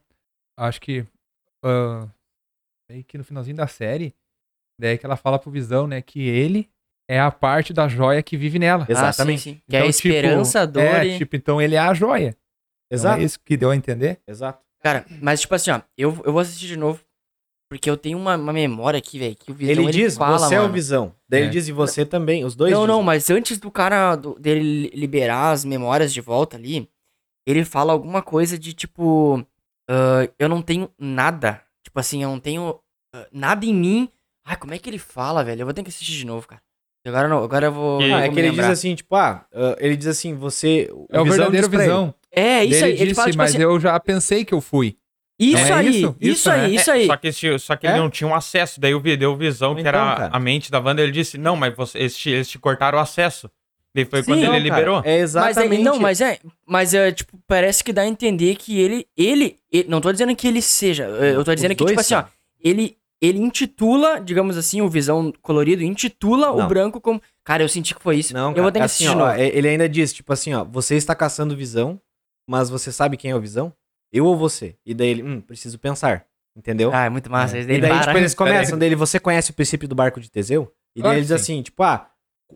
Speaker 3: Acho que. ah, meio que no finalzinho da série, daí que ela fala pro Visão, né? Que ele é a parte da joia que vive nela.
Speaker 2: Ah,
Speaker 1: Exatamente.
Speaker 2: sim, sim. Que é
Speaker 3: Então,
Speaker 2: a
Speaker 3: tipo,
Speaker 2: esperança, a dor
Speaker 3: É,
Speaker 2: e-
Speaker 3: tipo, então ele é a joia. Então
Speaker 1: Exato,
Speaker 3: é isso que deu a entender?
Speaker 1: exato.
Speaker 2: Cara, mas tipo assim, ó, eu, eu vou assistir de novo, porque eu tenho uma, uma memória aqui, velho, que o Visão,
Speaker 1: Ele,
Speaker 2: ele,
Speaker 1: diz,
Speaker 2: fala,
Speaker 1: você é o
Speaker 2: mano.
Speaker 1: visão. Daí
Speaker 3: É.
Speaker 1: ele diz, e você também. Os dois né?
Speaker 2: Não, não,
Speaker 1: dizem.
Speaker 2: mas antes do cara, do- dele liberar as memórias de volta ali, ele fala alguma coisa de tipo, ah, eu não tenho nada, tipo assim, eu não tenho ah, nada em mim. Ai, como é que ele fala, velho? Eu vou ter que assistir de novo, cara. Agora não, agora eu vou...
Speaker 4: E-
Speaker 2: eu
Speaker 1: Não,
Speaker 2: vou
Speaker 1: é
Speaker 2: me
Speaker 1: que ele diz
Speaker 2: lembrar.
Speaker 1: assim, tipo, ah, ah, ele diz assim, você...
Speaker 3: É
Speaker 1: Visão
Speaker 3: o
Speaker 1: diz
Speaker 3: verdadeiro
Speaker 1: pra ele.
Speaker 3: Visão.
Speaker 2: É, isso
Speaker 3: Ele
Speaker 2: aí,
Speaker 3: disse,
Speaker 2: ele fala tipo
Speaker 3: mas
Speaker 2: assim,
Speaker 3: eu já pensei que eu fui.
Speaker 2: isso,
Speaker 3: é
Speaker 2: aí,
Speaker 3: isso?
Speaker 2: isso,
Speaker 3: Isso,
Speaker 2: aí,
Speaker 3: né?
Speaker 2: isso aí.
Speaker 4: Só que, esse- só que ele
Speaker 1: É?
Speaker 4: não tinha um acesso. Daí o vi- deu visão que
Speaker 1: Então,
Speaker 4: era
Speaker 1: cara.
Speaker 4: a mente da Wanda. Ele disse: Não, mas você, eles, te, eles te cortaram o acesso. Daí foi
Speaker 2: Sim.
Speaker 4: quando
Speaker 1: Não,
Speaker 4: ele
Speaker 1: cara,
Speaker 4: liberou.
Speaker 1: É
Speaker 2: Mas é,
Speaker 1: exatamente.
Speaker 2: não, mas é, mas é, tipo, parece que dá a entender que ele, ele, ele- não tô dizendo que ele seja, é, eu tô
Speaker 1: Os
Speaker 2: dizendo que,
Speaker 1: dois
Speaker 2: tipo assim, ó,
Speaker 1: são.
Speaker 2: ele, ele intitula, digamos assim, o Visão Colorido intitula o
Speaker 1: Não.
Speaker 2: branco como, cara, eu senti que foi isso,
Speaker 1: Não,
Speaker 2: eu
Speaker 1: cara,
Speaker 2: vou ter que
Speaker 1: assim,
Speaker 2: assistir de
Speaker 1: ó,
Speaker 2: novo.
Speaker 1: é- ele ainda diz, tipo assim, ó, você está caçando visão, mas você sabe quem é o visão? Eu ou você? E daí ele, hum, preciso pensar, entendeu?
Speaker 2: Ah, é muito massa,
Speaker 1: e
Speaker 2: ele
Speaker 1: daí,
Speaker 2: para.
Speaker 1: tipo, eles
Speaker 3: Peraí.
Speaker 1: começam, dele, você conhece o princípio do barco de Teseu? E daí
Speaker 3: Claro
Speaker 1: ele
Speaker 3: que
Speaker 1: diz assim, tipo, ah,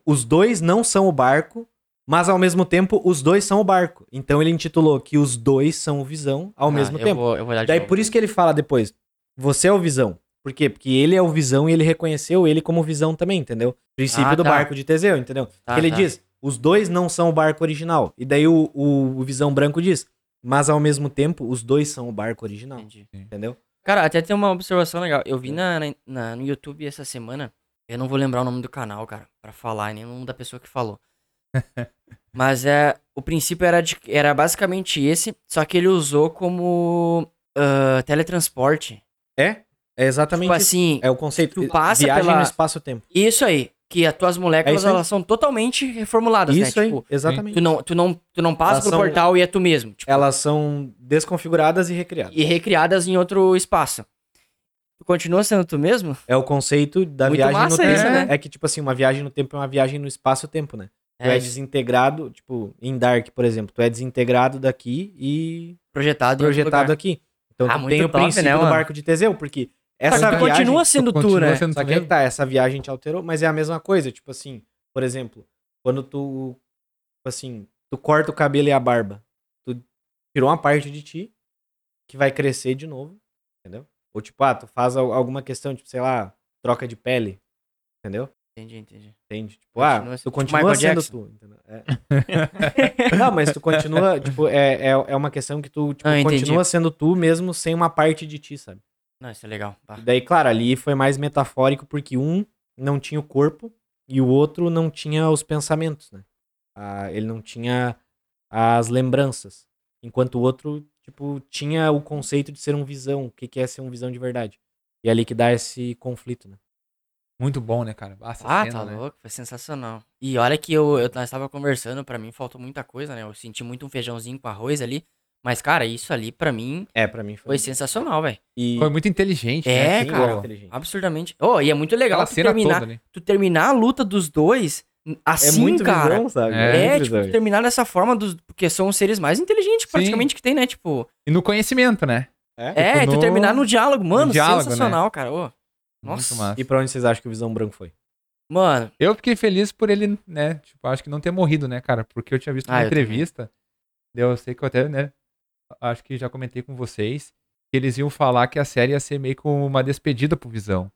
Speaker 1: os dois não são o barco, mas ao mesmo tempo os dois são o barco. Então ele intitulou que os dois são o visão ao
Speaker 2: Ah,
Speaker 1: mesmo
Speaker 2: eu
Speaker 1: tempo.
Speaker 2: vou- eu vou olhar de
Speaker 1: Daí
Speaker 2: novo.
Speaker 1: por isso que ele fala depois, você é o visão. Por quê? Porque ele é o visão e ele reconheceu ele como visão também, entendeu? Princípio
Speaker 2: Ah,
Speaker 1: do
Speaker 2: tá.
Speaker 1: barco de Teseu, entendeu?
Speaker 2: Tá,
Speaker 1: que ele
Speaker 2: tá.
Speaker 1: diz, os dois não são o barco original. E daí o, o, o visão branco diz, mas ao mesmo tempo os dois são o barco original,
Speaker 2: Entendi.
Speaker 1: entendeu?
Speaker 2: Cara, até tem uma observação legal. Eu vi na, na- na- no YouTube essa semana. Eu não vou lembrar o nome do canal, cara, pra falar, e nem o nome da pessoa que falou. Mas é, o princípio era, de- era basicamente esse, só que ele usou como ah, teletransporte.
Speaker 1: É? É exatamente
Speaker 2: Tipo
Speaker 1: isso.
Speaker 2: assim,
Speaker 1: É o conceito.
Speaker 2: Tu passa
Speaker 1: Viagem
Speaker 2: pela-
Speaker 1: no espaço-tempo.
Speaker 2: isso aí, que as tuas moléculas
Speaker 1: É isso aí.
Speaker 2: elas são totalmente reformuladas,
Speaker 1: Isso
Speaker 2: né?
Speaker 1: aí,
Speaker 2: Tipo,
Speaker 1: exatamente.
Speaker 2: tu não, tu não, tu não passa
Speaker 1: Elas
Speaker 2: pro
Speaker 1: são-
Speaker 2: portal e é tu mesmo. Tipo,
Speaker 1: Elas são desconfiguradas e recriadas.
Speaker 2: e recriadas em outro espaço. Tu continua sendo tu mesmo?
Speaker 1: É o conceito da
Speaker 2: Muito
Speaker 1: viagem no
Speaker 2: massa
Speaker 1: tempo.
Speaker 3: isso,
Speaker 1: né?
Speaker 2: né?
Speaker 1: É que, tipo assim, uma viagem no tempo é uma viagem no espaço-tempo, né? Tu é, desintegrado, tipo, em Dark, por exemplo, tu é desintegrado daqui e
Speaker 2: projetado em outro
Speaker 1: projetado
Speaker 2: lugar.
Speaker 1: aqui. Então
Speaker 2: Ah,
Speaker 1: tu
Speaker 2: muito
Speaker 1: tem o
Speaker 2: top,
Speaker 1: princípio
Speaker 2: né,
Speaker 1: do
Speaker 2: mano?
Speaker 1: barco de Teseu, porque essa
Speaker 2: Só que tu
Speaker 1: viagem...
Speaker 2: Tá, continua sendo tu,
Speaker 3: continua
Speaker 2: né?
Speaker 3: sendo
Speaker 1: Só
Speaker 3: tu
Speaker 1: que é que
Speaker 3: mesmo.
Speaker 1: tá, essa viagem te alterou, mas é a mesma coisa, tipo assim, por exemplo, quando tu, tipo assim, tu corta o cabelo e a barba, tu tirou uma parte de ti que vai crescer de novo, entendeu? Ou tipo, ah, tu faz al- alguma questão, tipo, sei lá, troca de pele, entendeu?
Speaker 2: Entendi, entendi.
Speaker 1: Entende? Tipo,
Speaker 2: Continua
Speaker 1: ah,
Speaker 2: sendo-
Speaker 1: tu
Speaker 2: tipo
Speaker 1: continua
Speaker 2: Michael
Speaker 1: sendo
Speaker 2: Jackson.
Speaker 1: tu, entendeu? É. Não, mas tu continua, tipo, é, é, é uma questão que tu, tipo,
Speaker 2: Ah, entendi.
Speaker 1: continua sendo tu mesmo sem uma parte de ti, sabe?
Speaker 2: Não, isso é legal. pá.
Speaker 1: E daí, claro, ali foi mais metafórico porque um não tinha o corpo e o outro não tinha os pensamentos, né? Ah, ele não tinha as lembranças. Enquanto o outro, tipo, tinha o conceito de ser um visão. O que, que é ser um visão de verdade? E é ali que dá esse conflito, né?
Speaker 3: Muito bom, né, cara? Ah,
Speaker 2: Ah, tá louco, foi sensacional. E olha que eu, eu nós tava conversando, pra mim faltou muita coisa, né? Eu senti muito um feijãozinho com arroz ali, Mas, cara, isso ali pra mim
Speaker 1: É, pra mim foi.
Speaker 2: foi sensacional, velho.
Speaker 1: E...
Speaker 3: Foi muito inteligente.
Speaker 2: É,
Speaker 3: né?
Speaker 1: Sim,
Speaker 2: cara.
Speaker 1: foi inteligente.
Speaker 2: Absurdamente. Oh, e é muito legal
Speaker 3: Aquela
Speaker 2: tu
Speaker 3: cena
Speaker 2: terminar,
Speaker 3: toda ali.
Speaker 2: tu terminar a luta dos dois n-
Speaker 1: É
Speaker 2: assim,
Speaker 1: muito né,
Speaker 2: cara.
Speaker 1: visão, sabe?
Speaker 3: É,
Speaker 2: É,
Speaker 1: muito
Speaker 2: tipo,
Speaker 1: visão.
Speaker 2: tu terminar dessa forma dos, porque são os seres mais inteligentes praticamente que tem, né? Tipo,
Speaker 3: E no conhecimento, né?
Speaker 2: É,
Speaker 3: Tipo,
Speaker 2: tu
Speaker 3: no-
Speaker 2: terminar no diálogo, mano,
Speaker 3: diálogo,
Speaker 2: sensacional, cara. Ô,
Speaker 3: Muito
Speaker 2: nossa.
Speaker 3: massa.
Speaker 1: E pra onde vocês acham que o Visão Branco foi?
Speaker 2: Mano,
Speaker 3: Eu fiquei feliz por ele, né? Tipo, acho que não ter morrido, né, cara? Porque eu tinha visto
Speaker 2: Ah,
Speaker 3: uma
Speaker 2: eu também.
Speaker 3: entrevista. daí Eu sei que eu até, né? Acho que já comentei com vocês. Que eles iam falar que a série ia ser meio com uma despedida pro Visão.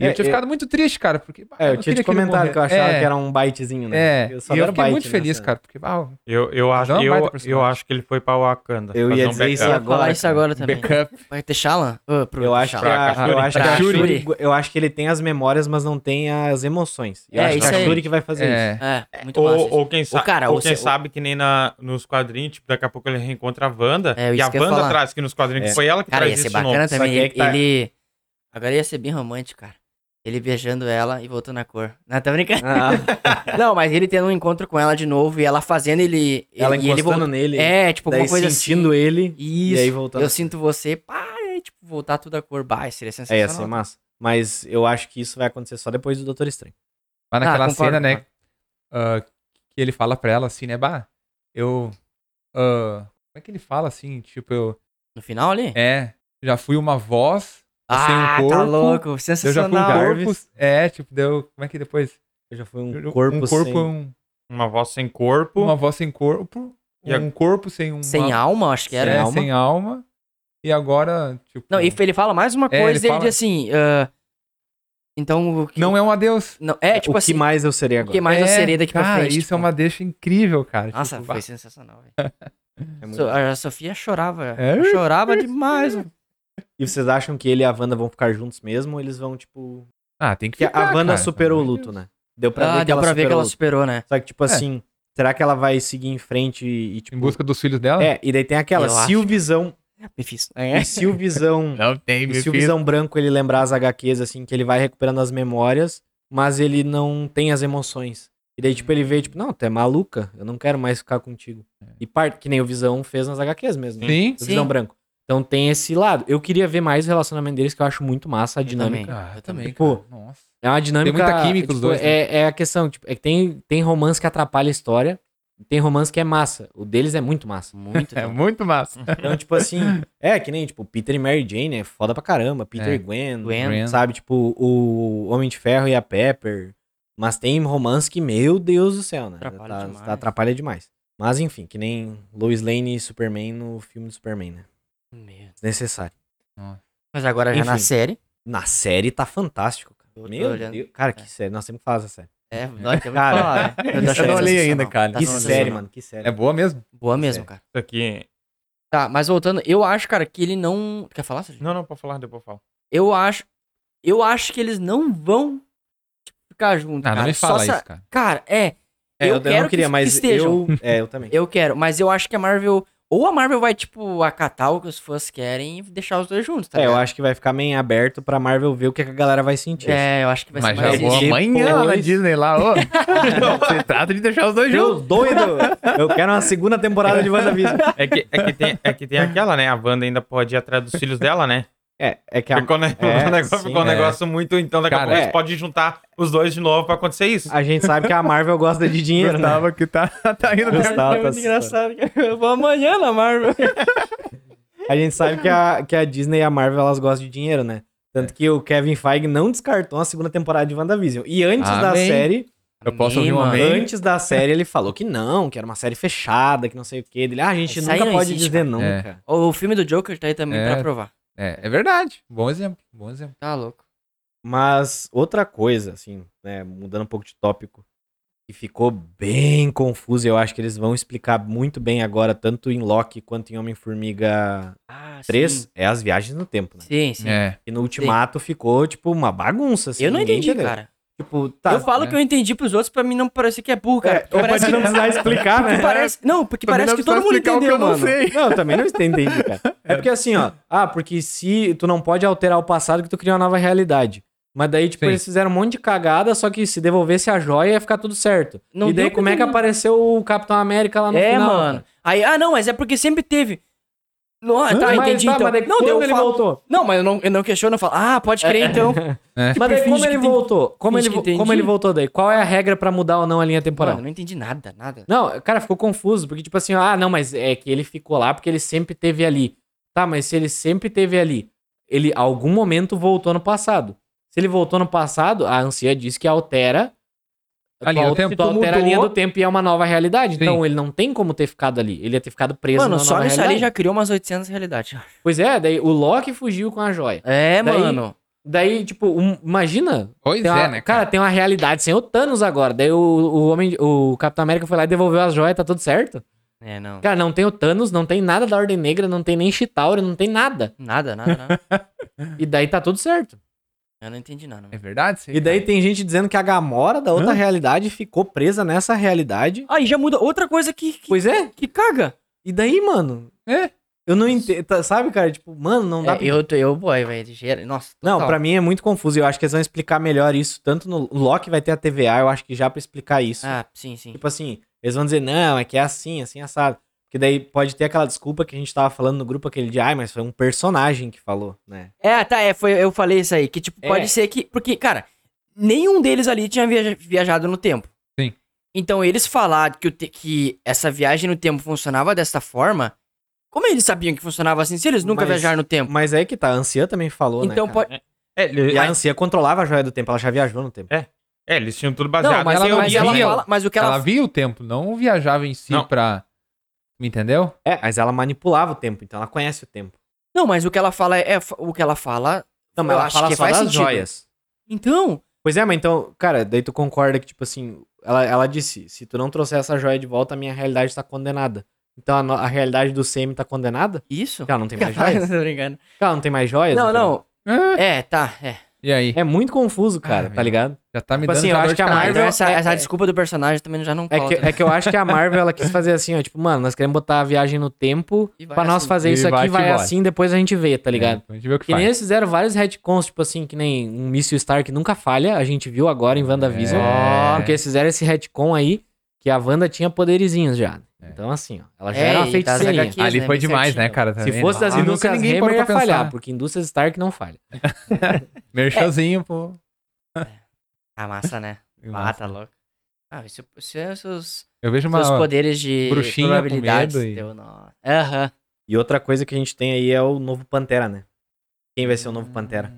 Speaker 3: E
Speaker 1: É,
Speaker 3: eu tinha
Speaker 1: é-
Speaker 3: ficado muito triste, cara. Porque, bah,
Speaker 1: É, eu
Speaker 3: não
Speaker 1: tinha
Speaker 3: queria
Speaker 1: te
Speaker 3: ele
Speaker 1: comentado
Speaker 3: morresse.
Speaker 1: que eu achava
Speaker 3: É,
Speaker 1: que era um bytezinho, né?
Speaker 3: É,
Speaker 1: Eu
Speaker 3: eu,
Speaker 1: só
Speaker 3: e eu
Speaker 1: era
Speaker 3: fiquei
Speaker 1: byte
Speaker 3: muito feliz,
Speaker 1: nessa-
Speaker 3: cara. Porque, uau,
Speaker 4: Eu, eu, acho,
Speaker 3: é um
Speaker 4: eu,
Speaker 3: baita
Speaker 4: eu
Speaker 3: personagem.
Speaker 4: acho que ele foi pra Wakanda.
Speaker 1: Eu
Speaker 4: fazer
Speaker 1: ia
Speaker 4: um
Speaker 1: dizer isso
Speaker 2: eu ia
Speaker 4: backup.
Speaker 1: agora,
Speaker 2: falar isso
Speaker 1: cara.
Speaker 2: agora também.
Speaker 3: backup.
Speaker 2: Vai ter Shallan? Ô, pro-
Speaker 1: Eu
Speaker 2: pro
Speaker 1: acho, que
Speaker 2: Shallan.
Speaker 1: a, eu,
Speaker 4: Pra
Speaker 1: acho que a
Speaker 2: Shuri.
Speaker 1: Shuri, eu acho que ele tem as memórias, mas não tem as emoções. Eu
Speaker 2: É,
Speaker 1: acho que
Speaker 2: isso
Speaker 1: a
Speaker 2: aí.
Speaker 1: Shuri que vai fazer isso.
Speaker 3: É,
Speaker 2: É, muito massa.
Speaker 4: Ou,
Speaker 2: isso.
Speaker 4: ou quem, sa
Speaker 2: cara,
Speaker 4: ou
Speaker 2: ou
Speaker 4: quem
Speaker 2: se-
Speaker 4: sabe que nem na, nos quadrinhos, tipo, daqui a pouco ele reencontra a Wanda.
Speaker 2: É,
Speaker 4: e a
Speaker 2: isso que eu ia
Speaker 4: Wanda
Speaker 2: falar.
Speaker 4: traz aqui nos quadrinhos,
Speaker 1: É.
Speaker 4: que foi ela que
Speaker 2: Cara, ia
Speaker 4: traz
Speaker 2: ser
Speaker 4: isso de novo.
Speaker 2: bacana
Speaker 1: só
Speaker 2: também.
Speaker 1: que é que tá-
Speaker 2: Ele. Agora ia ser bem romântico, cara. Ele beijando ela e voltando a cor. Não, tá brincando.
Speaker 1: Ah,
Speaker 2: Não, mas ele tendo um encontro com ela de novo e ela fazendo ele.
Speaker 1: ela
Speaker 2: e ele
Speaker 1: encostando
Speaker 2: voltando.
Speaker 1: nele,
Speaker 2: É, tipo,
Speaker 1: daí
Speaker 2: alguma coisa
Speaker 1: sentindo
Speaker 2: assim.
Speaker 1: ele.
Speaker 2: Isso.
Speaker 1: e aí voltando.
Speaker 2: Eu sinto você. Pá, e aí, tipo, voltar tudo a cor. Bah, seria
Speaker 1: É,
Speaker 2: sensacional.
Speaker 1: ia ser massa. Mas eu acho que isso vai acontecer só depois do Doutor Estranho.
Speaker 3: Mas
Speaker 2: Ah,
Speaker 3: naquela
Speaker 2: concordo,
Speaker 3: cena, né? ah, que ele fala pra ela assim, né? Bah, eu. ah, como é que ele fala assim? Tipo, eu.
Speaker 2: No final ali?
Speaker 3: É, já fui uma voz, sem um
Speaker 2: Ah,
Speaker 3: corpo.
Speaker 2: tá louco.
Speaker 3: eu já fui um
Speaker 2: Sensacional.
Speaker 3: corpo. É, tipo, deu. Como é que depois?
Speaker 1: Eu já fui um
Speaker 3: Eu-
Speaker 1: corpo,
Speaker 3: um corpo
Speaker 1: sem...
Speaker 3: um-
Speaker 4: Uma voz sem corpo.
Speaker 3: uma voz sem corpo.
Speaker 4: E a-
Speaker 3: Um corpo sem uma.
Speaker 2: Sem alma, acho que era. né?
Speaker 3: é,
Speaker 1: alma.
Speaker 3: sem alma. E agora, tipo.
Speaker 2: Não, e ele fala mais uma
Speaker 3: É,
Speaker 2: coisa,
Speaker 3: ele
Speaker 2: ele,
Speaker 3: fala-
Speaker 2: diz assim, ah, então o que...
Speaker 3: não é um adeus.
Speaker 2: não, é, tipo
Speaker 1: o
Speaker 2: assim,
Speaker 1: que mais eu serei
Speaker 2: o
Speaker 1: agora?
Speaker 2: que mais
Speaker 3: é,
Speaker 2: eu serei daqui pra
Speaker 3: cara,
Speaker 2: frente.
Speaker 3: isso
Speaker 2: tipo.
Speaker 3: é uma deixa incrível, cara.
Speaker 2: Nossa,
Speaker 3: tipo,
Speaker 2: foi
Speaker 3: bah,
Speaker 2: sensacional, velho.
Speaker 1: É muito-
Speaker 2: So- a Sofia chorava,
Speaker 3: É?
Speaker 2: chorava demais. mano.
Speaker 1: E vocês acham que ele e a Wanda vão ficar juntos mesmo? Ou eles vão, tipo.
Speaker 3: Ah, tem que
Speaker 1: Porque
Speaker 3: ficar,
Speaker 1: a Wanda
Speaker 3: cara,
Speaker 1: superou o
Speaker 3: pelo amor de
Speaker 1: luto,
Speaker 3: Deus.
Speaker 1: né? Deu pra
Speaker 2: Ah,
Speaker 1: ver que
Speaker 2: deu
Speaker 1: ela
Speaker 2: pra ver que
Speaker 1: superou o
Speaker 2: ela
Speaker 1: luto.
Speaker 2: superou, né?
Speaker 1: Só que, tipo
Speaker 3: É.
Speaker 1: assim, será que ela vai seguir em frente e, e, tipo.
Speaker 3: Em busca dos filhos dela?
Speaker 1: É, e daí tem aquela,
Speaker 2: Eu
Speaker 1: se o Visão.
Speaker 2: Me fiz. É.
Speaker 1: E se o Visão.
Speaker 3: É.
Speaker 5: Não tem,
Speaker 1: e
Speaker 5: meu
Speaker 1: se o
Speaker 5: filho.
Speaker 1: Visão Branco ele lembrar as HQs, assim, que ele vai recuperando as memórias, mas ele não tem as emoções. E daí, tipo, ele vê, tipo, não, tu é maluca, eu não quero mais ficar contigo. E parte, que nem o Visão fez nas HQs mesmo. né?
Speaker 3: Sim.
Speaker 1: O Visão
Speaker 2: Sim.
Speaker 1: Branco. Então tem esse lado. Eu queria ver mais o relacionamento deles, que eu acho muito massa a dinâmica.
Speaker 2: também.
Speaker 3: Ah,
Speaker 2: Eu também,
Speaker 1: Pô,
Speaker 3: cara. Nossa.
Speaker 1: É uma dinâmica.
Speaker 3: Tem muita química
Speaker 1: tipo,
Speaker 3: os dois, né?
Speaker 1: É, é a questão, tipo, é que tem, tem romance que atrapalha a história, e tem romance que é massa. O deles é muito massa.
Speaker 2: Muito.
Speaker 3: É
Speaker 2: né?
Speaker 3: muito massa.
Speaker 1: Então, tipo assim, é que nem, tipo, Peter e Mary Jane é foda pra caramba. Peter
Speaker 3: É.
Speaker 1: e Gwen,
Speaker 2: Gwen.
Speaker 1: sabe? Tipo, o Homem de Ferro e a Pepper. Mas tem romance que, meu Deus do céu, né?
Speaker 2: Atrapalha
Speaker 1: tá,
Speaker 2: demais.
Speaker 1: tá- atrapalha demais. Mas enfim, que nem Lois Lane e Superman no filme do Superman, né?
Speaker 2: Meu.
Speaker 1: Desnecessário.
Speaker 2: Mas agora já na
Speaker 1: Enfim.
Speaker 2: série.
Speaker 1: Na série tá fantástico, cara.
Speaker 2: Eu tô
Speaker 1: Meu
Speaker 2: olhando.
Speaker 1: Deus. Cara, que
Speaker 2: É.
Speaker 1: série. Nós temos que falar essa série.
Speaker 2: É, dói até muito
Speaker 1: Cara,
Speaker 2: falar, né?
Speaker 5: é
Speaker 3: eu
Speaker 2: achando
Speaker 3: não É. olhei
Speaker 2: sensacional.
Speaker 3: ainda, cara.
Speaker 2: Tá
Speaker 1: que
Speaker 2: sensacional.
Speaker 1: série, mano. Que série.
Speaker 3: É boa mesmo.
Speaker 2: Boa mesmo, cara.
Speaker 4: Isso aqui.
Speaker 2: Tá, mas voltando, eu acho, cara, que ele não. Quer falar, Sérgio?
Speaker 4: Não, não, pra falar, depois eu falo.
Speaker 2: Eu acho. Eu acho que eles não vão tipo, ficar juntos.
Speaker 3: Ah,
Speaker 2: cara.
Speaker 3: não me
Speaker 2: Só
Speaker 3: fala
Speaker 2: essa-
Speaker 3: isso, cara.
Speaker 2: Cara, é.
Speaker 1: É,
Speaker 2: eu,
Speaker 1: eu,
Speaker 2: quero
Speaker 1: não queria,
Speaker 2: que,
Speaker 1: mas
Speaker 2: que estejam.
Speaker 1: eu. É, eu também.
Speaker 2: Eu quero, mas eu acho que a Marvel. Ou a Marvel vai, tipo, acatar o que os fãs querem e deixar os dois juntos, tá
Speaker 1: é, eu
Speaker 2: ligado?
Speaker 1: acho que vai ficar meio em aberto pra Marvel ver o que, que a galera vai sentir.
Speaker 2: É, eu acho que vai ser
Speaker 3: Mas já
Speaker 2: mais
Speaker 3: vou
Speaker 1: existe-
Speaker 3: amanhã lá na
Speaker 1: Depois-
Speaker 3: Disney lá, ô. Você trata de deixar os dois juntos.
Speaker 1: Meu doido! Eu quero uma segunda temporada de WandaVision.
Speaker 4: É que, é, que tem, é que tem aquela, né? A Wanda ainda pode ir atrás dos filhos dela, né?
Speaker 1: É, é que a,
Speaker 4: Ficou, né?
Speaker 1: É,
Speaker 4: o negócio,
Speaker 1: sim,
Speaker 4: ficou um
Speaker 3: é.
Speaker 4: negócio muito. Então, daqui a
Speaker 3: Cara,
Speaker 4: pouco eles
Speaker 1: é.
Speaker 4: podem juntar os dois de novo pra acontecer isso.
Speaker 1: a gente sabe que a Marvel gosta de dinheiro, né?
Speaker 3: Gustavo que tá, tá indo bem.
Speaker 1: Gustavo tá
Speaker 2: muito É engraçado. Eu vou amanhã na Marvel.
Speaker 1: A gente sabe que a, que a Disney e a Marvel elas gostam de dinheiro, né? Tanto que o Kevin Feige não descartou a segunda temporada de WandaVision. E antes da
Speaker 3: Amém.
Speaker 1: série,
Speaker 3: Eu posso ouvir um
Speaker 2: Mano.
Speaker 3: amém?
Speaker 1: antes da série, ele falou que não, que era uma série fechada, que não sei o quê. Ele, ah, a gente
Speaker 2: Isso aí
Speaker 1: nunca
Speaker 2: não
Speaker 1: pode
Speaker 2: existe,
Speaker 1: dizer
Speaker 2: cara.
Speaker 1: não,
Speaker 3: É.
Speaker 1: cara.
Speaker 2: O filme do Joker tá aí também
Speaker 3: É.
Speaker 2: pra provar.
Speaker 3: É, é verdade. Bom exemplo, bom exemplo.
Speaker 2: Tá louco.
Speaker 1: Mas outra coisa, assim, né, mudando um pouco de tópico, que ficou bem confuso, e eu acho que eles vão explicar muito bem agora, tanto em Loki quanto em Homem-Formiga
Speaker 2: Ah,
Speaker 1: 3,
Speaker 2: sim.
Speaker 1: é as viagens no tempo, né?
Speaker 2: Sim, sim.
Speaker 3: É.
Speaker 1: E no Ultimato ficou, tipo, uma bagunça, assim.
Speaker 2: eu não
Speaker 1: ninguém
Speaker 2: entendi,
Speaker 1: entendeu.
Speaker 2: cara.
Speaker 1: Tipo, tá.
Speaker 2: eu falo
Speaker 3: né?
Speaker 2: que eu entendi pros outros pra mim não parecer que é burro, cara.
Speaker 1: É,
Speaker 2: Porque
Speaker 1: eu pode
Speaker 2: parece que
Speaker 1: não precisar explicar, né?
Speaker 2: parece- não, porque
Speaker 3: Também
Speaker 2: parece
Speaker 3: não
Speaker 2: que todo
Speaker 3: precisa
Speaker 2: mundo
Speaker 3: explicar o que
Speaker 2: entendeu,
Speaker 3: eu não
Speaker 2: mano.
Speaker 3: sei.
Speaker 1: Não, eu também não entendi, cara. É porque assim, ó. Ah, porque se tu não pode alterar o passado que tu cria uma nova realidade. Mas daí, tipo,
Speaker 3: Sim.
Speaker 1: eles fizeram um monte de cagada, só que se devolvesse a joia ia ficar tudo certo.
Speaker 2: Não
Speaker 1: e daí,
Speaker 2: deu
Speaker 1: como é que
Speaker 2: pra entender.
Speaker 1: apareceu o Capitão América lá no
Speaker 2: É,
Speaker 1: final?
Speaker 2: mano. Aí, ah, não, mas é porque sempre teve. Não, tá,
Speaker 6: Mas
Speaker 2: entendi
Speaker 6: tá,
Speaker 2: então.
Speaker 6: mas daí
Speaker 2: não,
Speaker 6: quando
Speaker 2: deu, Tipo,
Speaker 6: ele voltou?
Speaker 2: Não, mas eu não, eu não questiono, eu falo, ah, pode crer então.
Speaker 3: É.
Speaker 6: Mas daí
Speaker 2: finge
Speaker 6: como
Speaker 2: que
Speaker 6: ele
Speaker 2: tem-
Speaker 6: voltou? Como
Speaker 2: finge
Speaker 6: ele,
Speaker 2: que
Speaker 6: vo- como
Speaker 2: entendi.
Speaker 6: ele voltou daí? Qual é a regra pra mudar ou não a linha temporal?
Speaker 2: Mano, não entendi nada, nada.
Speaker 6: Não, cara, ficou confuso, porque tipo assim, ah, não, mas é que ele ficou lá porque ele sempre teve ali. Tá, mas se ele sempre teve ali, ele algum momento voltou no passado. Se ele voltou no passado, a Ancia diz que altera
Speaker 3: A linha do tempo.
Speaker 6: tu altera a linha do tempo e é uma nova realidade.
Speaker 3: Sim.
Speaker 6: Então ele não tem como ter ficado ali. Ele ia ter ficado preso
Speaker 2: Mano,
Speaker 6: na
Speaker 2: só
Speaker 6: nova
Speaker 2: nisso ali
Speaker 6: realidade.
Speaker 2: já criou umas 800 realidades.
Speaker 6: Pois é, daí o Loki fugiu com a joia.
Speaker 2: É,
Speaker 6: Daí-
Speaker 2: mano.
Speaker 6: Daí, tipo, um- imagina.
Speaker 3: Pois
Speaker 6: tem uma-
Speaker 3: é, né, cara?
Speaker 6: tem uma realidade sem o Thanos agora. Daí o, o homem, o Capitão América foi lá e devolveu as joias, tá tudo certo?
Speaker 2: É, não.
Speaker 6: Cara, não tem o Thanos, não tem nada da Ordem Negra, não tem nem Chitauri, não tem nada.
Speaker 2: Nada, nada, nada.
Speaker 6: E daí tá tudo certo.
Speaker 2: Eu não entendi nada.
Speaker 3: É
Speaker 2: mano.
Speaker 3: verdade? Sim,
Speaker 1: E daí tem gente dizendo que a Gamora da outra
Speaker 5: Hã?
Speaker 1: realidade ficou presa nessa realidade.
Speaker 2: Aí já muda outra coisa que, que,
Speaker 1: Pois é.
Speaker 2: que caga.
Speaker 1: E daí, mano?
Speaker 3: É.
Speaker 1: Eu não entendo. Sabe, cara? Tipo, mano, não dá
Speaker 2: É, eu, tô- eu, boy, velho. gera- Nossa.
Speaker 1: Não,
Speaker 2: total.
Speaker 1: pra mim é muito confuso. e Eu acho que eles vão explicar melhor isso. Tanto no o Loki vai ter a TVA, eu acho que já pra explicar isso.
Speaker 2: Ah, sim, sim.
Speaker 1: Tipo assim, eles vão dizer, não, é que é assim, assim, assado. Porque daí pode ter aquela desculpa que a gente tava falando no grupo aquele dia, ai, mas foi um personagem que falou, né?
Speaker 2: É, tá, é, foi, eu falei isso aí, que tipo,
Speaker 6: É.
Speaker 2: pode ser que, porque, cara, nenhum deles ali tinha viaja- viajado no tempo.
Speaker 3: Sim.
Speaker 2: Então eles falar que, o te- que essa viagem no tempo funcionava dessa forma, como eles sabiam que funcionava assim, se eles nunca
Speaker 1: Mas-
Speaker 2: viajaram no tempo?
Speaker 1: Mas é que tá, a Anciã também falou,
Speaker 2: então
Speaker 1: né? cara?
Speaker 2: pode...
Speaker 4: É, ele-
Speaker 1: E a Anciã controlava a joia do tempo, ela já viajou no tempo.
Speaker 4: é, eles tinham tudo
Speaker 6: Não,
Speaker 4: baseado
Speaker 6: mas
Speaker 4: na
Speaker 6: ela-
Speaker 2: Mas
Speaker 4: teoria.
Speaker 2: ela
Speaker 3: via-
Speaker 2: fala, mas o que
Speaker 3: Ela,
Speaker 2: ela...
Speaker 3: via o tempo, não viajava em si
Speaker 4: Não.
Speaker 3: pra. Me entendeu?
Speaker 1: É, mas ela manipulava o tempo, então ela conhece o tempo.
Speaker 2: Não, mas o que ela fala é, é fa- o que ela fala...
Speaker 1: Não, mas
Speaker 2: eu
Speaker 1: ela
Speaker 2: acho
Speaker 1: fala
Speaker 2: que
Speaker 1: só
Speaker 2: faz
Speaker 1: das
Speaker 2: sentido.
Speaker 1: joias.
Speaker 2: Então,
Speaker 1: Pois é, mas então, cara, daí tu concorda que, tipo assim, ela, ela disse, se tu não trouxer essa joia de volta, a minha realidade tá condenada. Então a, no- a realidade do CM tá condenada?
Speaker 2: isso?
Speaker 1: Porque ela não tem mais
Speaker 2: Caralho,
Speaker 1: joias?
Speaker 2: tô brincando.
Speaker 1: Porque ela não tem mais joias?
Speaker 2: Não,
Speaker 1: então?
Speaker 2: não,
Speaker 3: Ah,
Speaker 2: é, tá, é.
Speaker 3: E aí?
Speaker 1: É muito confuso, cara,
Speaker 3: Ah,
Speaker 1: tá
Speaker 3: meu.
Speaker 1: ligado?
Speaker 3: Já tá me
Speaker 1: Tipo
Speaker 3: dando
Speaker 1: assim,
Speaker 3: já
Speaker 1: eu
Speaker 3: dor
Speaker 1: acho
Speaker 3: de
Speaker 1: que a
Speaker 2: Ah,
Speaker 3: cabeça.
Speaker 2: então
Speaker 1: Marvel
Speaker 2: essa,
Speaker 1: é-
Speaker 2: essa
Speaker 1: é-
Speaker 2: desculpa do personagem também já não
Speaker 1: É
Speaker 2: cola,
Speaker 1: que,
Speaker 2: né?
Speaker 1: é que eu acho que a Marvel, ela quis fazer assim, ó, tipo, mano, nós queremos botar a viagem no tempo
Speaker 2: E vai
Speaker 1: pra nós
Speaker 2: assim.
Speaker 1: fazer
Speaker 3: E
Speaker 1: isso
Speaker 3: vai
Speaker 1: aqui,
Speaker 3: que
Speaker 1: vai
Speaker 3: vai.
Speaker 1: assim, depois a gente vê, tá ligado?
Speaker 3: É, a gente vê o que,
Speaker 1: Que
Speaker 3: faz.
Speaker 1: nem eles fizeram vários retcons, tipo assim, que nem um míssil Stark nunca falha, a gente viu agora em WandaVision.
Speaker 3: É.
Speaker 1: Porque eles fizeram esse retcon aí, que a Wanda tinha poderizinhos já. Então assim, ó, ela já
Speaker 2: É,
Speaker 1: era uma
Speaker 2: e das
Speaker 1: feiticeirinha.
Speaker 2: HQs,
Speaker 3: Ali
Speaker 2: né,
Speaker 3: foi
Speaker 2: bem
Speaker 3: demais, né,
Speaker 2: certinho.
Speaker 3: cara?
Speaker 1: Se
Speaker 3: também,
Speaker 1: fosse
Speaker 3: né?
Speaker 1: das
Speaker 3: Ah,
Speaker 1: indústrias
Speaker 3: ninguém
Speaker 1: Hammer, ia
Speaker 3: parou pra pensar.
Speaker 1: falhar, porque indústrias Stark não falha.
Speaker 3: Merchanzinho, pô.
Speaker 2: Ah, massa, né?
Speaker 1: É.
Speaker 2: Ah, tá louco. Ah, isso, isso é os seus,
Speaker 3: Eu vejo uma.
Speaker 2: seus poderes de
Speaker 3: bruxinha com
Speaker 2: probabilidades.
Speaker 3: medo e-
Speaker 2: Deu nó. Aham.
Speaker 1: E outra coisa que a gente tem aí é o novo Pantera, né? Quem vai ser
Speaker 3: hum,
Speaker 1: o novo Pantera?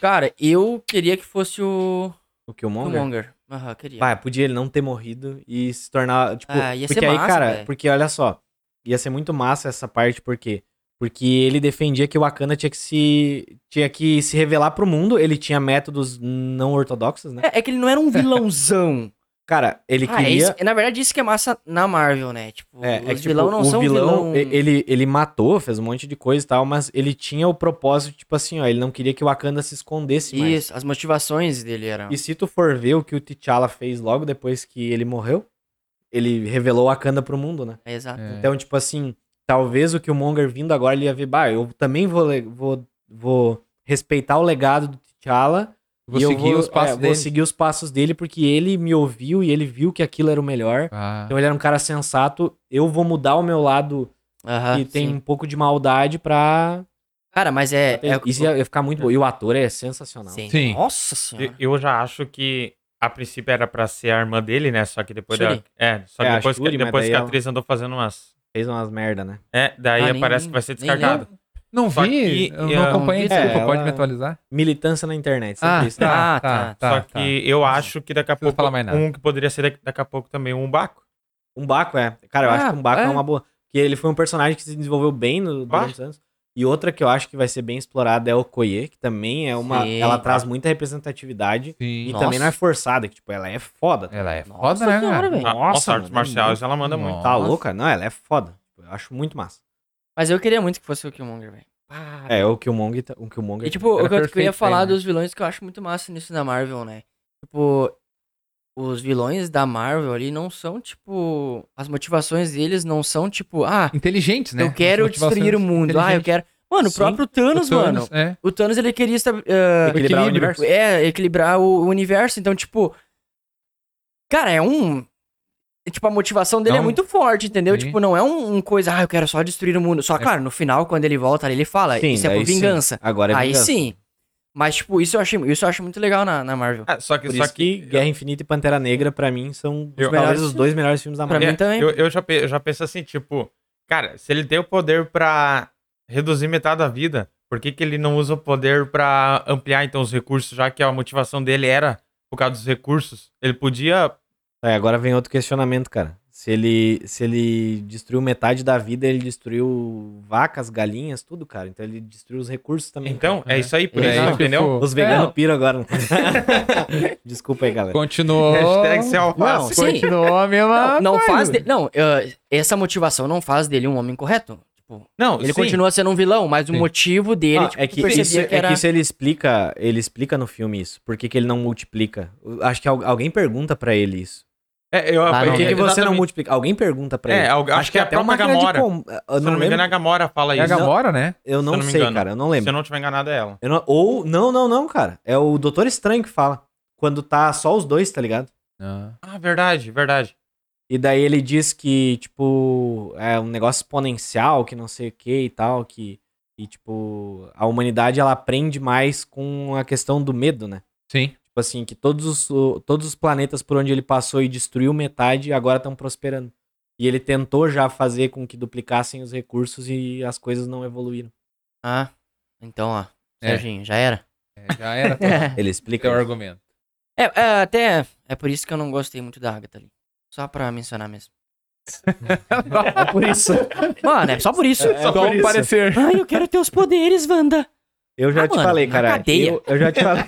Speaker 2: Cara, eu queria que fosse o
Speaker 1: O Killmonger?
Speaker 2: Hum. Killmonger. Aham, queria.
Speaker 1: Bah, podia ele não ter morrido e se tornar, tipo,
Speaker 2: Ah, ia
Speaker 1: porque
Speaker 2: ser
Speaker 1: aí,
Speaker 2: massa,
Speaker 1: cara,
Speaker 2: velho.
Speaker 1: porque olha só, ia ser muito massa essa parte porque porque ele defendia que o Wakanda tinha que se tinha que se revelar pro mundo, ele tinha métodos não ortodoxos, né?
Speaker 2: É, é que ele não era um vilãozão.
Speaker 1: Cara, ele
Speaker 2: ah, é
Speaker 1: queria
Speaker 2: isso- na verdade, isso que é massa na Marvel, né? Tipo,
Speaker 1: É,
Speaker 2: os
Speaker 1: é que, tipo,
Speaker 2: vilão não
Speaker 1: o
Speaker 2: são
Speaker 1: vilão,
Speaker 2: vilão.
Speaker 1: e- Ele, ele matou, fez um monte de coisa e tal, mas ele tinha o propósito, tipo assim, ó, ele não queria que o Wakanda se escondesse mais.
Speaker 2: Isso, as motivações dele eram.
Speaker 1: E se tu for ver o que o T'Challa fez logo depois que ele morreu, ele revelou o Wakanda pro mundo, né?
Speaker 2: É, exato.
Speaker 3: É.
Speaker 1: Então, tipo assim, talvez o que o Monger vindo agora ele ia ver, bah, eu também vou, le- vou, vou respeitar o legado do T'Challa
Speaker 3: Vou
Speaker 1: e eu
Speaker 3: seguir
Speaker 1: vou,
Speaker 3: os passos
Speaker 1: é,
Speaker 3: dele.
Speaker 1: vou seguir os passos dele porque ele me ouviu e ele viu que aquilo era o melhor.
Speaker 3: Ah,
Speaker 1: Então ele era um cara sensato, eu vou mudar o meu lado
Speaker 3: Ah,
Speaker 2: Aham,
Speaker 1: que tem
Speaker 2: sim.
Speaker 1: um pouco de maldade pra.
Speaker 2: Cara, mas é. é-
Speaker 1: Isso ia, ia ficar muito bom. E o ator é sensacional.
Speaker 2: Sim.
Speaker 3: Sim.
Speaker 2: Nossa
Speaker 4: Eu,
Speaker 2: senhora.
Speaker 4: né? eu já acho que a princípio era pra ser a irmã dele, né? Só que depois
Speaker 2: Shuri.
Speaker 4: da. É, só que
Speaker 1: É, a
Speaker 4: depois,
Speaker 1: Shuri,
Speaker 4: que,
Speaker 1: mas
Speaker 4: depois
Speaker 1: daí
Speaker 4: que a
Speaker 1: ela-
Speaker 4: atriz andou fazendo umas.
Speaker 1: Fez umas merda, né?
Speaker 4: É, daí
Speaker 2: Ah, nem-
Speaker 4: parece
Speaker 2: nem-
Speaker 4: que vai ser
Speaker 2: nem lembro.
Speaker 4: descartado.
Speaker 3: não
Speaker 4: Só
Speaker 3: vi,
Speaker 4: que,
Speaker 3: eu
Speaker 4: eh,
Speaker 3: não acompanhei,
Speaker 1: não vi,
Speaker 3: desculpa,
Speaker 1: é,
Speaker 3: pode
Speaker 1: ela-
Speaker 3: me atualizar?
Speaker 1: Militância na internet. sempre
Speaker 3: Ah,
Speaker 1: isso, né?
Speaker 3: tá,
Speaker 2: Ah,
Speaker 3: tá,
Speaker 2: tá.
Speaker 3: tá.
Speaker 4: Só
Speaker 3: tá.
Speaker 4: que eu acho que daqui a
Speaker 3: Preciso
Speaker 4: pouco
Speaker 3: falar mais nada.
Speaker 4: um que poderia ser daqui, daqui a pouco também um Baco.
Speaker 1: Um Baco é. Cara, eu acho
Speaker 2: Ah,
Speaker 1: que um Baco é.
Speaker 2: é.
Speaker 1: uma boa. Porque ele foi um personagem que se desenvolveu bem no, durante os anos. E outra que eu acho que vai ser bem explorada é o Koye, que também é uma.
Speaker 2: Sim.
Speaker 1: ela traz muita representatividade.
Speaker 3: Sim.
Speaker 1: E
Speaker 2: Nossa.
Speaker 1: também não é forçada, que, tipo, ela é foda. tá
Speaker 3: Ela é
Speaker 1: ligado?
Speaker 3: foda, né,
Speaker 2: senhora,
Speaker 3: cara?
Speaker 2: velho.
Speaker 4: Nossa, Nossa
Speaker 1: mano,
Speaker 2: é
Speaker 4: artes Ah, marciais, ela manda muito.
Speaker 1: Tá
Speaker 3: Nossa.
Speaker 1: louca? Não, ela é foda. Eu acho muito massa.
Speaker 2: Mas eu queria muito que fosse o Killmonger, velho. Ah,
Speaker 1: É, o Killmonger. tá- O Killmonger.
Speaker 2: E, tipo,
Speaker 3: Era
Speaker 2: o que eu- que eu
Speaker 3: perfeito
Speaker 2: ia
Speaker 3: aí,
Speaker 2: falar
Speaker 3: né?
Speaker 2: dos vilões que eu acho muito massa nisso da Marvel, né? Tipo, os vilões da Marvel ali não são, tipo. As motivações deles não são, tipo, ah,
Speaker 3: Inteligentes, né?
Speaker 2: eu quero
Speaker 3: As motivações
Speaker 2: destruir o mundo, ah, eu
Speaker 3: inteligentes.
Speaker 2: quero. Mano, o
Speaker 1: Sim.
Speaker 2: próprio Thanos,
Speaker 3: O
Speaker 2: mano.
Speaker 3: Thanos, É.
Speaker 2: O Thanos ele queria esta- eh,
Speaker 1: Equilibrar o
Speaker 2: equilíbrio,
Speaker 1: tá universo.
Speaker 2: É, equilibrar o, o universo. Então, tipo. Cara, é um. Tipo, a motivação dele é
Speaker 3: Não.
Speaker 2: muito forte, entendeu?
Speaker 3: Sim.
Speaker 2: Tipo, não é um, um coisa, ah, eu quero só destruir o mundo. Só, claro, no final, quando ele volta, ele fala, isso é
Speaker 1: daí
Speaker 2: por vingança.
Speaker 1: Sim. Agora é
Speaker 2: Aí
Speaker 1: vingança.
Speaker 2: sim. Mas, tipo, isso eu acho, isso eu acho muito legal na, na Marvel.
Speaker 4: Ah, só que,
Speaker 1: Por
Speaker 4: só
Speaker 1: isso que
Speaker 4: que
Speaker 1: Guerra Infinita e Pantera Negra, pra mim, são os
Speaker 4: Eu-
Speaker 1: melhores,
Speaker 2: Eu-
Speaker 1: os dois melhores filmes da
Speaker 2: Pra
Speaker 1: Marvel.
Speaker 2: mim também.
Speaker 4: é, Eu, eu já, pe- eu já penso assim, tipo, cara, se ele tem o poder pra reduzir metade da vida, por que, que ele não usa o poder pra ampliar então os recursos, já que a motivação dele era por causa dos recursos? Ele podia.
Speaker 1: É, agora vem outro questionamento, cara. Se ele, se ele destruiu metade da vida, ele destruiu vacas, galinhas, tudo, cara. Então ele destruiu os recursos também.
Speaker 4: Então,
Speaker 2: Uhum.
Speaker 4: é isso aí, por
Speaker 1: É,
Speaker 4: aí,
Speaker 1: não,
Speaker 4: entendeu?
Speaker 1: cara.
Speaker 3: tipo,
Speaker 1: Os
Speaker 3: É.
Speaker 1: veganos piram agora. né? Desculpa aí, galera.
Speaker 3: Continuou.
Speaker 4: Hashtag se alface.
Speaker 2: Sim.
Speaker 3: Continuou a mesma.
Speaker 2: é um- Não, não
Speaker 3: coisa.
Speaker 2: faz dele. Não, eh, essa motivação não faz dele um homem correto. Tipo,
Speaker 4: Não,
Speaker 2: ele
Speaker 4: sim.
Speaker 2: continua sendo um vilão, mas o
Speaker 3: Sim.
Speaker 2: motivo dele
Speaker 1: Ah,
Speaker 2: tipo,
Speaker 1: é,
Speaker 2: tu
Speaker 1: que
Speaker 2: percebia
Speaker 1: isso,
Speaker 2: que era.
Speaker 1: é que isso ele explica, ele explica no filme isso. Por que, que ele não multiplica? Eu Acho que al- alguém pergunta pra ele isso.
Speaker 4: É, eu,
Speaker 2: Ah,
Speaker 1: Por
Speaker 2: não,
Speaker 1: que,
Speaker 4: é,
Speaker 1: que você não
Speaker 4: exatamente.
Speaker 1: multiplica? Alguém pergunta pra
Speaker 4: É,
Speaker 1: ele.
Speaker 4: al- acho que é a própria
Speaker 1: máquina de
Speaker 4: Gamora.
Speaker 1: com- Eu
Speaker 4: Se eu
Speaker 1: não,
Speaker 4: não me engano,
Speaker 1: lembro,
Speaker 4: a Gamora fala
Speaker 3: É a
Speaker 4: isso.
Speaker 3: Gamora, né?
Speaker 1: eu
Speaker 4: se eu
Speaker 1: não
Speaker 4: não me
Speaker 1: sei,
Speaker 4: engano.
Speaker 1: cara. Eu não
Speaker 4: Se
Speaker 1: lembro.
Speaker 4: eu não tiver enganado, é ela.
Speaker 1: Eu não- ou, não, não, não, cara. É o Doutor Estranho que fala. Quando tá só os dois, tá ligado?
Speaker 4: Ah, verdade, verdade.
Speaker 1: E daí ele diz que, tipo, é um negócio exponencial, que não sei o que e tal, que. E, tipo, a humanidade ela aprende mais com a questão do medo, né?
Speaker 3: Sim.
Speaker 1: Tipo assim, que todos os, o- todos os planetas por onde ele passou e destruiu metade agora estão prosperando. E ele tentou já fazer com que duplicassem os recursos e as coisas não evoluíram.
Speaker 2: Ah, então, ó.
Speaker 3: É.
Speaker 2: Serginho, já era.
Speaker 3: É, já era.
Speaker 1: Ele
Speaker 3: Esse é o
Speaker 1: explica.
Speaker 3: argumento.
Speaker 2: É, é, até. É por isso que eu não gostei muito da Agatha ali. Só pra mencionar mesmo.
Speaker 1: É por isso.
Speaker 2: Mano, é só por isso.
Speaker 1: É, por isso.
Speaker 5: parecer.
Speaker 2: Ai, eu quero ter os poderes, Wanda.
Speaker 1: Eu já
Speaker 2: Ah,
Speaker 1: te
Speaker 2: mano,
Speaker 1: falei,
Speaker 2: na
Speaker 1: cara.
Speaker 2: cadeia.
Speaker 1: Eu, eu já te falei.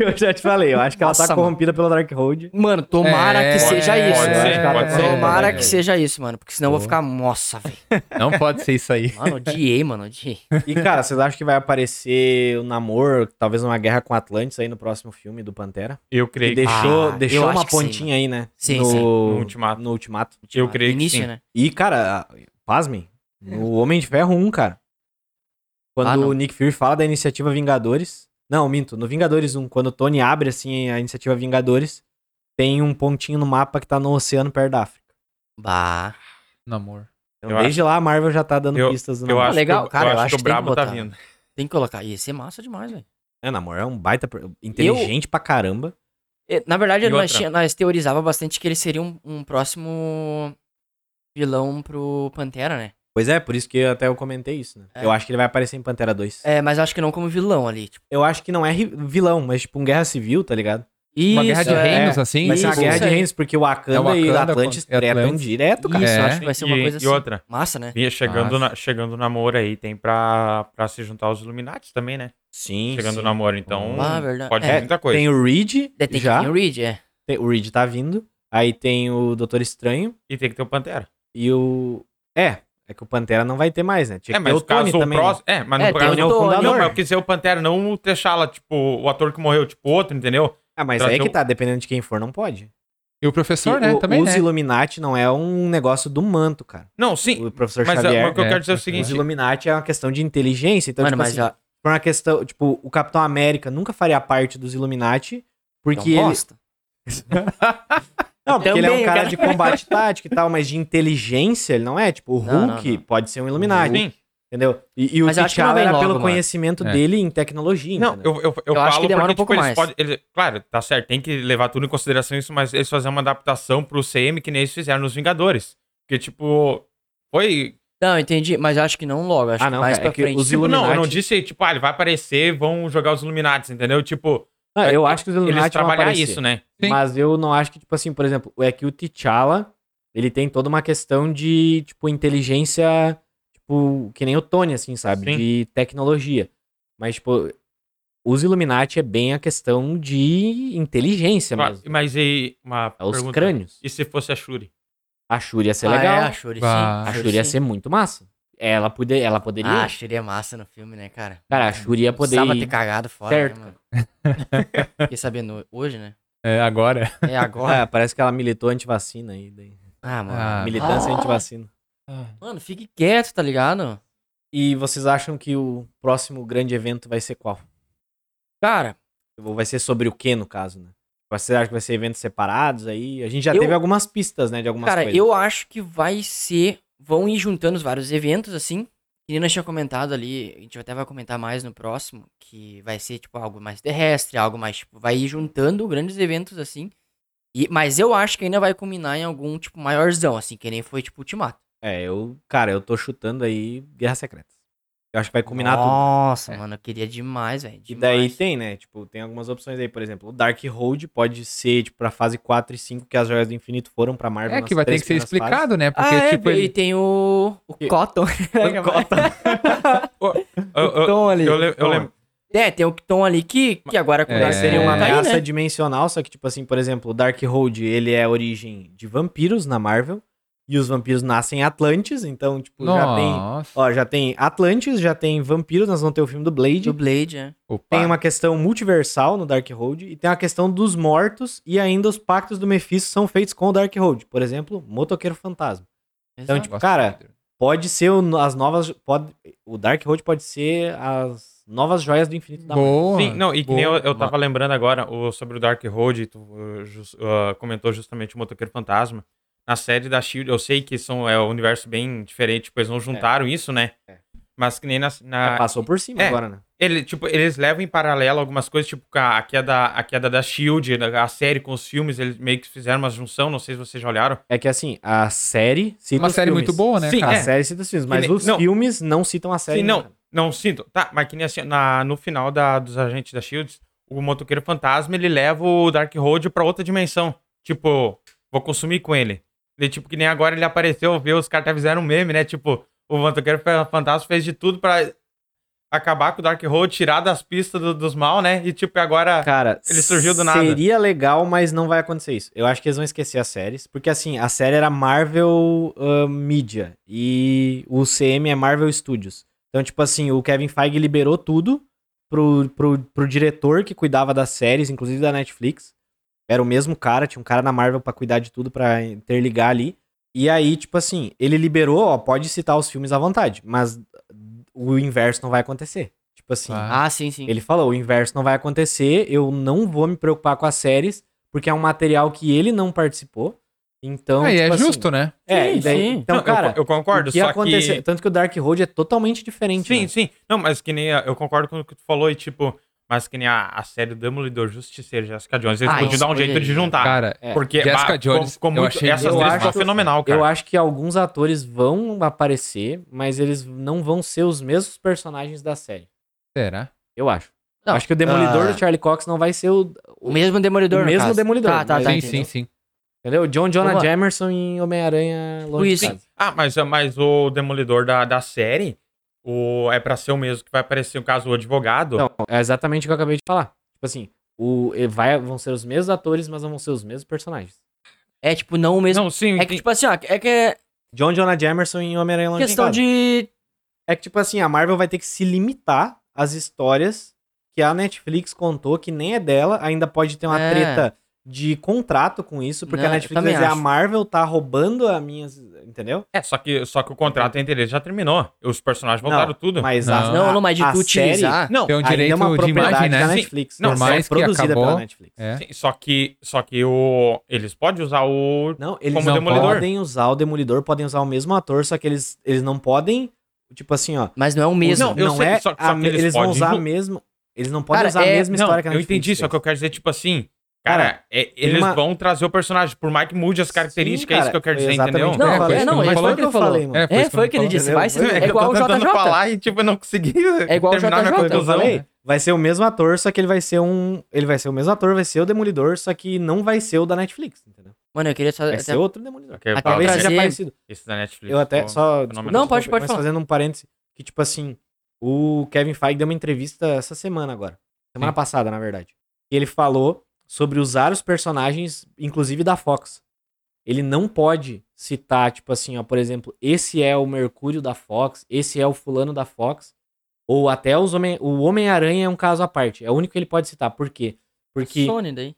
Speaker 1: eu já te falei. Eu acho que ela
Speaker 2: Nossa,
Speaker 1: tá
Speaker 2: mano.
Speaker 1: corrompida pelo Darkhold.
Speaker 2: Mano, tomara
Speaker 3: É,
Speaker 2: que seja
Speaker 3: pode né?
Speaker 2: isso.
Speaker 4: ser,
Speaker 2: mano.
Speaker 4: pode ser.
Speaker 2: tomara
Speaker 1: É.
Speaker 2: que seja isso, mano. Porque senão eu vou ficar. Nossa, velho.
Speaker 3: Não pode ser isso aí.
Speaker 2: Mano, odiei, mano, odiei.
Speaker 1: E, cara, vocês acham que vai aparecer o Namor, talvez uma guerra com Atlantis aí no próximo filme do Pantera?
Speaker 4: Eu
Speaker 1: Que
Speaker 4: creio que
Speaker 1: deixou,
Speaker 2: Ah,
Speaker 1: deixou
Speaker 2: eu
Speaker 1: uma
Speaker 2: acho que sim,
Speaker 1: pontinha aí, né?
Speaker 2: Sim,
Speaker 1: no,
Speaker 2: sim.
Speaker 1: No
Speaker 4: No Ultimato.
Speaker 1: ultimato.
Speaker 4: Eu
Speaker 2: No
Speaker 4: creio que
Speaker 2: início,
Speaker 4: sim.
Speaker 2: né?
Speaker 1: E, cara, a- pasmem, no Homem de Ferro 1, cara.
Speaker 2: Ah,
Speaker 1: Quando
Speaker 2: não.
Speaker 1: o Nick Fury fala da iniciativa Vingadores. Não, minto, no Vingadores 1, quando o Tony abre assim a iniciativa Vingadores, tem um pontinho no mapa que tá no oceano perto da África.
Speaker 2: Bah.
Speaker 3: Namor.
Speaker 1: Então,
Speaker 4: Eu
Speaker 1: desde lá a Marvel já tá dando
Speaker 4: Eu-
Speaker 1: pistas do
Speaker 4: Eu
Speaker 1: Namor.
Speaker 4: acho
Speaker 2: legal,
Speaker 4: que, o-
Speaker 2: cara, eu
Speaker 4: eu acho
Speaker 2: acho
Speaker 4: que o
Speaker 2: que tem que
Speaker 4: Brabo tá
Speaker 2: botar.
Speaker 4: vindo.
Speaker 2: Tem que colocar. Ia ser massa demais, velho.
Speaker 1: É, Namor é um baita per- inteligente pra caramba.
Speaker 2: É, Na verdade,
Speaker 4: E
Speaker 2: nós,
Speaker 4: outra?
Speaker 2: tinha- nós teorizava bastante que ele seria um, um próximo vilão pro Pantera, né?
Speaker 1: Pois é, por isso que eu- até eu comentei isso, né?
Speaker 2: É.
Speaker 1: Eu acho que ele vai aparecer em Pantera 2.
Speaker 2: É, mas acho que não como vilão ali. Tipo,
Speaker 1: Eu acho que não é ri- vilão, mas tipo um guerra civil, tá ligado?
Speaker 3: Uma guerra de
Speaker 2: é.
Speaker 3: reinos, assim.
Speaker 1: Vai ser uma
Speaker 2: Isso,
Speaker 1: guerra
Speaker 2: isso
Speaker 1: de
Speaker 2: aí.
Speaker 1: reinos, porque o Wakanda,
Speaker 3: É, o
Speaker 1: e o
Speaker 3: Wakanda
Speaker 1: Atlantis
Speaker 3: contra- e
Speaker 1: tretam
Speaker 3: Atlantis.
Speaker 1: direto, cara.
Speaker 2: Isso,
Speaker 3: É.
Speaker 2: acho que vai ser uma
Speaker 4: né? E-
Speaker 2: coisa assim.
Speaker 4: E outra,
Speaker 2: Massa, né?
Speaker 4: E chegando,
Speaker 3: Nossa.
Speaker 4: na, chegando no namoro aí, tem pra, pra se juntar aos Illuminati também, né?
Speaker 1: Sim,
Speaker 4: chegando
Speaker 1: sim.
Speaker 4: no namoro, então
Speaker 2: Ah, verdade.
Speaker 4: pode
Speaker 2: É,
Speaker 4: ter muita coisa.
Speaker 1: Tem o Reed,
Speaker 2: É, tem
Speaker 1: já.
Speaker 2: que ter o Reed, é.
Speaker 1: Tem- O Reed tá vindo. Aí tem o Doutor Estranho
Speaker 4: E tem que ter o Pantera.
Speaker 1: e o... É, é que o Pantera não vai ter mais, né? Tinha
Speaker 4: É,
Speaker 1: que ter
Speaker 4: mas
Speaker 1: o
Speaker 4: o caso
Speaker 1: Tony
Speaker 4: o
Speaker 1: também. né?
Speaker 4: próximo... É, mas
Speaker 2: É,
Speaker 4: no
Speaker 2: tem
Speaker 4: caso...
Speaker 2: o
Speaker 1: Ele é o
Speaker 2: Tony.
Speaker 1: fundador.
Speaker 4: Não, mas eu quis dizer o Pantera, não deixá-la, tipo, o ator que morreu, tipo, outro, entendeu?
Speaker 1: Ah, mas aí é
Speaker 4: Trazer um
Speaker 1: que
Speaker 4: o-
Speaker 1: tá, dependendo de quem for, não pode.
Speaker 3: E o professor,
Speaker 1: E
Speaker 3: né?
Speaker 1: o-
Speaker 3: Também,
Speaker 1: os
Speaker 3: né?
Speaker 1: Illuminati não é um negócio do manto, cara.
Speaker 4: Não, sim,
Speaker 1: O professor
Speaker 4: mas, é-
Speaker 1: Xavier...
Speaker 4: mas o que eu
Speaker 3: é,
Speaker 4: quero dizer é o
Speaker 3: os
Speaker 1: Os
Speaker 4: seguinte...
Speaker 1: Illuminati é uma questão de inteligência, então,
Speaker 2: Mano,
Speaker 1: tipo
Speaker 2: mas
Speaker 1: assim,
Speaker 2: ó,
Speaker 1: por uma questão, tipo, o Capitão América nunca faria parte dos Illuminati,
Speaker 2: é um
Speaker 1: porque ele...
Speaker 2: bosta.
Speaker 1: Não, porque ele é um
Speaker 2: Também,
Speaker 1: cara
Speaker 2: cara.
Speaker 1: de combate tático e tal, mas de inteligência ele não é, tipo, o Hulk
Speaker 2: Não, não, não.
Speaker 1: pode ser um Illuminati,
Speaker 4: Sim,
Speaker 1: entendeu? E, e o
Speaker 2: Mas eu acho que não
Speaker 1: T'Challa
Speaker 2: vem
Speaker 1: era
Speaker 2: logo,
Speaker 1: pelo
Speaker 2: mano.
Speaker 1: conhecimento
Speaker 3: É.
Speaker 1: dele em tecnologia,
Speaker 4: Não,
Speaker 1: entendeu?
Speaker 4: eu, eu, eu,
Speaker 2: Eu acho
Speaker 4: falo
Speaker 2: que demora
Speaker 4: porque,
Speaker 2: um pouco
Speaker 4: tipo,
Speaker 2: mais.
Speaker 4: eles podem... eles- claro, tá certo, tem que levar tudo em consideração isso, mas eles fazem uma adaptação pro CM que nem eles fizeram nos Vingadores. Porque, tipo, foi...
Speaker 2: Não, entendi, mas acho que não logo, acho
Speaker 1: Ah,
Speaker 2: que
Speaker 1: não,
Speaker 2: mais
Speaker 1: cara, é
Speaker 2: pra
Speaker 1: que
Speaker 2: frente.
Speaker 1: os
Speaker 4: Tipo, não, eu não
Speaker 1: Illuminati-
Speaker 4: disse, tipo, ah, ele vai aparecer, vão jogar os Illuminati, entendeu? Tipo,
Speaker 1: Ah, eu acho que os
Speaker 4: eles
Speaker 1: Illuminati vão
Speaker 4: trabalhar
Speaker 1: aparecer,
Speaker 4: isso, né?
Speaker 3: Sim.
Speaker 1: mas eu não acho que, tipo assim, por exemplo, é que o T'Challa, ele tem toda uma questão de, tipo, inteligência, tipo, que nem o Tony, assim, sabe?
Speaker 4: Sim.
Speaker 1: De tecnologia. Mas, tipo, os Illuminati é bem a questão de inteligência
Speaker 4: Ah,
Speaker 1: é mesmo.
Speaker 4: Mas e uma
Speaker 1: É os
Speaker 4: pergunta.
Speaker 1: crânios.
Speaker 4: E se fosse a Shuri?
Speaker 1: A Shuri ia ser
Speaker 2: ah,
Speaker 1: legal.
Speaker 2: É, a Shuri, sim.
Speaker 3: Bah.
Speaker 1: A Shuri ia
Speaker 2: sim.
Speaker 1: ser muito massa. Ela, poder, ela poderia.
Speaker 2: Ah, a Shuri é massa no filme, né, cara?
Speaker 1: cara, a Shuri ia poder.
Speaker 2: Precisava
Speaker 1: ir.
Speaker 2: ter cagado fora,
Speaker 1: Certo,
Speaker 2: né, mano? Fiquei sabendo hoje, né?
Speaker 3: É, agora.
Speaker 2: É agora.
Speaker 1: É, parece que ela militou antivacina aí. Daí.
Speaker 2: Ah, mano.
Speaker 3: Ah.
Speaker 1: Militância
Speaker 2: Ah.
Speaker 1: antivacina. Ah.
Speaker 2: Mano, fique quieto, tá ligado?
Speaker 1: E vocês acham que o próximo grande evento vai ser qual?
Speaker 2: Cara,
Speaker 1: Ou Vai ser sobre o que, no caso, né? Você acha que vai ser eventos separados aí? A gente já
Speaker 2: Eu-
Speaker 1: teve algumas pistas, né, de algumas
Speaker 2: Cara,
Speaker 1: coisas.
Speaker 2: eu acho que vai ser. Vão ir juntando os vários eventos, assim. Que nem nós tinha comentado ali, a gente até vai comentar mais no próximo, que vai ser, tipo, algo mais terrestre, algo mais, tipo, vai ir juntando grandes eventos, assim. E, mas eu acho que ainda vai culminar em algum, tipo, maiorzão, assim, que nem foi, tipo, Ultimato.
Speaker 1: É, eu, cara, eu tô chutando aí Guerras Secretas. Eu acho que vai combinar tudo.
Speaker 2: Nossa,
Speaker 3: É.
Speaker 2: mano, eu queria demais, velho.
Speaker 1: E daí
Speaker 2: demais.
Speaker 1: tem, né? Tipo, tem algumas opções aí, por exemplo, o Dark Hold pode ser, tipo, pra fase 4 e 5, que as joias do infinito foram pra Marvel.
Speaker 3: É
Speaker 1: nas
Speaker 3: que vai ter
Speaker 1: três
Speaker 3: que ser
Speaker 1: primeiras fases.
Speaker 3: explicado, né? Porque,
Speaker 2: ah, é,
Speaker 3: tipo,
Speaker 2: e
Speaker 3: ele.
Speaker 2: tem o, o
Speaker 1: Que-
Speaker 2: Cotton.
Speaker 3: né,
Speaker 1: O Cotton.
Speaker 4: Eu, eu,
Speaker 2: Tom ali.
Speaker 1: Então,
Speaker 4: eu lem- eu lem-
Speaker 2: É, tem o Cotton ali que, que agora com
Speaker 3: É.
Speaker 1: Mas seria uma
Speaker 3: Tá aí,
Speaker 2: né?
Speaker 1: ameaça dimensional, só que, tipo assim, por exemplo, o Darkhold, ele é a origem de vampiros na Marvel, e os vampiros nascem em Atlantis, então, tipo, já tem...
Speaker 3: Nossa.
Speaker 1: Ó, já tem Atlantis, já tem vampiros, nós vamos ter o filme do Blade.
Speaker 2: Do Blade, é.
Speaker 3: Opa.
Speaker 1: Tem uma questão multiversal no Darkhold, e tem a questão dos mortos, e ainda os pactos do Mephisto são feitos com o Darkhold. Por exemplo, Motoqueiro Fantasma.
Speaker 2: Exato.
Speaker 1: tipo,
Speaker 3: Gosto
Speaker 1: cara,
Speaker 3: muito.
Speaker 1: Pode ser o- as novas... Pode, o Darkhold pode ser as novas joias do infinito da Marvel.
Speaker 3: Boa.
Speaker 4: Sim, não, e que nem eu,
Speaker 3: boa.
Speaker 4: eu tava lembrando agora o, sobre o Dark Road, tu uh, jus- uh, comentou justamente o Motoqueiro Fantasma. Na série da Shield, eu sei que são, é um universo bem diferente, tipo, eles não juntaram isso, né?
Speaker 1: É.
Speaker 4: Mas que nem na. na-
Speaker 1: É, Passou por cima
Speaker 4: é.
Speaker 1: agora, né?
Speaker 4: ele, tipo, eles levam em paralelo algumas coisas, tipo, a, a queda, a queda da Shield, a a série com os filmes, eles meio que fizeram uma junção, não sei se vocês já olharam.
Speaker 1: É que assim, a série cita
Speaker 3: Uma
Speaker 1: os
Speaker 3: série
Speaker 1: filmes.
Speaker 3: muito boa, né,
Speaker 4: Sim,
Speaker 1: A
Speaker 3: cara?
Speaker 4: é.
Speaker 1: série cita os filmes, mas
Speaker 4: nem-
Speaker 1: os
Speaker 4: não.
Speaker 1: filmes não citam a série.
Speaker 4: Sim, não.
Speaker 1: né, cara?
Speaker 4: Não, sinto. Tá, mas que nem assim, na, no final da, dos agentes da Shield, o motoqueiro fantasma, ele leva o Dark Road pra outra dimensão. Tipo, vou consumir com ele. Ele, tipo, que nem agora ele apareceu, viu, os caras até fizeram um meme, né? Tipo, o motoqueiro fa- fantasma fez de tudo pra acabar com o Dark Road, tirar das pistas do- dos mal, né? E, tipo, agora...
Speaker 1: Cara,
Speaker 4: Ele surgiu do nada.
Speaker 1: Seria legal, mas não vai acontecer isso. Eu acho que eles vão esquecer as séries, porque assim, a série era Marvel ah, Media e o CM é Marvel Studios. Então, tipo assim, o Kevin Feige liberou tudo pro, pro, pro diretor que cuidava das séries, inclusive da Netflix. Era o mesmo cara, tinha um cara na Marvel pra cuidar de tudo, pra interligar ali. E aí, tipo assim, ele liberou, ó, pode citar os filmes à vontade, mas o inverso não vai acontecer. Tipo assim,
Speaker 3: Claro.
Speaker 2: Ah, sim, sim.
Speaker 1: ele falou: o inverso não vai acontecer, eu não vou me preocupar com as séries, porque é um material que ele não participou. Então.
Speaker 3: Aí é
Speaker 1: tipo assim,
Speaker 3: justo, né?
Speaker 1: é,
Speaker 2: Sim,
Speaker 1: e daí-
Speaker 2: sim.
Speaker 1: Então,
Speaker 4: Não, eu
Speaker 1: cara,
Speaker 4: co- eu, concordo,
Speaker 1: o que
Speaker 4: só
Speaker 1: aconteceu-
Speaker 4: que...
Speaker 1: Tanto que o Dark Road é totalmente diferente.
Speaker 4: Sim,
Speaker 1: né?
Speaker 4: sim. Não, mas que nem. a- Eu concordo com o que tu falou e, tipo. Mas que nem a, a série Demolidor Justiceiro e Jessica Jones. Eles
Speaker 2: Ah,
Speaker 4: podiam
Speaker 2: isso
Speaker 4: dar um jeito
Speaker 2: poderia.
Speaker 4: de juntar.
Speaker 3: Cara,
Speaker 1: é.
Speaker 4: porque
Speaker 3: Jessica Jones,
Speaker 4: ficou
Speaker 3: eu
Speaker 4: muito-
Speaker 3: achei-
Speaker 4: essas
Speaker 1: eu
Speaker 4: três
Speaker 1: acho-
Speaker 4: ficou fenomenal, cara.
Speaker 1: Eu acho que alguns atores vão aparecer, mas eles não vão ser os mesmos personagens da série.
Speaker 3: será?
Speaker 1: Eu acho.
Speaker 2: Não,
Speaker 1: acho que o Demolidor
Speaker 2: ah.
Speaker 1: do Charlie Cox não vai ser o.
Speaker 2: O mesmo Demolidor,
Speaker 1: O
Speaker 2: no
Speaker 1: mesmo
Speaker 2: caso.
Speaker 1: Demolidor,
Speaker 2: Tá, tá,
Speaker 1: mas-
Speaker 2: tá.
Speaker 3: sim, sim,
Speaker 2: entendeu?
Speaker 3: sim.
Speaker 1: Entendeu? John Jonah
Speaker 2: Vamos lá.
Speaker 1: Jamerson em Homem-Aranha Longe
Speaker 2: Isso.
Speaker 1: de Casa.
Speaker 4: Ah, mas, mas o Demolidor da, da série o, é pra ser o mesmo que vai aparecer, no caso, o advogado.
Speaker 1: Então, é exatamente o que eu acabei de falar. Tipo assim, o, e vai, vão ser os mesmos atores, mas não vão ser os mesmos personagens.
Speaker 2: É tipo, não o mesmo.
Speaker 4: Não, sim.
Speaker 2: é que, tipo assim, ó, é que é
Speaker 1: John Jonah Jamerson em Homem-Aranha Longe
Speaker 2: questão
Speaker 1: Casa.
Speaker 2: de.
Speaker 1: É que, tipo assim, a Marvel vai ter que se limitar às histórias que a Netflix contou, que nem é dela, ainda pode ter uma
Speaker 2: É.
Speaker 1: treta de contrato com isso, porque
Speaker 2: Não,
Speaker 1: a
Speaker 2: eu
Speaker 1: Netflix vai
Speaker 2: também
Speaker 1: dizer, a
Speaker 2: acho.
Speaker 1: Marvel tá roubando as minhas, entendeu?
Speaker 4: é, só que, só que o contrato entre eles já terminou. Os personagens
Speaker 1: Não,
Speaker 4: voltaram tudo. Ah,
Speaker 1: Mas
Speaker 3: Não.
Speaker 1: a,
Speaker 2: Não, não, mas de
Speaker 1: a
Speaker 2: tu utilizar.
Speaker 1: série
Speaker 4: Não,
Speaker 3: Tem um
Speaker 1: ainda
Speaker 3: direito
Speaker 1: é uma
Speaker 3: de
Speaker 1: propriedade
Speaker 3: imagem,
Speaker 1: da
Speaker 3: né?
Speaker 1: Netflix.
Speaker 4: Não,
Speaker 1: a
Speaker 4: por
Speaker 1: série
Speaker 3: mais
Speaker 1: é
Speaker 3: que
Speaker 1: produzida pela
Speaker 3: acabou-
Speaker 1: Netflix.
Speaker 3: É.
Speaker 4: sim, só que, só que o, eles podem usar o.
Speaker 1: Não, eles
Speaker 4: Como
Speaker 1: não
Speaker 4: Demolidor.
Speaker 1: podem usar o Demolidor, podem usar o mesmo ator, só que eles, eles não podem, tipo assim, ó.
Speaker 2: Mas não é o
Speaker 1: Não,
Speaker 2: mesmo.
Speaker 4: eu sei,
Speaker 1: é
Speaker 4: só- só
Speaker 1: a
Speaker 4: que
Speaker 1: me-
Speaker 4: eles
Speaker 1: eles, vão
Speaker 4: podem
Speaker 1: usar a
Speaker 4: ju-
Speaker 1: mesma. Eles não podem
Speaker 2: Cara,
Speaker 1: usar a
Speaker 2: é-
Speaker 1: mesma
Speaker 4: Não,
Speaker 1: história que a
Speaker 4: eu
Speaker 1: Netflix
Speaker 4: entendi, só
Speaker 1: fez.
Speaker 4: que eu quero dizer, tipo assim. Cara, é- eles
Speaker 1: uma-
Speaker 4: vão trazer o personagem. Por mais que mude as características, é isso que eu quero dizer, entendeu?
Speaker 2: Não,
Speaker 3: é,
Speaker 2: é, não,
Speaker 3: foi
Speaker 2: é,
Speaker 3: isso
Speaker 2: foi o que ele falou.
Speaker 1: mano.
Speaker 3: É, foi
Speaker 2: É,
Speaker 3: isso que
Speaker 2: foi
Speaker 3: eu
Speaker 2: o que ele
Speaker 3: falei,
Speaker 2: disse.
Speaker 1: entendeu?
Speaker 2: Vai
Speaker 1: É,
Speaker 2: ser. É
Speaker 4: eu
Speaker 2: igual
Speaker 4: tô
Speaker 2: o
Speaker 4: tentando
Speaker 2: JJ.
Speaker 4: falar e, tipo, eu não consegui
Speaker 2: É igual o
Speaker 4: terminar minha
Speaker 2: JJ, eu
Speaker 4: conclusão.
Speaker 2: falei.
Speaker 1: Vai ser o mesmo ator, só que ele vai ser um. Ele vai ser o mesmo ator, vai ser o Demolidor, só que não vai ser o da Netflix, entendeu?
Speaker 2: Mano, eu queria só.
Speaker 1: Vai
Speaker 2: até-
Speaker 1: ser outro Demolidor.
Speaker 4: Ok,
Speaker 2: Até
Speaker 4: fala,
Speaker 1: Talvez
Speaker 4: Zé.
Speaker 2: trazer-
Speaker 1: seja parecido.
Speaker 4: Esse da Netflix.
Speaker 1: Eu até
Speaker 4: pô.
Speaker 1: só.
Speaker 4: fenomenal.
Speaker 2: Não, pode-
Speaker 1: desculpa,
Speaker 2: pode
Speaker 1: mas
Speaker 2: falar.
Speaker 1: fazendo um parêntese, que tipo assim, o Kevin Feige deu uma entrevista essa semana agora. Semana passada, na verdade. E ele falou sobre usar os personagens, inclusive da Fox. Ele não pode citar, tipo assim, ó, por exemplo, esse é o Mercúrio da Fox, esse é o fulano da Fox, ou até os homem, o Homem-Aranha é um caso à parte. É o único que ele pode citar. Por quê? Porque
Speaker 2: Sony daí.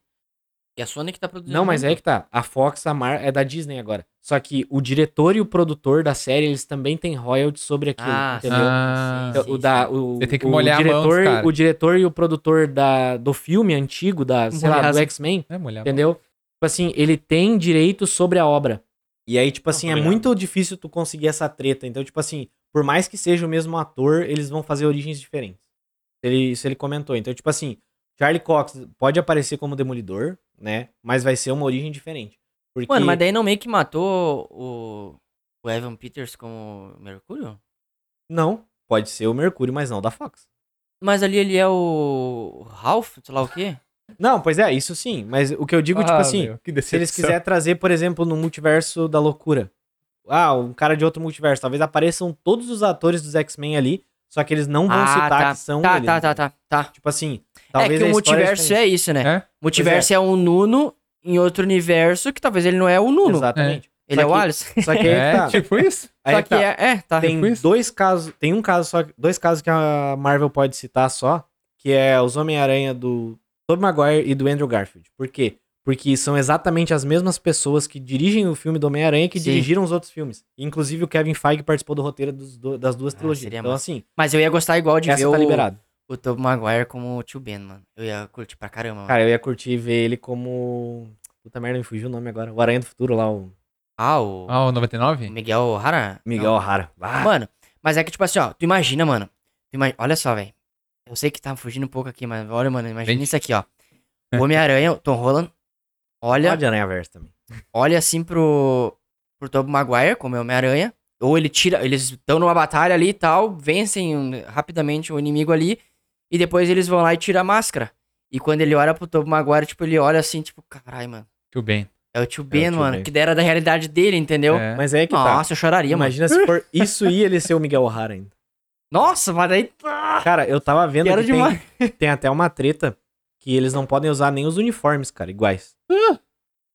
Speaker 2: Que é a Sony que tá produzindo.
Speaker 1: não, mas
Speaker 2: muito.
Speaker 1: é que tá. A Fox a Mar é da Disney agora.
Speaker 6: Só que o diretor e o produtor da série, eles também têm royalties sobre aquilo,
Speaker 2: Ah,
Speaker 6: entendeu?
Speaker 2: sim.
Speaker 3: Ah.
Speaker 6: Então, o da, o,
Speaker 3: Você tem que
Speaker 6: o
Speaker 3: molhar a mão dos
Speaker 6: diretor,
Speaker 3: cara.
Speaker 6: O diretor e o produtor da, do filme antigo, da, sei lá,
Speaker 2: Molhar
Speaker 6: do
Speaker 2: as-
Speaker 6: X-Men,
Speaker 3: É,
Speaker 1: Tá
Speaker 3: mulher.
Speaker 6: entendeu? Tipo assim, ele tem direito sobre a obra.
Speaker 1: E aí, tipo assim,
Speaker 4: tá
Speaker 1: é
Speaker 4: ligado.
Speaker 1: muito difícil tu conseguir essa treta. Então, tipo assim, por mais que seja o mesmo ator, eles vão fazer origens diferentes. Ele, isso ele comentou. Então, tipo assim, Charlie Cox pode aparecer como Demolidor, né? Mas vai ser uma origem diferente. Porque...
Speaker 2: Mano, mas daí não meio que matou o, o Evan Peters como Mercúrio?
Speaker 1: Não, pode ser o Mercúrio, mas não da Fox.
Speaker 2: Mas ali ele é o Ralph, sei lá o quê?
Speaker 1: Não, pois é, isso sim. Mas o que eu
Speaker 2: Ah,
Speaker 1: digo, tipo
Speaker 3: Ah,
Speaker 1: assim, se eles quiserem trazer, por exemplo, no multiverso da loucura. Ah, um cara de outro multiverso. Talvez apareçam todos os atores dos X-Men ali, só que eles não vão citar
Speaker 2: tá.
Speaker 1: que são
Speaker 2: tá,
Speaker 1: eles.
Speaker 2: tá, tá, tá, tá.
Speaker 1: Tipo assim,
Speaker 2: É
Speaker 1: talvez
Speaker 2: que
Speaker 1: a
Speaker 2: o
Speaker 1: história
Speaker 2: multiverso é isso, né?
Speaker 3: É?
Speaker 2: Multiverso é. um Nuno em outro universo que talvez ele não é o Nuno.
Speaker 1: Exatamente.
Speaker 2: Ele é
Speaker 1: Só
Speaker 2: o
Speaker 1: que-
Speaker 2: Alice.
Speaker 1: Só que aí
Speaker 3: É,
Speaker 1: tá.
Speaker 3: tipo isso.
Speaker 1: aí
Speaker 2: Só que
Speaker 1: tá.
Speaker 2: é, é, tá.
Speaker 1: tem
Speaker 3: tipo isso?
Speaker 1: dois casos, tem um caso só, dois casos que a Marvel pode citar só, que é os Homem-Aranha do Tobey Maguire e do Andrew Garfield. Por quê? Porque são exatamente as mesmas pessoas que dirigem o filme do Homem-Aranha que
Speaker 2: Sim.
Speaker 1: dirigiram os outros filmes. Inclusive o Kevin Feige participou do roteiro dos do- das duas
Speaker 2: Ah,
Speaker 1: trilogias.
Speaker 2: seria
Speaker 1: Então
Speaker 2: massa.
Speaker 1: assim,
Speaker 2: Mas eu ia gostar igual de
Speaker 1: essa
Speaker 2: ver
Speaker 1: tá
Speaker 2: o-
Speaker 1: liberado.
Speaker 2: o, Tobey Maguire como o tio Ben, mano. Eu ia curtir pra caramba, mano.
Speaker 1: Cara, eu ia curtir ver ele como Puta merda, me fugiu o nome agora. O Aranha do Futuro lá, o
Speaker 2: Ah, o,
Speaker 3: Ah, o
Speaker 2: o
Speaker 3: 99?
Speaker 2: Miguel O'Hara?
Speaker 1: Miguel O'Hara.
Speaker 2: Não.
Speaker 1: Ah,
Speaker 2: Mano, mas é que tipo assim, ó, tu imagina, mano. Tu ima- Olha só, velho. Eu sei que tá fugindo um pouco aqui, mas olha, mano, imagina
Speaker 3: Vem.
Speaker 2: isso aqui, ó.
Speaker 3: É.
Speaker 2: O Homem-Aranha, o Tom Holland, olha,
Speaker 1: pode Aranha Verso também.
Speaker 2: olha assim pro, pro Tobey Maguire, como é o Homem-Aranha. Ou ele tira, eles estão numa batalha ali e tal, vencem um- rapidamente o inimigo ali, e depois eles vão lá e tiram a máscara. E quando ele olha pro Tobey Maguire, tipo, ele olha assim, tipo, caralho, mano,
Speaker 3: Tio Ben.
Speaker 2: é o tio Ben,
Speaker 1: tio
Speaker 2: mano,
Speaker 1: Ben.
Speaker 2: que dera da realidade dele, entendeu?
Speaker 3: É.
Speaker 1: Mas é que tá.
Speaker 2: Nossa, eu choraria, mano.
Speaker 1: Imagina se for isso e ele ser o Miguel O'Hara ainda.
Speaker 2: Nossa, mas daí...
Speaker 1: Cara, eu tava vendo
Speaker 2: Quero
Speaker 1: que tem-
Speaker 2: demais.
Speaker 1: tem, até uma treta que eles não podem usar nem os uniformes, cara, iguais.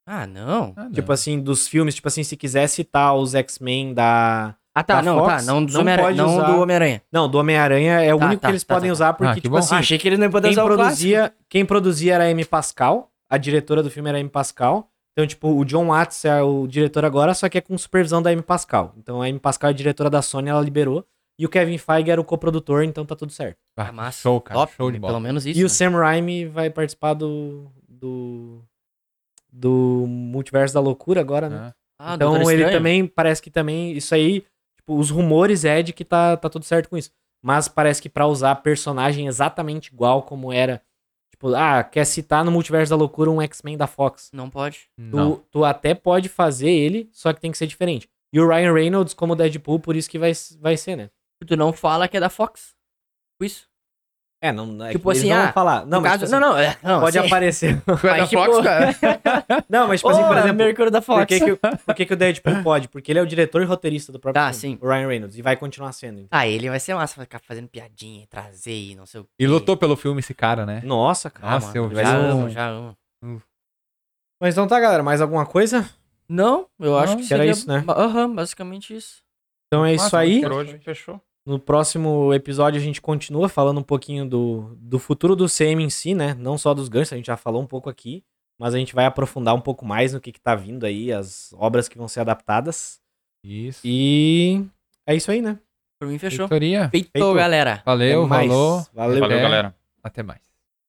Speaker 2: Ah, não.
Speaker 3: Ah, não.
Speaker 1: Tipo assim, dos filmes, tipo assim, se quiser citar os X-Men da...
Speaker 2: Ah, tá,
Speaker 1: Da
Speaker 2: não,
Speaker 1: Fox,
Speaker 2: tá. Não, dos
Speaker 1: não
Speaker 2: Homem
Speaker 1: pode
Speaker 2: não
Speaker 1: usar-
Speaker 2: do Homem-Aranha.
Speaker 1: Não, do Homem-Aranha é o
Speaker 2: Tá,
Speaker 1: único
Speaker 2: tá,
Speaker 1: que eles
Speaker 2: tá,
Speaker 1: podem
Speaker 2: tá,
Speaker 1: usar, porque,
Speaker 3: Ah, que
Speaker 1: tipo
Speaker 3: bom.
Speaker 1: assim,
Speaker 2: Achei que ele não ia poder
Speaker 1: quem
Speaker 2: usar o clássico.
Speaker 1: produzia, quem produzia era a Amy Pascal, a diretora do filme era a Amy Pascal. Então, tipo, o John Watts é o diretor agora, só que é com supervisão da Amy Pascal. Então, a Amy Pascal é a diretora da Sony, ela liberou. E o Kevin Feige era o coprodutor, então tá tudo certo.
Speaker 3: Ah,
Speaker 2: Ah, massa.
Speaker 3: Show, cara.
Speaker 2: Top,
Speaker 3: show de bola.
Speaker 2: Pelo menos isso.
Speaker 1: e o
Speaker 2: né?
Speaker 1: Sam Raimi vai participar do. do. do Multiverso da Loucura agora, né?
Speaker 3: Ah.
Speaker 2: Ah,
Speaker 1: então
Speaker 2: Doutor
Speaker 1: ele
Speaker 2: Estranho?
Speaker 1: também, parece que também, isso aí, tipo, os rumores é de que tá, tá tudo certo com isso. Mas parece que pra usar personagem exatamente igual como era, tipo, ah, quer citar no Multiverso da Loucura um X-Men da Fox.
Speaker 2: Não pode.
Speaker 3: Não.
Speaker 1: Tu, tu até pode fazer ele, só que tem que ser diferente. E o Ryan Reynolds como Deadpool, por isso que vai, vai ser, né?
Speaker 2: Tu não fala que é da Fox. Tipo Isso.
Speaker 1: É, não, é
Speaker 2: Tipo
Speaker 1: eles
Speaker 2: assim,
Speaker 1: não
Speaker 2: ah,
Speaker 1: vão falar. Não,
Speaker 2: No
Speaker 1: mas,
Speaker 2: caso-
Speaker 1: tipo
Speaker 2: não,
Speaker 1: assim,
Speaker 2: não, é, não.
Speaker 1: pode
Speaker 2: assim,
Speaker 1: aparecer.
Speaker 3: É
Speaker 2: mas,
Speaker 5: da
Speaker 2: tipo,
Speaker 5: Fox, cara.
Speaker 1: Não, mas tipo assim,
Speaker 2: oh,
Speaker 1: por exemplo,
Speaker 2: Mercúrio da Fox.
Speaker 1: por que, que, o- por que, que o Deadpool pode? Porque ele é o diretor e roteirista do próprio
Speaker 2: Tá,
Speaker 1: filme,
Speaker 2: sim.
Speaker 1: o Ryan Reynolds, e vai continuar sendo. então.
Speaker 2: Ah, ele vai ser massa ficar fazendo piadinha, e trazer e não sei o quê.
Speaker 3: E lutou pelo filme esse cara,
Speaker 1: É.
Speaker 3: né?
Speaker 1: Nossa, cara.
Speaker 2: Ah,
Speaker 3: Nossa,
Speaker 2: mano,
Speaker 3: eu vi
Speaker 2: já
Speaker 3: um-
Speaker 2: amo, já amo.
Speaker 1: Mas então tá, galera, mais alguma coisa?
Speaker 2: Não, eu acho
Speaker 3: Não,
Speaker 2: que
Speaker 1: que era
Speaker 2: seria...
Speaker 1: isso, né?
Speaker 2: ba- Aham, basicamente isso.
Speaker 1: Então é
Speaker 3: Nossa,
Speaker 1: isso aí.
Speaker 3: muito
Speaker 4: Por hoje, fechou.
Speaker 1: No próximo episódio a gente continua falando um pouquinho do, do futuro do CM em si, né? Não só dos ganchos, a gente já falou um pouco aqui, mas a gente vai aprofundar um pouco mais no que, que tá vindo aí, as obras que vão ser adaptadas.
Speaker 3: Isso.
Speaker 1: E é isso aí, né?
Speaker 2: Por mim, fechou.
Speaker 3: Vitória.
Speaker 2: Feito,
Speaker 1: Feito.
Speaker 2: galera.
Speaker 1: Até
Speaker 3: Valeu,
Speaker 1: mais.
Speaker 3: falou.
Speaker 1: Valeu.
Speaker 4: Valeu
Speaker 3: É.
Speaker 4: galera.
Speaker 3: Até mais.